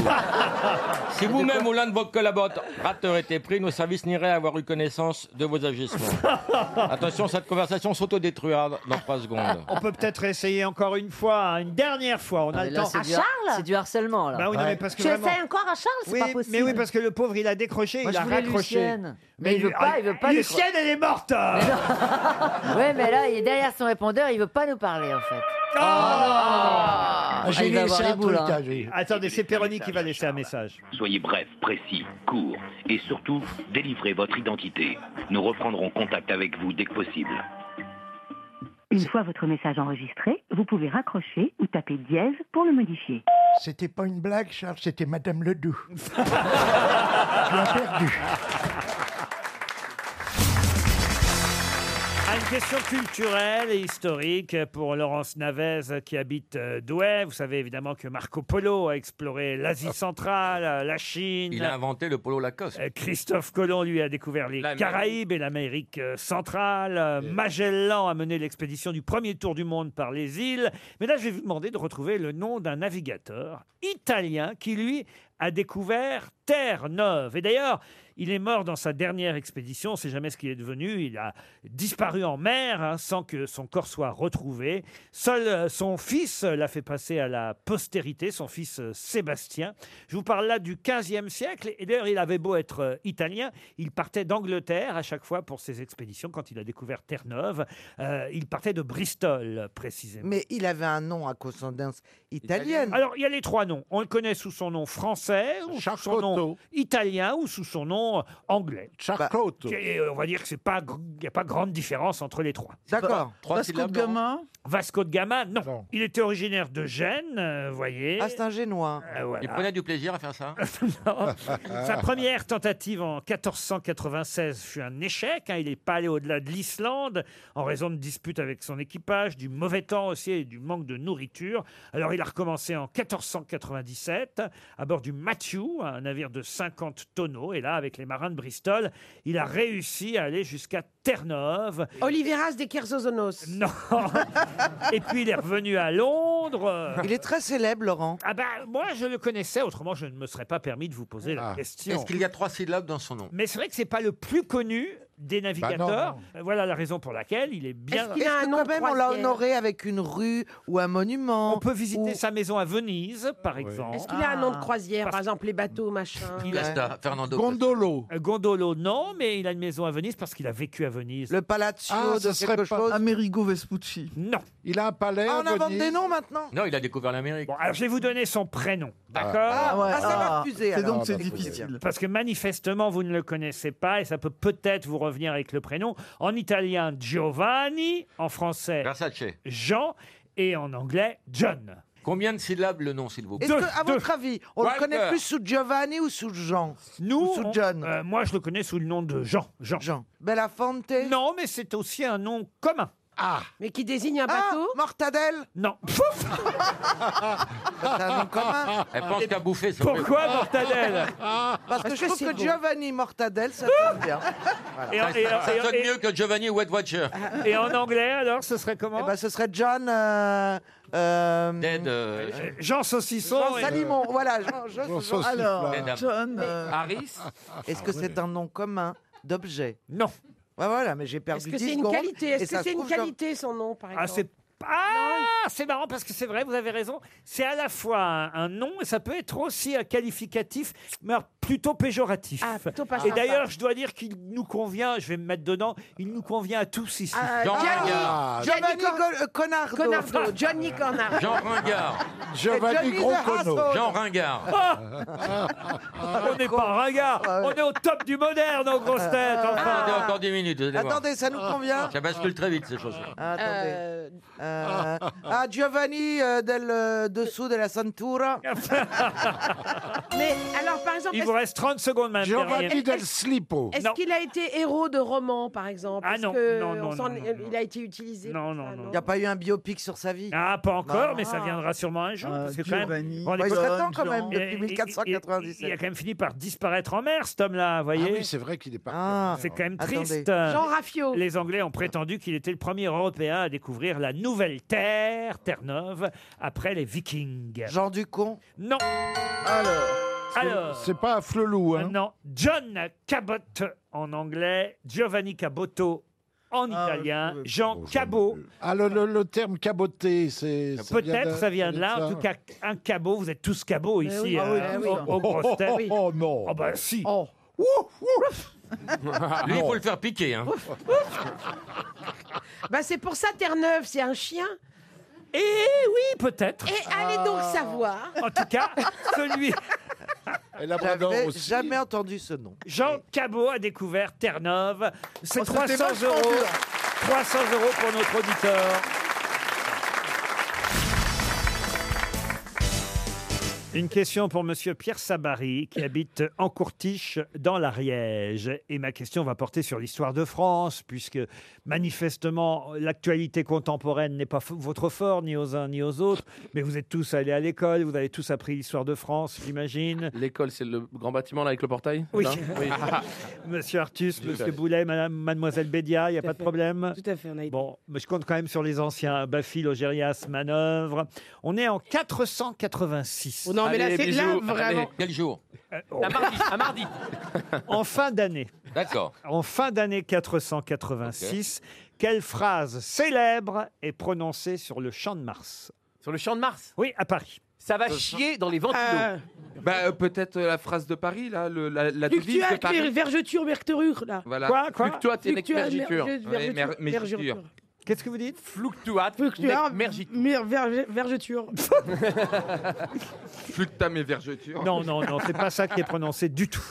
si vous-même ou l'un de vos collaborateurs était pris, nos services n'iraient avoir eu connaissance de vos agissements. Attention, cette conversation s'autodétruira dans trois secondes.
On peut peut-être essayer encore une fois, hein, une dernière fois. On a le temps.
Ah, c'est du, har- c'est du harcèlement là.
Bah oui, non, mais parce que
tu
vraiment-
essaies encore à Charles, c'est
Oui,
pas possible.
Mais oui, parce que le pauvre, il a décroché,
Moi,
il
je
a
voulais
raccroché.
Lucienne. Mais il veut
ah,
pas, il veut pas
Lucienne,
décrocher.
elle est morte
Ouais, mais là, il est derrière son répondeur, il veut pas nous parler en fait.
Ah,
j'ai Ah, il va laissé avoir les un boules, truc, hein. hein,
Attendez, c'est Péronique qui va laisser un message.
Soyez bref, précis, court et surtout, délivrez votre identité. Nous reprendrons contact avec vous dès que possible.
Une fois votre message enregistré, vous pouvez raccrocher ou taper dièse pour le modifier.
C'était pas une blague, Charles, c'était Madame Ledoux. tu as perdu.
Ah, une question culturelle et historique pour Laurence Navez qui habite euh, Douai. Vous savez évidemment que Marco Polo a exploré l'Asie centrale, euh, la Chine.
Il a inventé le polo Lacoste.
Euh, Christophe Colomb, lui, a découvert les
L'Amérique.
Caraïbes et l'Amérique euh, centrale. Euh, Magellan a mené l'expédition du premier tour du monde par les îles. Mais là, je vais vous demander de retrouver le nom d'un navigateur italien qui, lui, a découvert Terre-Neuve. Et d'ailleurs, il est mort dans sa dernière expédition. On ne sait jamais ce qu'il est devenu. Il a disparu en mer hein, sans que son corps soit retrouvé. Seul euh, son fils l'a fait passer à la postérité, son fils euh, Sébastien. Je vous parle là du 15e siècle. Et d'ailleurs, il avait beau être euh, italien, il partait d'Angleterre à chaque fois pour ses expéditions quand il a découvert Terre-Neuve. Euh, il partait de Bristol, précisément.
Mais il avait un nom à consonance italienne.
Alors, il y a les trois noms. On le connaît sous son nom français, ou sous son nom italien, ou sous son nom euh, anglais.
Charcotto.
Qui est, euh, On va dire que c'est pas, gr- il n'y a pas grande différence entre les trois.
D'accord.
Trois
Vasco de
syllabes,
Gama
Laurent Vasco de Gama, non. Il était originaire de Gênes, euh, vous voyez.
Ah, c'est un génois.
Euh, voilà.
Il prenait du plaisir à faire ça
Non.
Ah.
Sa première tentative en 1496 fut un échec. hein. Il n'est pas allé au-delà de l'Islande en raison de disputes avec son équipage, du mauvais temps aussi et du manque de nourriture. Alors il a recommencé en 1497 à bord du Matthew, un navire de 50 tonneaux. Et là, avec les marins de Bristol, il a réussi à aller jusqu'à Terre-Neuve.
Oliveras des Kersozonos.
Non. Et puis il est revenu à Londres.
Il est très célèbre, Laurent.
Ah ben, moi je le connaissais, autrement je ne me serais pas permis de vous poser la question.
Ah. Est-ce qu'il y a trois syllabes dans son nom Bah
Mais c'est vrai que c'est pas le plus connu des navigateurs. Euh, Voilà la raison pour laquelle il est bien.
Est-ce qu'il a un nom quand même on l'a honoré avec une rue ou un monument
On peut visiter sa maison à Venise, par exemple. Ah.
Est-ce qu'il a un nom
Ah.
de croisière, par exemple les bateaux, machin
Il a-
Costa, Fernando Costa.
Gondolo. Gondolo, non, mais il a une maison à Venise parce qu'il a vécu à Venise. Le
Palazzo
Ah,
de quelque chose
Amerigo Vespucci.
Non.
Il a un palais.
Ah, on invente des noms maintenant.
Non, il a découvert l'Amérique. bah
Alors, je vais vous donner son prénom. D'accord
Ah, ouais. Ah, ça va Ah. refuser, C'est alors. donc, c'est
Écoutez.
difficile.
Parce que manifestement, vous ne le connaissez pas et ça peut peut-être vous revenir avec le prénom. En italien, Giovanni. En français, Jean. Et en anglais, John.
Combien de syllabes le nom, s'il vous plaît
Est-ce que, à votre avis, on
Walter.
le connaît plus sous Giovanni ou sous Jean
Nous,
Ou sous
on-
John
euh, moi, je le connais sous le nom de Jean. Jean.
Belafonte
Non, mais c'est aussi un nom commun.
Ah
Mais qui désigne un
Ah,
bateau
Mortadelle
Non.
C'est un nom commun.
Elle pense qu'à bouffer ça.
Pourquoi Mortadelle
Ah, Parce que je trouve que Giovanni Mortadelle, ça tombe bien. Voilà.
Ça, ça sonne mieux que Giovanni Wet Watcher.
Et en anglais, alors, ce serait comment
Eh ben, ce serait John. euh, euh,
Dead, euh,
Jean Saucisson.
Jean
et-
Salimon, voilà. Jean, Jean-
Jean
Jean-
Saucisson.
Alors,
Mesdames.
John. euh,
Harris
Ah,
Est-ce que c'est un nom commun d'objet
Non.
voilà, mais j'ai perdu
Est-ce que
10
c'est une
secondes,
qualité
et
Est-ce
ça
que c'est
se
une
trouve, Jean-
qualité son nom, par
Ah,
exemple
c'est ah, c'est marrant parce que c'est vrai, vous avez raison. C'est à la fois un, un nom et ça peut être aussi un qualificatif, mais alors plutôt péjoratif.
pas
et
sympa.
d'ailleurs, je dois dire qu'il nous convient, je vais me mettre dedans, il nous convient à tous ici.
Ah, Jean Gianni- Ringard.
Giovanni Col- euh, Conardo.
Conardo, Johnny Conardo.
Jean Ringard.
Giovanni Johnny Groncono. Verrazzo.
Jean Ringard.
Oh.
on n'est pas ringard, on est au top du moderne en grosses têtes. enfin.
Attendez encore 10 minutes. vous allez voir.
Attendez, ça nous convient
Ça bascule très vite, ces choses-là.
Ah,
Attendez. Euh, ah, Giovanni euh, del euh, dessous de la Santura.
Mais alors, par exemple,
Il
est-ce
vous reste 30 secondes, madame
Giovanni
Perrier.
del Slippo.
Est-ce qu'il a été héros de roman, par exemple
Ah
Est-ce
non,
que
non, non,
on s'en-
non,
Il a été utilisé
Non, non, non.
Il
n'y a
pas eu un biopic sur sa vie
Ah, pas encore,
Non.
mais ça viendra sûrement un jour.
Euh,
parce que quand même,
Giovanni,
on est-
Ouais, il serait temps quand John, même, depuis
Et- et-
1497.
Il, il a quand même fini par disparaître en mer, cet homme-là, vous voyez.
oui, c'est vrai qu'il est parti.
C'est quand même
Attendez.
triste.
Jean
Raffiot.
Les Anglais ont prétendu qu'il était le premier Européen à découvrir la nouvelle Terre, Terre-Neuve, après les Vikings.
Jean Ducon
Non. Alors.
C'est pas à Flelou, hein
Non. John Cabot en anglais, Giovanni Caboto en italien, Jean Cabot.
Ah, le, le- le terme caboté, c'est. ça vient
Peut-être
de-
ça vient de là. En tout cas, un cabot, vous êtes tous cabots
Mais
ici. hein,
oui. Ah oui, tous.
aux- aux
Oh,
grosses
oh,
têtes.
oh, oh, non.
Ah bah si.
Lui, il faut le faire piquer. Hein.
Bah, c'est pour ça Terre-Neuve, c'est un chien.
Et Eh oui, peut-être. Ah.
Et allez donc savoir.
En tout cas, celui.
J'avais jamais entendu ce nom.
Jean Cabot a découvert Terre-Neuve. C'est
Oh, c'était
300
vachement
euros.
dur.
300 euros pour notre auditeur. Une question pour Monsieur Pierre Sabary, qui habite en Courtiche, dans l'Ariège. Et ma question va porter sur l'histoire de France, puisque manifestement, l'actualité contemporaine n'est pas f- votre fort, ni aux uns ni aux autres. Mais vous êtes tous allés à l'école, vous avez tous appris l'histoire de France, j'imagine.
L'école, c'est le grand bâtiment là avec le portail
Oui.
là Oui.
Ah,
Monsieur Artus,
Tout à
Monsieur
fait.
Boulet, Madame, Mademoiselle Bédia, il n'y a pas de problème.
Tout à fait, on a
Bon, mais je compte quand même sur les anciens. Baffy, Logérias, Manœuvre. On est en 486.
Oh non, mais là, Allez, c'est- là, bisous. vraiment. Allez.
Quel jour
Un mardi, En fin d'année. D'accord. En fin d'année 486, quelle phrase célèbre est prononcée sur le champ de Mars Sur le champ de Mars Oui, à Paris. Ça va chier dans les ventilos.
Bah, euh, peut-être euh, la phrase de Paris, là, le- la, la devise de Paris.
vergeture, merterure, là.
Voilà.
Quoi, quoi
Fluctua tenec
Fluctua,
mergitur.
merge-
Oui, mer-
vergeture,
mergitur.
vergeture.
Qu'est-ce que vous dites
Fluctua
Fluctua,
tenec mergitur.
mer- verge- vergeture.
Fluctua mes vergetures.
Non, non, non, c'est pas ça qui est prononcé du tout.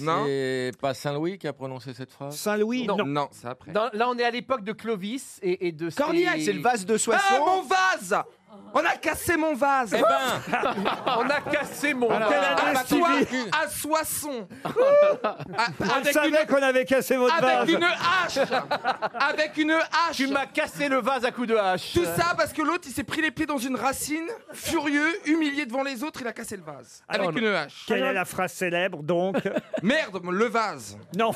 Non.
C'est pas Saint-Louis qui a prononcé cette phrase
Saint-Louis, non.
Non, c'est après.
Dans- là, on est à l'époque de Clovis et, et de. ses-
Cornillac. C'est le vase de Soissons.
Ah, mon vase On a cassé mon vase
Eh ben.
On a cassé mon
Alors,
Ah,
vase Ah, bah,
quelle année,
à, Soi-
Stevie
à Soissons
On savait qu'on avait cassé votre vase.
Ah, Avec une hache Avec une hache Tu m'as cassé le vase à coups de hache Tout ça parce que l'autre, il s'est pris les pieds dans une racine, furieux, humilié devant les autres, il a cassé le vase. Avec une hache.
Quelle est la phrase célèbre, donc
Merde, le vase
Non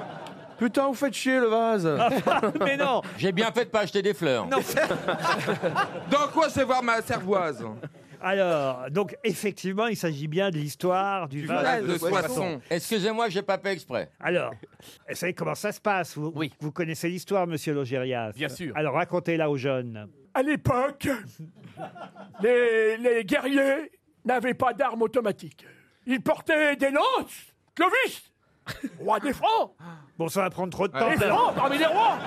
Putain, vous faites chier le vase.
Ah, Mais non.
J'ai bien fait de pas acheter des fleurs.
Dans quoi c'est voir ma cervoise
Alors, donc effectivement, il s'agit bien de l'histoire du, vase de Soissons.
Excusez-moi, j'ai pas fait exprès.
Alors, vous savez comment ça se passe vous, vous connaissez l'histoire, monsieur Logérias
Bien sûr.
Alors racontez-la aux jeunes.
À l'époque, les, les guerriers n'avaient pas d'armes automatiques. Ils portaient des lances. Clovis, roi des Francs.
Bon, ça va prendre trop de temps.
Des Francs parmi les rois.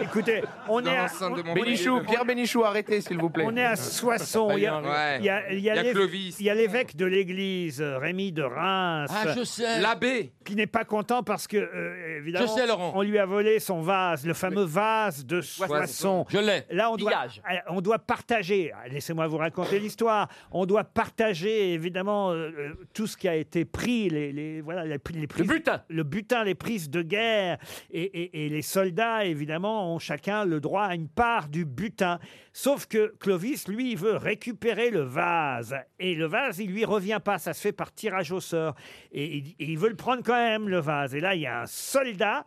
Écoutez, on
Dans
est à...
l'enceinte de mon-
Bénichou,
Bénichou, Pierre Bénichou, arrêtez s'il vous plaît.
On est à Soissons. Il y a,
Ouais.
il y a- il y a
Il y a
l'év-
Clovis.
il y a l'évêque de l'église, Rémi de Reims. euh,
Ah, je sais. L'abbé.
Qui n'est pas content parce que, euh, évidemment,
Je sais, Laurent.
on lui a volé son vase, le fameux vase de Soissons.
Je l'ai.
Là, on doit,
Pillage.
euh, on doit partager. Ah, Laissez-moi vous raconter l'histoire. On doit partager, évidemment, euh, euh, tout ce qui a été pris, les, les- voilà, les, les prises- le butin. les prises de guerre. Et, et- et les soldats, évidemment, ont chacun le droit à une part du butin. Sauf que Clovis, lui, il veut récupérer le vase. Et le vase, il lui revient pas. Ça se fait par tirage au sort. Et, il- et il veut le prendre quand même, le vase. Et là, il y a un soldat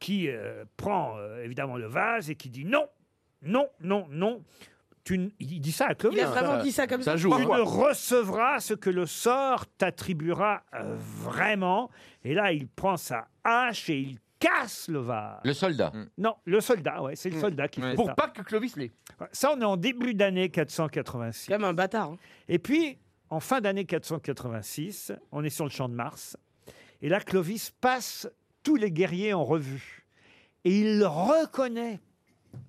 qui euh, prend euh, évidemment le vase et qui dit non, non, non, non. Tu n- il dit ça à Clovis.
Il a vraiment dit ça comme ça. Ça joue,
Tu
hein.
ne recevras ce que le sort t'attribuera euh, vraiment. Et là, il prend sa hache et il casse le vase.
Le soldat.
Non, le soldat, ouais,
Mm.
c'est le soldat qui fait
Pour
ça.
pas que Clovis l'ait.
Ça, on est en début d'année 486.
Comme un bâtard. hein.
Et puis, en fin d'année 486, on est sur le champ de Mars. Et là, Clovis passe tous les guerriers en revue. Et il reconnaît.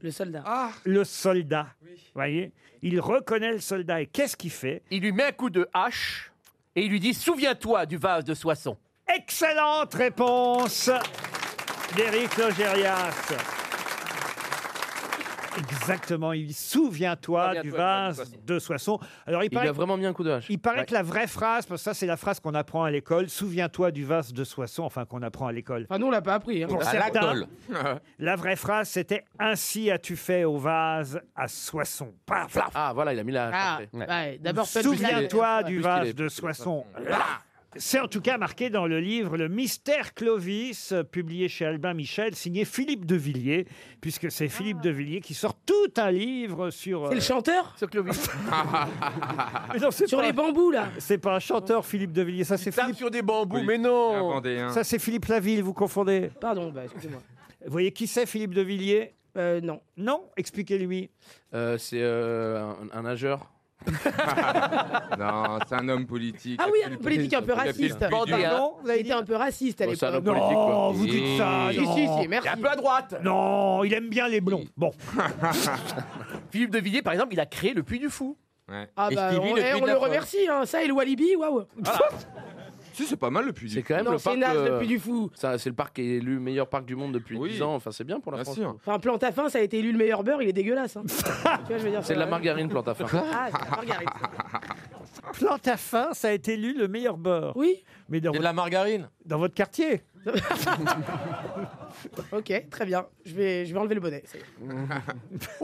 Le soldat.
Le soldat. voyez Il reconnaît le soldat. Et qu'est-ce qu'il fait
Il lui met un coup de hache et il lui dit Souviens-toi du vase de Soissons.
Excellente réponse d'Éric Logérias. Exactement, il souviens-toi du vase de Soissons. Alors il,
Il a vraiment mis un coup de hache.
Il paraît
Ouais.
que la vraie phrase, parce que ça c'est la phrase qu'on apprend à l'école, souviens-toi du vase de Soissons, enfin qu'on apprend à l'école.
Enfin, nous, on l'a pas appris. hein.
Pour certains, la vraie phrase c'était ainsi as-tu fait au vase à Soissons. Paf, paf.
Ah voilà, il a mis la.
Ah,
hache après.
ouais, d'abord, faites-
Souviens-toi
Ouais.
du
Puisqu'il
vase
est-
de Soissons. Là C'est en tout cas marqué dans le livre Le Mystère Clovis, euh, publié chez Albin Michel, signé Philippe de Villiers, puisque c'est
Ah.
Philippe de Villiers qui sort tout un livre sur. euh,
C'est le chanteur
Sur Clovis.
Ah, Sur les bambous, là.
C'est pas un chanteur, Philippe de Villiers. Ça, c'est Philippe. sur des bambous,
mais non.
hein.
Ça, c'est Philippe Laville, vous confondez.
Pardon, bah, excusez-moi. Euh,
Vous voyez qui c'est, Philippe de Villiers
Non.
Non Expliquez-lui.
Euh, c'est euh, un, un nageur.
Non, c'est un homme politique.
Ah oui,
Il a fait le-
politique un peu
il a fait le
raciste.
plus dur.
vous avez été un peu raciste à
Bon, c'est un
l'époque.
homme politique, quoi.
vous dites ça.
Si,
non.
si, si, merci.
peu à droite. Non, il aime bien les blonds. Bon.
Philippe de Villiers, par exemple, il a créé le Puy du Fou.
Ah
Et
bah,
Stevie,
on,
le
eh,
Puy
on
de
le
la-
remercie, hein. ça et le Walibi, waouh
Ah.
Si, c'est pas mal le Puy du C'est quand même
Non,
le
c'est
parc.
naze, le
euh,
Puy du Fou.
ça, C'est le parc qui est élu meilleur parc du monde depuis 10 ans. Enfin, c'est bien pour la France.
Enfin, Plantafin, ça a été élu le meilleur beurre, il est dégueulasse. hein. tu vois, je veux dire,
C'est de la margarine plante à fin.
Ah, c'est de la margarine.
Plante à fin, ça a été élu le meilleur beurre.
Oui.
Mais dans
de la margarine.
Dans votre quartier.
ok, très bien. Je vais, je vais enlever le bonnet. ça y est.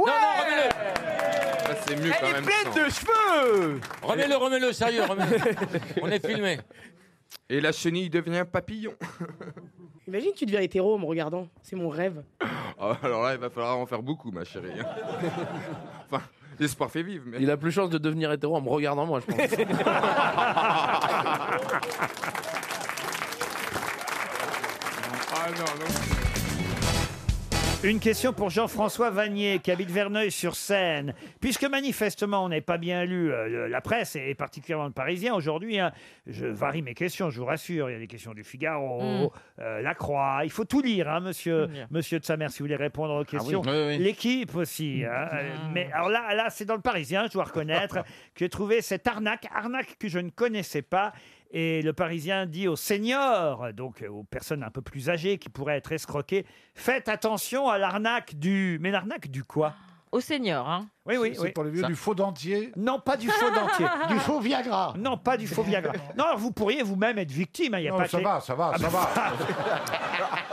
Ça, c'est mieux quand même. sans.
cheveux
Remets-le, remets-le, sérieux, remets-le. On est filmé. Et la chenille devient papillon.
Imagine, tu deviens hétéro en me regardant. C'est mon rêve.
Oh, alors là, il va falloir en faire beaucoup, ma chérie. Enfin, l'espoir fait vivre. Mais...
Il a plus chance de devenir hétéro en me regardant, moi, je pense.
Ah non, non.
Une question pour Jean-François Vanier, qui habite Verneuil-sur-Seine. Puisque manifestement, on n'est pas bien lu euh, le- la presse, et particulièrement le Parisien, aujourd'hui, hein, je varie mes questions, je vous rassure. Il y a des questions du Figaro,
Mm.
euh, La Croix. Il faut tout lire, hein, monsieur,
Bien.
monsieur de sa mère, si vous voulez répondre aux questions.
Ah oui. Mm. Oui, oui.
L'équipe aussi. hein. Euh, Mais alors là, là c'est dans le Parisien, je dois reconnaître, que j'ai trouvé cette arnaque, arnaque que je ne connaissais pas. Et le Parisien dit aux seniors, donc euh, aux personnes un peu plus âgées qui pourraient être escroquées, faites attention à l'arnaque du. Mais l'arnaque du quoi
Aux seniors, hein
Oui, oui.
C'est
oui.
pour les vieux Ça- du
faux dentier
Non, pas du faux dentier.
Du faux Viagra.
Non, pas du faux Viagra. Non, alors vous pourriez vous-même être victime. hein, y a
Non,
pas
ça
que-
va, ça va,
Ah,
ça
bah-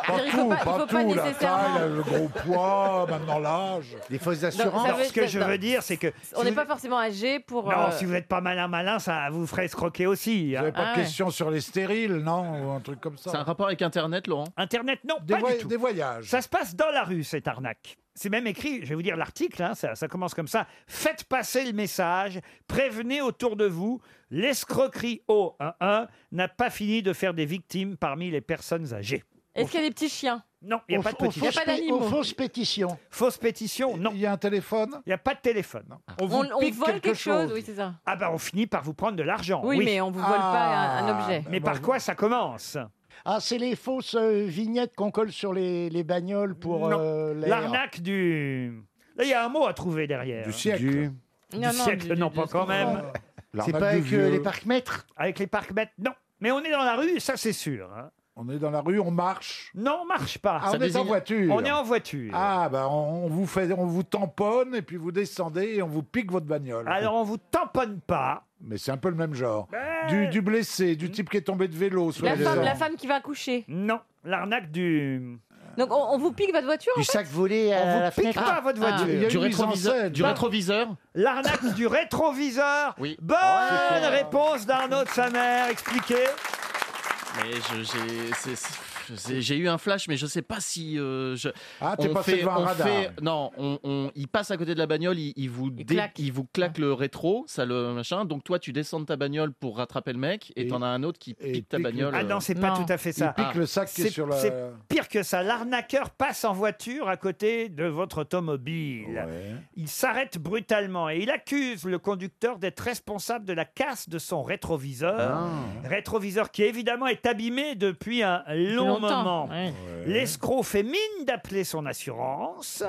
Pas
Il faut
tout,
pas-
pas,
il faut
tout.
pas
la
nécessairement.
taille, le gros poids, maintenant l'âge. Des fausses
assurances.
Non,
veut-
ce que je
ça-
veux dire, c'est que.
On
si
n'est
vous-
pas forcément âgé pour.
Non,
euh,
si vous n'êtes pas malin, malin, ça vous ferait escroquer aussi. hein.
Vous n'avez pas
Ah
de
ouais.
question sur les stériles, non Ou un truc comme ça.
C'est un
rapport avec Internet, Laurent
Internet, non,
Des
pas
voy-
du tout.
des voyages.
Ça se passe dans la rue, cette arnaque. C'est même écrit, je vais vous dire l'article, hein, ça, ça commence comme ça. Faites passer le message, prévenez autour de vous. L'escroquerie O11 n'a pas fini de faire des victimes parmi les personnes âgées.
Est-ce qu'il y a des petits chiens
Non, il n'y a pas de petits
Il n'y a pas d'animaux.
Fausse pétition.
Fausse pétition, non.
Il y a un téléphone
Il n'y a pas de téléphone.
On, on vole quelque, chose, oui, c'est ça.
Ah ben on finit par vous prendre de l'argent.
Oui, mais on vous vole pas un- un objet.
ben
Mais par quoi ça commence
Ah, c'est les fausses euh, vignettes qu'on colle sur les, les bagnoles pour
Non.
euh, l'air.
L'arnaque du. Là, il y a un mot à trouver derrière. Du
siècle. Du-
Du
Non, non,
siècle,
du-
non,
du-
pas
du-
quand même.
Oh. C'est pas avec euh, les parcs-mètres
Avec les parcs-mètres, non. Mais on est dans la rue, ça c'est sûr. hein.
On est dans la rue, on marche.
Non, on marche pas.
Ah,
Ça
on est en
désigne-
voiture.
On est en voiture.
Ah, bah on, on vous fait, on vous tamponne et puis vous descendez et on vous pique votre bagnole.
Alors on vous tamponne pas.
Mais c'est un peu le même genre. Du, du blessé, du type qui est tombé de vélo.
La
soi-disant.
femme, la femme qui va accoucher.
Non, l'arnaque du.
Donc on, on vous pique votre voiture en fait
volé
à
on vous
la
pique
fenêtre.
pas
Ah.
votre
Ah.
voiture.
Il y a
Du rétroviseur- du rétroviseur
L'arnaque du rétroviseur.
Oui.
Bonne
Oh, c'est
réponse d'Arnaud de sa mère. Expliquez.
Mais je- j'ai- c'est- c'est- c'est- j'ai eu un flash, mais je sais pas si. euh, je...
Ah, t'es
on
passé
fait-
devant un
on
radar.
fait- non, on, on- il passe à côté de la bagnole, il, il vous, dé-
claque.
il vous claque le rétro, ça le machin. Donc toi, tu descends de ta bagnole pour rattraper le mec, et t'en as un autre qui pique ta
pique le-
bagnole. euh.
Ah non, c'est pas tout à fait ça.
Il pique le sac qui est
C'est-
sur la-
C'est pire que ça. L'arnaqueur passe en voiture à côté de votre automobile. Il s'arrête brutalement et il accuse le conducteur d'être responsable de la casse de son rétroviseur.
Ah.
Rétroviseur qui évidemment est abîmé depuis un long
Longtemps,
moment.
ouais.
L'escroc fait mine d'appeler son assurance,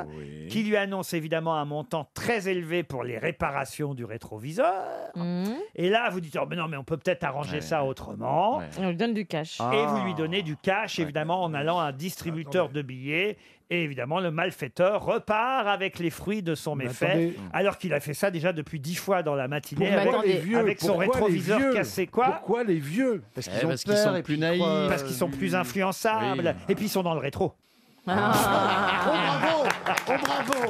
qui lui annonce évidemment un montant très élevé pour les réparations du rétroviseur.
Mmh.
Et là, vous dites, oh, mais non, mais on peut peut-être arranger ça autrement.
On lui donne du cash.
Ah.
Et vous lui donnez du cash, évidemment, en allant à un distributeur de billets. Et évidemment, le malfaiteur repart avec les fruits de son
Mais
méfait,
attendez.
alors qu'il a fait ça déjà depuis dix fois dans la matinée
Pourquoi
avec,
les vieux
avec son
Pourquoi les
rétroviseur
vieux
cassé. Quoi
Pourquoi les vieux
Parce
qu'ils Eh, ont parce qu'ils peur sont et plus puis ils naïfs. croient-
euh,
Parce qu'ils sont plus influençables. Et puis ils sont dans le rétro.
Ah.
Ah.
bravo Oh, bravo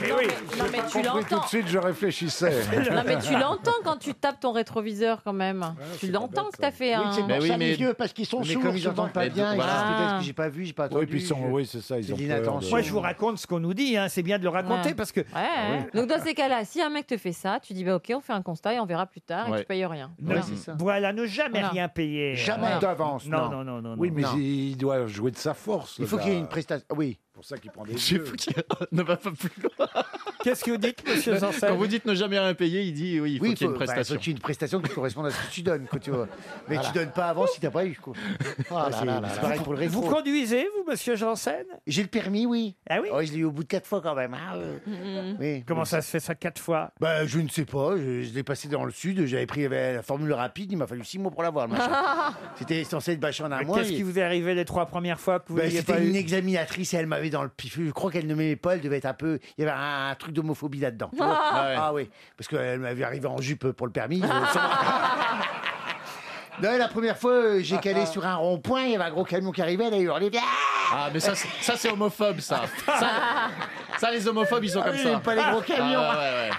Mais
Non,
oui.
mais- non, mais tu l'entends.
suite, je réfléchissais.
Non mais tu l'entends quand tu tapes ton rétroviseur quand même. tu l'entends que t'as fait
Oui,
un.
c'est pour Mais ça, oui, les mais- vieux, parce qu'ils sont
mais
sourds,
comme ils
souvent.
n'entendent pas
Mais
bien, ils
voilà.
disent peut-être que j'ai pas vu, j'ai pas
Oui,
entendu.
puis ils sont-
je-
oui, c'est ça, ils
c'est
ont
de
peur de-
l'inattention.
Moi, je vous raconte ce qu'on nous dit. hein. C'est bien de le raconter
Ouais.
parce que.
Ah.
Ah
Ouais, ouais. Donc dans ces cas-là, si un mec te fait ça, tu dis bah ok, on fait un constat et on verra plus tard et
Ouais.
tu payes rien.
Ne- voilà, ne jamais
Voilà.
rien payer.
Jamais
Ouais.
d'avance,
Non, non,
non.
non, non.
Oui, mais
non.
il il doit jouer de sa force.
Il faut
là.
qu'il y ait une prestation. Oui.
C'est pour ça qu'il prend des
J'ai
vieux.
fou qu'il ne va pas plus loin.
Qu'est-ce que vous dites,
monsieur Janssen
Quand vous dites ne jamais rien payer, il dit oui, il faut
oui,
qu'il y ait une
bah, faut
prestation.
qu'il y ait une prestation qui corresponde à ce que tu donnes. quoi, tu vois. Mais
Voilà.
tu donnes pas avant si t'as pas eu. Quoi. Ah, c'est c'est pareil pour le rétro.
Vous conduisez, vous, monsieur Janssen
J'ai le permis, oui.
Ah oui Hum.
oh, Je l'ai eu au bout de quatre fois quand même. Ah, euh,
Mm,
oui.
Comment ça se fait ça quatre fois
bah, Je ne sais pas. Je, je l'ai passé dans le sud. J'avais pris euh, la formule rapide. Il m'a fallu six mois pour l'avoir. le machin. C'était censé être bâché en un
Mais
mois.
Qu'est-ce
et-
qui vous est arrivé les trois premières fois que vous
Bah,
n'ayez pas
C'était
eu
une examinatrice et elle m'avait dans le pif. Je crois qu'elle ne m'aimait pas. Elle devait être un peu. Il y avait un, un truc d'homophobie là-dedans. tu vois.
Ah
Ah,
ouais.
oui, parce qu'elle m'avait arrivé en jupe pour le permis. Euh, sans- Non, la première fois, euh,
Ah,
j'ai calé sur un rond-point, il y avait un gros camion qui arrivait, elle a hurlé. Ah
Ah, mais ça, c'est- ça, c'est homophobe, ça. ça. ça, les homophobes, ils sont
Ah
comme
oui,
ça.
j'aime pas les gros camions.
Ah, ouais, ouais, ouais.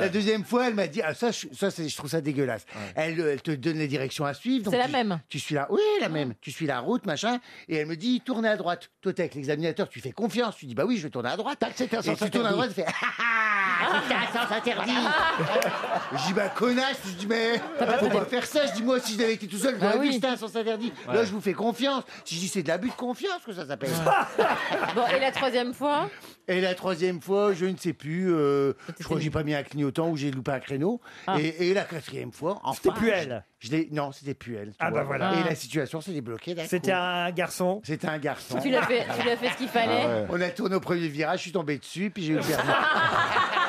La deuxième fois, elle m'a dit, ah, ça, je, ça c'est- je trouve ça dégueulasse. Elle, euh, elle te donne les directions à suivre. donc
C'est la
tu-
même.
Tu suis là, oui, la même. Tu suis la route, machin, et elle me dit, tournez à droite. Toi, t'es avec l'examinateur, tu fais confiance, tu dis, bah oui, je vais tourner à droite.
c'est un sens
et tu tournes à
interdit.
droite, tu fais, ah, ah, c'est un sens interdit. je dis, bah connasse, je dis, mais faut pas faire ça. Je dis, moi, si j'avais été tout seul, j'aurais
Ah
vu
oui.
c'était un sens interdit. Là,
Ouais.
je vous fais confiance. Je dis, c'est de l'abus de confiance que ça s'appelle.
Bon et la troisième fois
Et la troisième fois, je ne sais plus, euh, je crois que j'ai pas mis un clignotant ou j'ai loupé un créneau.
Ah.
Et, et la quatrième fois, enfin.
C'était plus elle.
je- je l'ai- non, c'était plus elle. tu
Ah, bah
vois.
voilà.
Et la situation s'est débloquée. d'un
C'était
coup.
un garçon.
C'était un garçon.
Tu l'as fait, tu l'as fait ce qu'il fallait.
Ah ouais. On a tourné au premier virage, je suis tombé dessus, puis j'ai eu le permis.
Ah,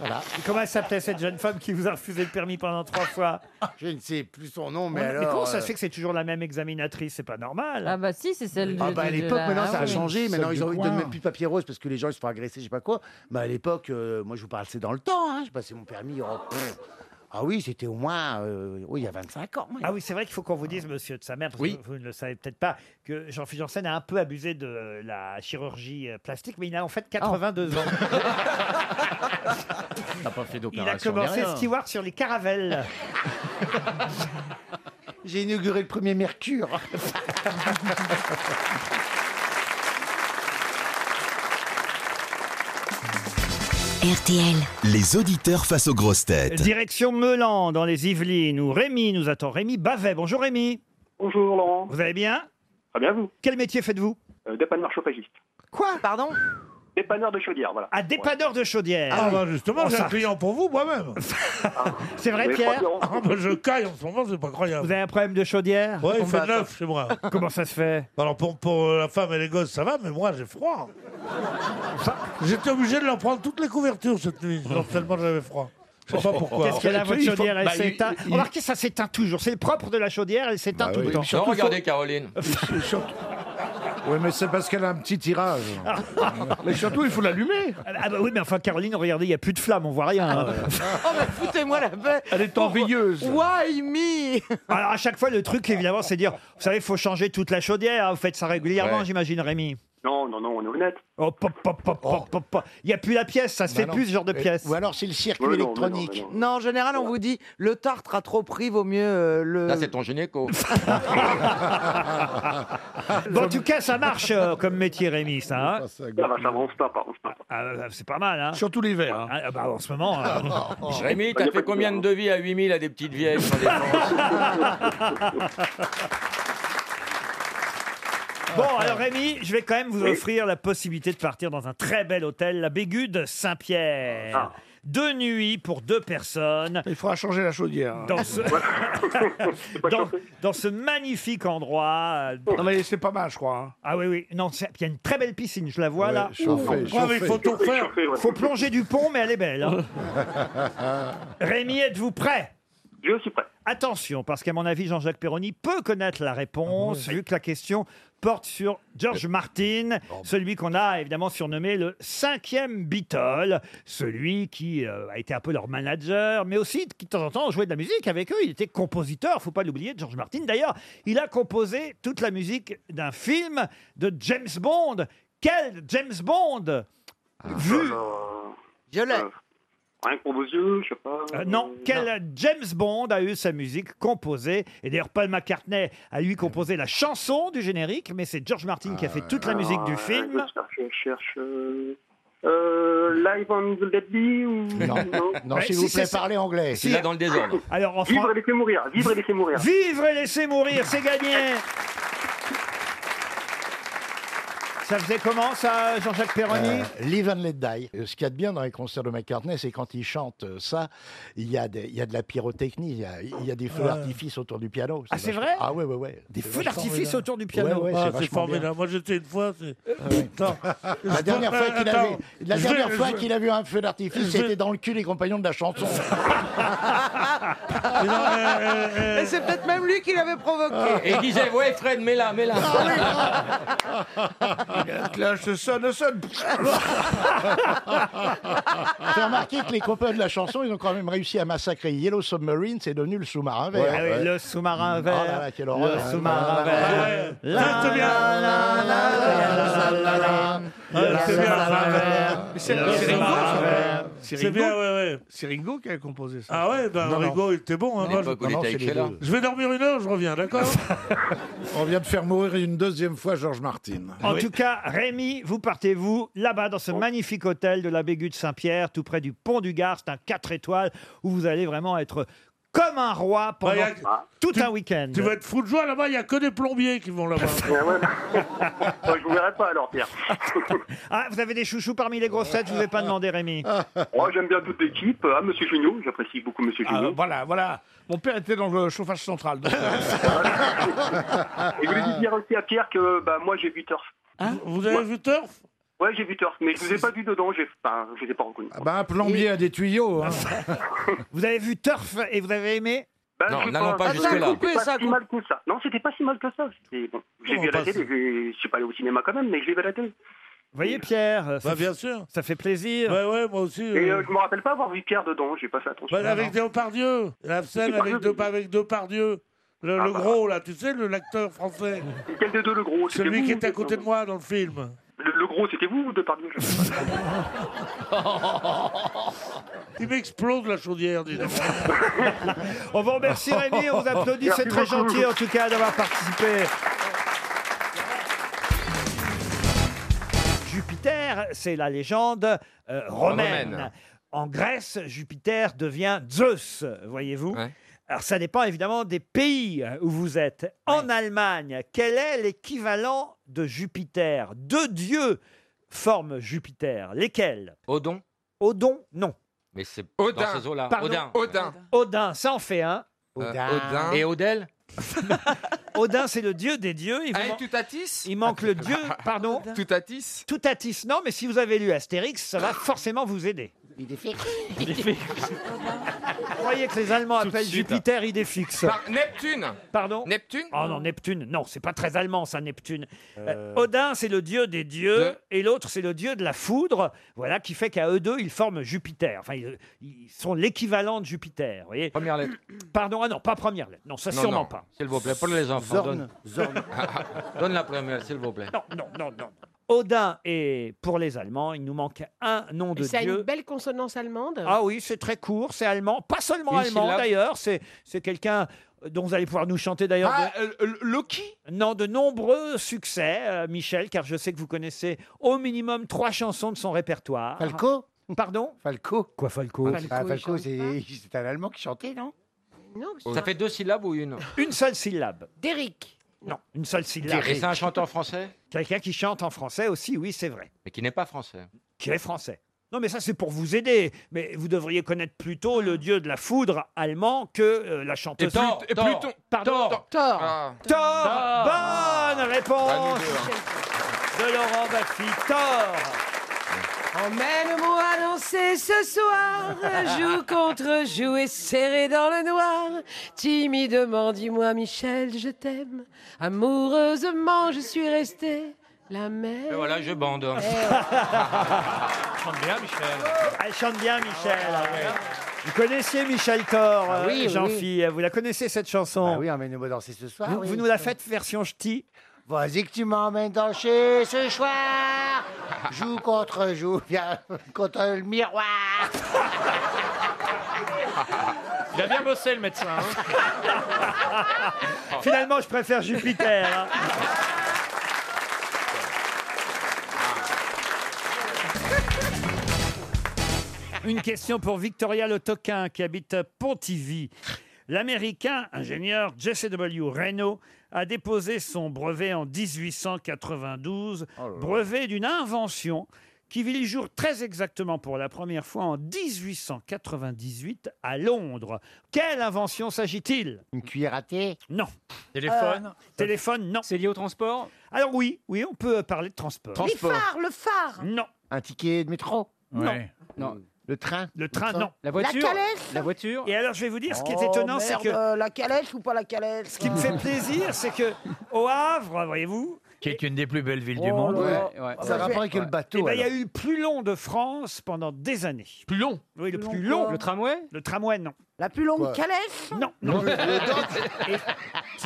voilà.
Comment elle s'appelait cette jeune femme qui vous a refusé le permis pendant trois fois
Je ne sais plus son nom, mais
Ouais,
alors.
comment ça
euh,
se fait que c'est toujours la même examinatrice C'est pas normal.
Ah bah si, c'est celle.
Ah
de-
bah à
de- de
l'époque,
la-
maintenant
Ah
ça a
oui.
changé. Maintenant
Celle
ils
du
ont- ils
coin.
donnent même plus de papier rose parce que les gens ils se font agresser, je sais pas quoi. Mais à l'époque, euh, moi je vous parle, c'est dans le temps. Hein. J'ai passé mon permis. oh, pff. Ah oui, c'était au moins. euh, oui, il y a 25 ans. moi.
Ah oui, c'est vrai qu'il faut qu'on vous dise, monsieur de sa mère, parce que vous ne le savez peut-être pas, que Jean-Philippe Janssen a un peu abusé de la chirurgie euh, plastique, mais il a en
Oh.
fait 82 ans.
T'as pas fait
Il a
d'opération.
commencé
ni rien.
steward sur les caravelles.
J'ai inauguré le premier Mercure.
RTL.
Les auditeurs face aux grosses têtes.
Direction Melan, dans les Yvelines, où Rémi nous attend. Rémi Bavet, bonjour Rémi. Bonjour Laurent. Vous allez bien
Très bien, vous Euh,
Quel métier faites-vous
Dépanneur chauffagiste.
Quoi Pardon
Dépanneur de chaudière, voilà.
À dépanneur de chaudière. Oh,
Ah, bah, justement, j'ai un
client pour vous moi-même. c'est vrai
Vous avez
Pierre
trois
Ah, bah, je caille en ce moment, c'est pas croyable.
Vous avez un problème de chaudière
Ouais,
On
il
va-
fait neuf chez moi.
Comment ça se fait
Alors pour, pour euh, la femme et les gosses, ça va, mais moi j'ai froid. J'étais obligé de leur prendre toutes les couvertures cette nuit, genre tellement j'avais froid. Je sais pas pourquoi.
Qu'est-ce qu'elle a, votre chaudière Elle
Bah, il-
s'éteint.
il-
Remarquez, ça s'éteint toujours. C'est le propre de la chaudière, elle s'éteint
Ah
Bah
tout
oui.
le temps.
Surtout,
regardez Caroline.
Oui, mais c'est parce qu'elle a un petit tirage.
Mais surtout, il faut l'allumer. Ah bah oui, mais enfin, Caroline, regardez, il n'y a plus de flamme, on voit rien.
Ah,
hein.
Oh, mais foutez-moi la paix.
Elle est envieuse.
Why me
Alors, à chaque fois, le truc, évidemment, c'est dire, vous savez, il faut changer toute la chaudière. hein. Vous faites ça régulièrement,
Ouais.
j'imagine, Rémi.
Non, non, non, on est honnête.
Oh, pop, pop, pop, pop, pop, pop. Il n'y a plus la pièce, ça se
Bah
fait
non.
plus, ce genre de
Et-
pièce.
ou alors,
c'est le circuit
Mais non, mais non, électronique. mais non.
Non, en général, on vous dit le tartre à trop pris, vaut mieux euh, le.
Ah,
Là, c'est ton gynéco.
Bon, en tout cas, ça marche euh, comme métier, Rémi, ça. hein.
Ça va, Ah, ça avance pas, par contre.
Ah, euh, c'est pas mal, hein
Surtout l'hiver.
Ah, bah, en ce moment. euh,
Rémi, t'as fait combien de devis à 8000 à des petites vieilles sur les
hein. Bon, alors Rémi, je vais quand même vous offrir la possibilité de partir dans un très bel hôtel, la Bégude Saint-Pierre. Deux nuits pour deux personnes.
Il faudra changer la chaudière.
Dans ce, dans, dans ce magnifique endroit. Non, mais c'est pas mal, je crois. Ah oui, oui. Non, c'est- il y a une très belle piscine, je la vois
hein. Ouais,
là.
chauffée, Ouais, chauffée. mais il faut tout refaire. Chauffée, ouais.
faut plonger du pont, mais elle est belle. hein. Rémi, êtes-vous prêt
Je suis prêt.
Attention, parce qu'à mon avis, Jean-Jacques Perroni peut connaître la réponse, vu que la question porte sur George Martin, celui qu'on a évidemment surnommé le cinquième Beatle, celui qui euh, a été un peu leur manager, mais aussi qui de temps en temps jouait de la musique avec eux. Il était compositeur, faut pas l'oublier, George Martin. D'ailleurs, il a composé toute la musique d'un film de James Bond. Quel James Bond Vu
Violet. Ah. Euh, Rien que pour vos yeux, je sais pas.
euh, non, quel James Bond a eu sa musique composée Et d'ailleurs, Paul McCartney a lui composé la chanson du générique, mais c'est George Martin qui a fait toute la musique
Euh,
du film.
Je cherche, je cherche, euh, euh, Live on the Deadly ou...
Ouais, si c'est ça. Si- Alors, en
Vivre
Fran-
et laisser mourir, vivre et laisser mourir.
Vivre et laisser mourir, c'est gagné Ça faisait comment ça, Jean-Jacques Perroni
Euh, Live and Let Die. Euh, Ce qu'il y a de bien dans les concerts de McCartney, c'est quand il chante euh, ça, il y, a des- il y a de la pyrotechnie, il y a, il y a des feux
Ouais.
d'artifice autour du piano.
Ah, c'est
vachement-
vrai
Ah ouais, ouais, ouais.
Des
C'est
feux
vachement
d'artifice
bien.
autour du
Ouais,
piano.
ouais,
Ah, c'est
vachement
formidable.
bien.
Moi, j'étais une fois. c'est- Attends.
La dernière fois qu'il a vu,
Euh, Attends.
la
Je-
dernière fois
je-
qu'il a vu un feu d'artifice, c'était dans le cul des compagnons de la chanson.
euh,
Et c'est peut-être même lui qui l'avait provoqué.
Et il disait, ouais Fred, mets-la, mets-la.
La cloche sonne, sonne. J'ai remarqué que les copains de la chanson, ils ont quand même réussi à massacrer Yellow Submarine, c'est devenu le sous-marin vert.
Ah oui,
Ouais.
Le sous-marin
Oh
vert.
là là, quelle
le
horreur.
sous-marin vert. La-
C'est bien, ouais, ouais.
C'est Ringo qui a composé ça.
Ah ouais, ben,
Non, non.
Rigo, il était bon. Hein,
À
moi,
l'époque
je-
où il
non,
était
c'est
avec
les
Sheila.
deux. Je vais dormir une heure, je reviens, d'accord
On vient de faire mourir une deuxième fois Georges Martin.
Ah
En tout cas, Rémi, vous partez, vous, là-bas,
Oh.
dans ce magnifique hôtel de la Bégude Saint-Pierre, tout près du pont du Gard. C'est un 4 étoiles où vous allez vraiment être comme un roi pendant
Bah, y a-
tout un week-end.
Tu vas être fou de joie là-bas, il n'y a que des plombiers qui vont là-bas.
Ah Moi, je vous verrai pas alors, Pierre.
Ah, vous avez des chouchous parmi les grosses têtes, je ne vous ai
Ah.
pas demandé, Rémi.
Moi, j'aime bien toute l'équipe. Ah, Monsieur Junot, j'apprécie beaucoup Monsieur
Ah,
Junot.
voilà, voilà. Mon père était dans le chauffage central. donc, euh,
Et je voulais dire aussi à Pierre que bah, moi, j'ai vu Turf.
Vous avez vu Turf
Hein Ouais, j'ai vu Turf, mais je vous ai pas vu dedans, j'ai... Enfin, je vous ai pas reconnu.
Ah bah, un plombier à des tuyaux. hein.
Vous avez vu Turf et vous avez aimé
Bah,
Non,
je sais
n'allons pas
Ah,
jusque-là.
c'était
Coupé,
pas
ça,
si mal que ça. Non, c'était pas si mal que ça. C'était bon. J'ai
Comment
vu à la
pas
télé,
si-
j'ai- je suis pas allé au cinéma quand même, mais je l'ai vu à la télé.
Voyez, Pierre, euh, ça,
Bah, bien
fait-
sûr.
ça fait plaisir.
Bah,
Ouais, ouais, moi aussi.
Et
euh,
euh, je me rappelle pas avoir vu Pierre dedans, j'ai pas fait attention.
bah, avec Depardieu, la scène
Depardieu,
avec, deux avec Depardieu. Le,
Ah,
le
bah.
gros, là, tu sais, le- l'acteur français.
Quel des deux, le gros c'était
Celui
vous
qui
ou
était à côté de
Depardieu
moi dans le film.
Le, le gros, c'était vous ou Depardieu je sais pas.
Il m'explose la chaudière, dis donc.
On vous remercie, Rémi, on vous applaudit, c'est très
Merci beaucoup.
gentil en tout cas d'avoir participé. Jupiter, c'est la légende euh, romaine.
Romaine.
En Grèce, Jupiter devient Zeus, voyez-vous. Alors ça dépend évidemment des pays où vous êtes. En Allemagne, quel est l'équivalent de Jupiter Deux dieux forment Jupiter. Lesquels Odon Odon, non.
Mais c'est
Odin.
dans ces eaux-là.
Pardon
Odin.
Odin. Odin, ça en fait un.
Euh, Odin. Et
Odel Odin, c'est le dieu des dieux. Il
Ah, et
Toutatis Il manque le dieu, pardon. Toutatis Toutatis, non, mais si vous avez lu Astérix, ça va forcément vous aider. Vous croyez que les Allemands appellent Jupiter idéfixe
Neptune
Pardon
Neptune
Oh non, Neptune, non, c'est pas très allemand ça, Neptune. Euh, Odin, c'est le dieu des dieux, et l'autre, c'est le dieu de la foudre, voilà, qui fait qu'à eux deux, ils forment Jupiter. Enfin, ils, ils sont l'équivalent de Jupiter, vous voyez Première lettre. Pardon, ah non, pas première lettre, non, ça
Non,
sûrement
non.
pas.
S'il vous plaît, pour les enfants.
Zorn,
Donne.
Zorn.
donne la première, s'il vous plaît.
Non, non, non, non. Odin, et pour les Allemands, il nous manque un nom de
Et ça a une
dieu.
belle consonance allemande.
Ah oui, c'est très court, c'est allemand, pas seulement
Une
allemand
syllabe.
d'ailleurs, c'est c'est quelqu'un dont vous allez pouvoir nous chanter d'ailleurs.
Ah,
euh, Loki Non, de nombreux succès, euh, Michel, car je sais que vous connaissez au minimum trois chansons de son répertoire.
Falco
Pardon
Falco. Ah,
Quoi, Falco
Falco,
Falco, il chante
c'est c'est un Allemand qui chantait, non
Non,
Ça fait deux syllabes ou une
Une seule syllabe.
Derrick.
Non, une seule syllabe.
Et c'est un chanteur français
Quelqu'un qui chante en français aussi, oui, c'est vrai.
Mais qui n'est pas français.
Qui est français. Non, mais ça, c'est pour vous aider. Mais vous devriez connaître plutôt le dieu de la foudre allemand que euh, la chanteuse.
Thor, Et Thor, Pluton.
Pardon
Thor.
Thor.
Ah.
Thor.
Thor.
Bonne réponse
Ah, nous deux,
de Laurent Baffy. Thor.
Emmène-moi Oh, danser ce soir, joue contre joue et serré dans le noir. Timidement, dis-moi, Michel, je t'aime. Amoureusement, je suis restée la même.
Et voilà, je bande.
Eh
Chante bien, Michel.
Elle chante bien, Michel. Vous connaissiez Michel Thor,
Ah oui, oui.
jean euh, Vous la connaissez, cette chanson
Oui, emmène-moi danser ce soir.
Vous- vous nous la faites version ch'ti
Vas-y que tu m'emmènes danser ce soir. Joue contre joue, viens contre le miroir.
Il a bien bossé le médecin. hein.
Finalement, je préfère Jupiter. hein. Une question pour Victoria Le Toquin qui habite Pontivy. L'américain ingénieur JCW Reno a déposé son brevet en 1892, brevet d'une invention qui vit le jour très exactement pour la première fois en 1898 à Londres. Quelle invention s'agit-il Une cuillère à thé Non. Euh,
Téléphone
Téléphone, non. C'est lié au transport Alors oui, oui, on peut parler de transport.
Les phares, le phare.
Non.
Un ticket de métro
Ouais.
Non. Le train
Le train, non.
La voiture La calèche La
voiture Et alors, je vais vous dire, ce qui est
Oh,
étonnant, c'est
merde,
que...
euh, la calèche ou pas la calèche
Ce qui me fait plaisir, c'est que au Havre, voyez-vous.
Qui est une des plus belles villes du
Oh
monde.
là.
Ça a rapport avec le bateau,
Eh ben, Il y a
alors.
eu plus long de France pendant des années. Plus long Oui, le
Plus
plus
long
long.
quoi Le
tramway Le tramway, non. La plus
longue Quoi calèche
Non, non.
Le- le
et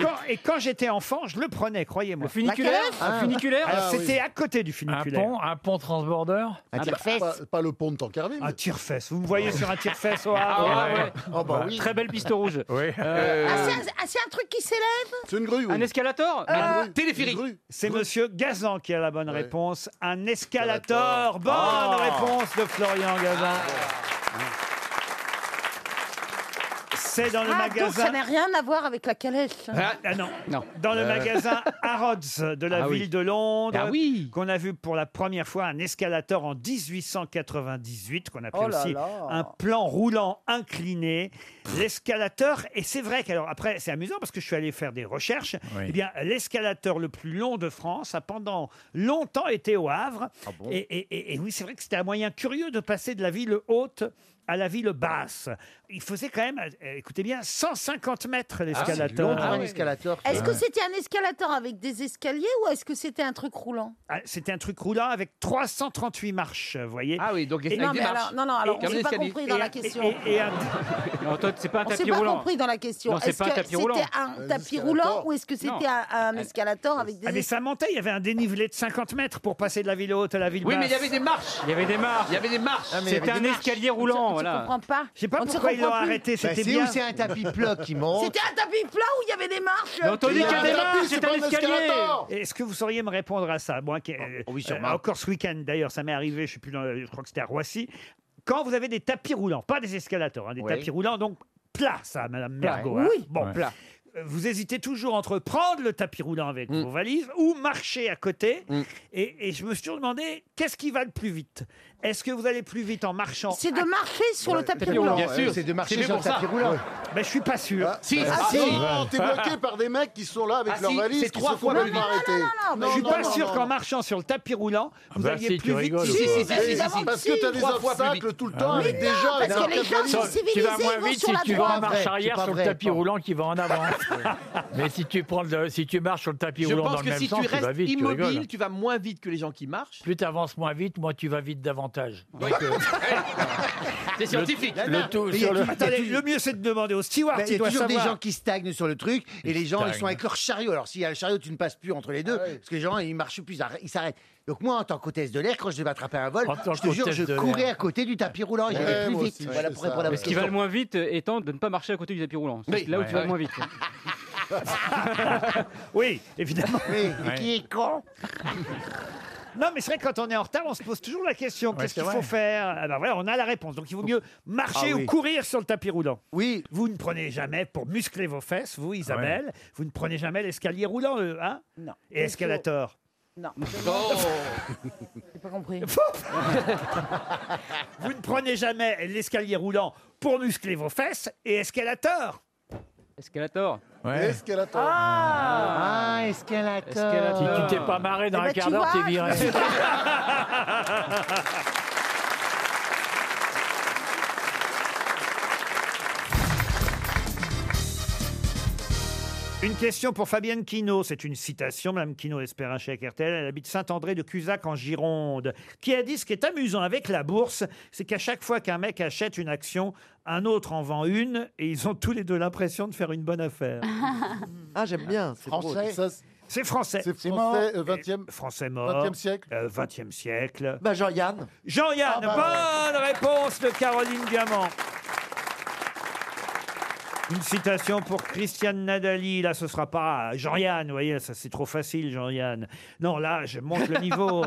quand, et quand j'étais enfant, je le prenais, croyez-moi.
Le funiculaire La calèche Un funiculaire
Alors,
Ah, oui.
C'était à côté du
Un
funiculaire.
pont, un pont transborder.
Un tire-fesse.
Pas, pas le pont de Tancarville.
Un tire-fesse. Vous me voyez sur un tire-fesse au
Ah,
Havre
ouais, ouais.
Ah, bah oui.
Très belle piste rouge. oui.
Ah, c'est un- ah, c'est un truc qui s'élève
C'est une grue.
oui. Un escalator
Euh, Un Euh,
Une grue. téléphérique. Une grue.
C'est monsieur Gazan qui a la bonne réponse. Un escalator. Oh. Ah, Bonne
Ah.
réponse de Florian Gazan. C'est dans le
Ah, donc ça
magasin.
n'a rien à voir avec la calèche.
Ah, ah, non. Dans le
Euh.
magasin Harrods de la
Ah oui.
ville de Londres,
Ah
qu'on a vu pour la première fois un escalator en 1898, qu'on appelait
Oh là
aussi
là.
un plan roulant incliné. L'escalateur, et c'est vrai qu'alors après, c'est amusant parce que je suis allé faire des recherches,
Oui.
eh bien l'escalateur le plus long de France a pendant longtemps été au Havre.
Ah bon
et, et- et- et oui, c'est vrai que c'était un moyen curieux de passer de la ville haute à la ville basse. Il faisait quand même, euh, écoutez bien, 150 mètres
hein,
l'escalator.
Ah, un escalator.
Est-ce que c'était un escalator avec des escaliers ou est-ce que c'était un truc roulant
Ah, C'était un truc roulant avec 338 marches, vous voyez. Ah oui, donc
Et- avec non, des mais marches. alors- non, non, alors, on s'est pas compris dans la question.
c'est pas un
On s'est
tapis
pas
roulant.
compris dans la question.
Non, c'est
Est-ce
pas un
que
tapis roulant.
c'était un tapis roulant ou est-ce que c'était un, un escalator avec des
Ah, mais ça montait, il y avait un dénivelé de 50 mètres pour passer de la ville haute à la ville basse.
Oui, mais il y avait des marches. Il y avait des marches. Il y avait des marches. Ah, mais il y avait C'était des un marches. escalier roulant,
On se-
voilà.
On ne comprend pas.
Je sais pas
On se
pourquoi ils
comprend
l'ont
plus.
arrêté,
Bah,
c'était
c'est
bien.
où c'est un tapis plat qui monte
C'était un tapis plat où il y avait des marches
Mais on te dit qu'il y a des marches,
tapis,
c'est
pas
un escalier.
escalator.
Est-ce que vous sauriez me répondre à ça Moi, qui- euh, euh, encore ce week-end d'ailleurs, ça m'est arrivé. Je suis plus dans- je crois que c'était à Roissy. Quand vous avez des tapis roulants, pas des escalators, hein, des
Oui.
tapis roulants, donc plat, ça, Madame
Plat.
Mergot. hein.
Oui.
Bon,
Ouais.
plat. Euh, Vous hésitez toujours entre prendre le tapis roulant avec vos valises ou marcher à côté. Et, et je me suis toujours demandé, qu'est-ce qui va le plus vite Est-ce que vous allez plus vite en marchant
C'est de marcher sur le tapis
Tapis
roulant.
roulant, ouais, c'est de marcher sur le tapis roulant. Mais je suis pas sûr.
Si,
Ah,
si.
non,
T'es bloqué par des mecs qui sont là avec
Ah
leurs
si,
valises.
c'est
qui
trois
se
fois
font
plus
même
vite.
arrêter.
je suis pas sûr qu'en marchant sur le tapis roulant,
Ah
vous
bah
alliez
si, tu
plus vite.
rigoles, Si, ou si, quoi si, si, si, si, si. Parce que t'as des Trois fois plus obstacles vite. tout le temps Ah oui. avec des Mais gens non, avec parce leurs que les gens valises. sont civilisés,
Tu vas moins
ils vont
vite
sur
si
la
tu vas en
droite.
marche
C'est pas
arrière
vrai,
sur le
pas
tapis
vrai.
roulant qui va en avant. Mais si tu prends le- si tu marches sur le tapis
Je
roulant
pense
dans le
que
même
si
sens,
tu
tu vas
restes
vite, tu rigoles.
immobile, tu vas moins vite que les gens qui marchent.
Plus tu avances moins vite, moins tu vas vite davantage.
C'est scientifique.
Le- le tout
Mais
sur
y a
le-
du-
Attendez, le mieux c'est de demander au steward,
Mais
il
Il y a
doit
toujours des
savoir.
gens qui stagnent sur le truc et les gens ils sont
stagnent.
avec leur chariot. Alors s'il y a le chariot, tu ne passes plus entre les deux parce que les gens ils marchent plus, ils arrêtent- ils s'arrêtent. Donc moi en tant qu'hôtesse de l'air, quand je devais attraper un vol,
En tant
je te jure,
qu'hôtesse
je
de l'air.
courais à côté du tapis roulant et j'allais plus vite. Voilà pour répondre à
Mais
votre
ce qui va le
question.
moins vite euh, étant de ne pas marcher à côté du tapis roulant. C'est
Oui.
là où
Ouais.
tu vas le moins vite.
oui, évidemment.
Oui, et qui est con
Non, mais c'est vrai que quand on est en retard, on se pose toujours la question qu'est-ce
c'est
qu'il faut
vrai.
faire Ah ben voilà, on a la réponse. Donc il vaut mieux marcher
Ah oui.
ou courir sur le tapis roulant. Oui. Vous ne prenez jamais pour muscler vos fesses, vous Isabelle, vous ne prenez jamais l'escalier roulant, euh, hein
Non.
Et escalator.
Non.
J'ai pas compris. vous ne prenez jamais l'escalier roulant pour muscler vos fesses et escalator.
Escalator.
Escalator.
Ah.
Ah, escalator.
Escalator.
Si tu t'es pas marré dans
Eh ben,
un quart
tu
d'heure, t'es
vois,
viré.
Une question pour Fabienne Quino, c'est une citation, Madame Quino Espérachet avec RTL, elle habite Saint-André de Cusac en Gironde, qui a dit ce qui est amusant avec la bourse, c'est qu'à chaque fois qu'un mec achète une action, un autre en vend une, et ils ont tous les deux l'impression de faire une bonne affaire.
Ah, j'aime bien. c'est drôle.
Français.
Ça, c'est-
C'est français.
C'est français, euh,
20e. Français mort.
20e siècle. Ah,
Euh, 20e siècle.
Bah,
Euh,
Jean-Yann.
Jean-Yann, bonne
bah.
réponse de Caroline Diamant. Une citation pour Christiane Nadali. Là, ce sera pas Jean-Yann, vous voyez, ça c'est trop facile, Jean-Yann. Non, là, je monte le niveau.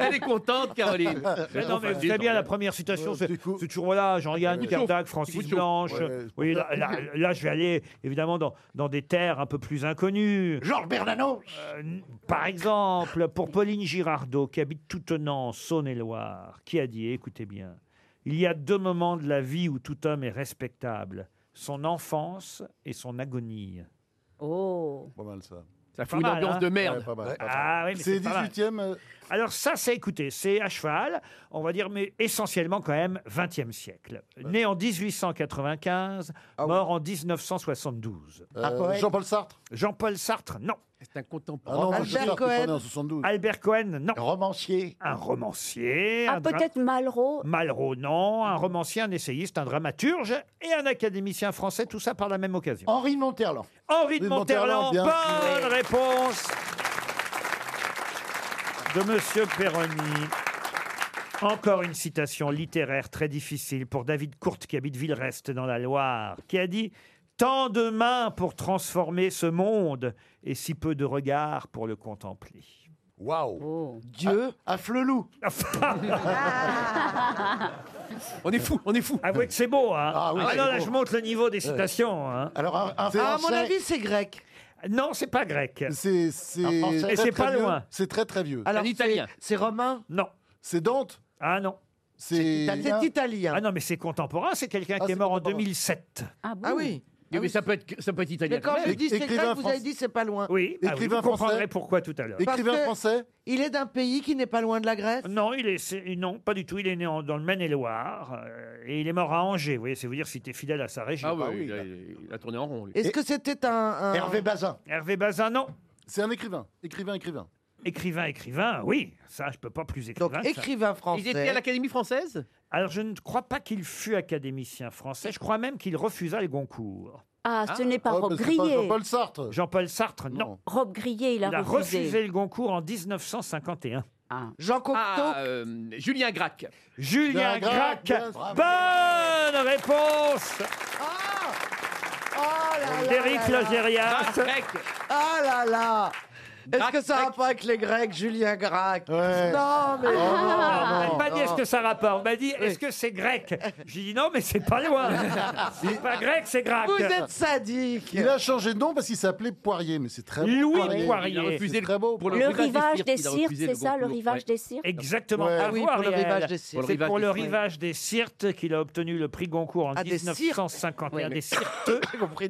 Elle est contente, Caroline.
Mais non, mais vous savez bien, la première citation, c'est c'est toujours voilà, Jean-Yann, Cardac, Francis Blanche.
Ouais.
Vous voyez, là, là- là, je vais aller évidemment dans, dans des terres un peu plus inconnues.
Georges Bernanos
Euh,
Par exemple, pour Pauline Girardot, qui habite Toutenant, Saône-et-Loire, qui a dit, écoutez bien, il y a deux moments de la vie où tout homme est respectable, son enfance et son agonie.
Oh.
Pas mal ça.
Ça
fout une ambiance de merde. Ouais.
Ah, oui, mais
C'est
pas mal.
18e,
Alors ça, c'est, écoutez, c'est à cheval, on va dire, mais essentiellement quand même 20e siècle. Né en 1895, mort en 1972.
Un poète. Jean-Paul
Sartre Jean-Paul Sartre, non. C'est
Ah
un
non, moi,
contemporain.
je Albert suis sûr qu'il est pas né Cohen en
72. Albert Cohen, non. Romancier. Un romancier.
Ah,
un dra-
peut-être Malraux.
Malraux, non. Un romancier, un essayiste, un dramaturge et un académicien français, tout ça par la même occasion. Henri de Monterland. Henri de
Henri de Monterland,
Monterland,
bien.
bonne réponse de Monsieur Perroni. Encore une citation littéraire très difficile pour David Courte qui habite Villerest dans la Loire, qui a dit Tant de mains pour transformer ce monde et si peu de regards pour le contempler.
Waouh
Dieu
Ah.
à, Flelou On est fou, on est fou. Avouez que c'est beau, hein. Ah,
oui, c'est
non, là
beau.
je monte le niveau des citations. Alors,
Ah, à mon avis, c'est grec.
non, c'est pas grec.
C'est
Un Français. Et c'est pas loin.
C'est très très vieux.
Alors,
Alors,
Un Italien.
C'est romain
Non.
C'est Dante
Ah non.
C'est
italien.
C'est italien.
Ah non, mais c'est contemporain, c'est quelqu'un
Ah,
qui est
c'est
mort en
contemporain.
2007.
Ah bon Ah oui.
Mais ça peut être, ça peut être italien.
Mais quand je dis c'est grec, vous avez dit c'est pas loin.
Oui, ah oui, vous comprendrez pourquoi tout à l'heure.
Parce que Il est d'un pays qui n'est pas loin de la Grèce.
Non, il est, c'est- non, pas du tout. Il est né en- dans le Maine-et-Loire euh, et il est mort à Angers. Vous voyez, c'est vous dire si t'es fidèle à sa région.
Ah oui, il, a, il a tourné en rond. lui.
Bah Est-ce que c'était un, un-
Bazin Hervé Bazin, non.
C'est un écrivain. Écrivain, écrivain.
Écrivain, écrivain, oui. Ça, je peux pas plus écrivain. que ça.
Ils étaient à l'Académie française
Alors, je ne crois pas qu'il fût académicien français. Je crois même qu'il refusa le Goncourt.
Ah, ce n'est pas Rob Grillet.
Sartre. Jean-Paul Sartre, non.
Rob Grillet, il a,
Il a refusé le Goncourt en 1951.
Jean Cocteau Ah, euh, Julien Gracq.
Julien
Julien
Gracq,
Gracq, bien sûr.
bonne réponse d'Éric Logérias.
Ah là là Est-ce que ça a rapport avec les Grecs, Julien Gracq Non,
Ah,
mais. Ah.
On m'a pas dit est-ce que ça rapporte. On m'a dit est-ce que c'est grec J'ai dit non, mais c'est pas loin. c'est pas grec, c'est grec.
Vous êtes sadique
Il a changé de nom parce qu'il s'appelait Poirier, mais c'est très beau.
Louis
Poirier.
Poirier. Il a refusé
C'est
le-
très beau.
pour
Le rivage des cirques, c'est ça, le rivage des cirques
Exactement.
Ouais.
À
Ah oui,
voir,
pour le
Noël.
rivage des
C'est
Cirtes. Pour le rivage
pour le
des-
rivage des Cirtes qu'il a obtenu le prix Goncourt en
Ah, des Cirtes.
1951.
Oui.
Des Cirtes.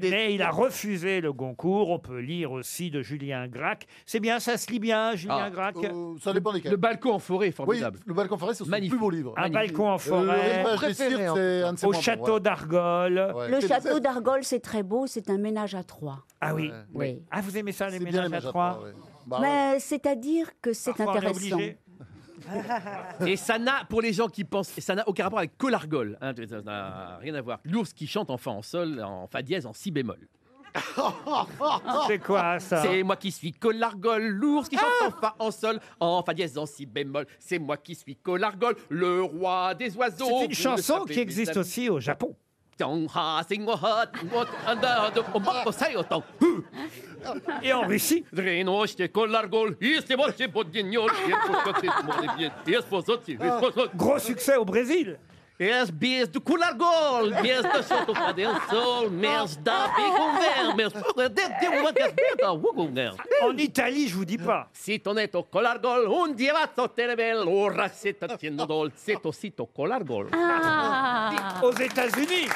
mais il a refusé le Goncourt. On peut lire aussi de Julien Gracq. C'est bien, ça se lit bien, Julien
Ah.
Gracq.
Euh,
ça dépend lesquels.
Le balcon en forêt, formidable.
Le balcon forêt, c'est son plus beau livre.
Un balcon en
Euh,
forêt.
le rivage des cirques, c'est un de ses
Au
moments,
château
ouais.
d'Argol.
Le château d'Argol, c'est très beau, c'est un ménage à trois.
Ah oui.
Oui.
Ah, vous aimez ça, les
C'est bien
ménages,
les ménages
à
à
trois
trois, ouais.
Bah
Mais c'est-à-dire que c'est
Parfois, on est
intéressant.
obligé. Et ça n'a, pour les gens qui pensent, ça n'a aucun rapport avec Colargol. hein, ça n'a rien à voir. L'ours qui chante en fa en sol, en fa dièse, en si bémol.
Oh. C'est quoi ça
C'est moi qui suis Colargol, l'ours qui chante en fa en sol, en fa dièse, en si bémol. C'est moi qui suis Colargol, le roi des oiseaux.
C'est
Vous
une
le
chanson
savez,
qui
mes
existe
amis.
aussi au Japon.
Tonha, sing what hot, what under the- oh, bah, oh, ça y est, autant. Huh.
Et en Russie
Dreno, je te Colargol, il se mange, je botte des gnocchis, il faut sauter, je mange des billettes, il faut sauter, il faut sauter.
Gros succès au Brésil.
Yes, bis de Colargol, yes, de Santo Padel Sol, mes da Bigonger, mes de Diomacas Bega Wugonger.
En Italie, je vous dis pas.
Si ton est au Colargol, un diavazzo te level, ora se t'attiendo dol, se to sito Colargol.
Ah.
Aux États-Unis.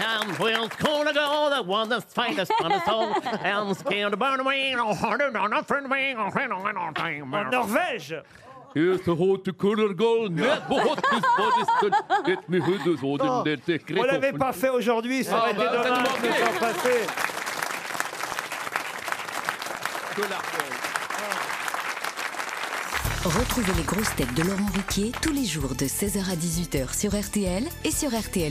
And we'll call a girl that won the finest on the soul. And scared about the wing, or harder than a friend wing, or friend on our time.
En Norvège.
Here's the hot color gold, net hot is body stood. Let me hear the zone, let the
On Oh, l'avait pas fait aujourd'hui, ça
Ah,
aurait été
bah, ça nous
dommage de
manquait.
s'en passer.
Retrouvez les grosses têtes de Laurent Ruquier tous les jours de 16h à 18h sur RTL et sur RTL.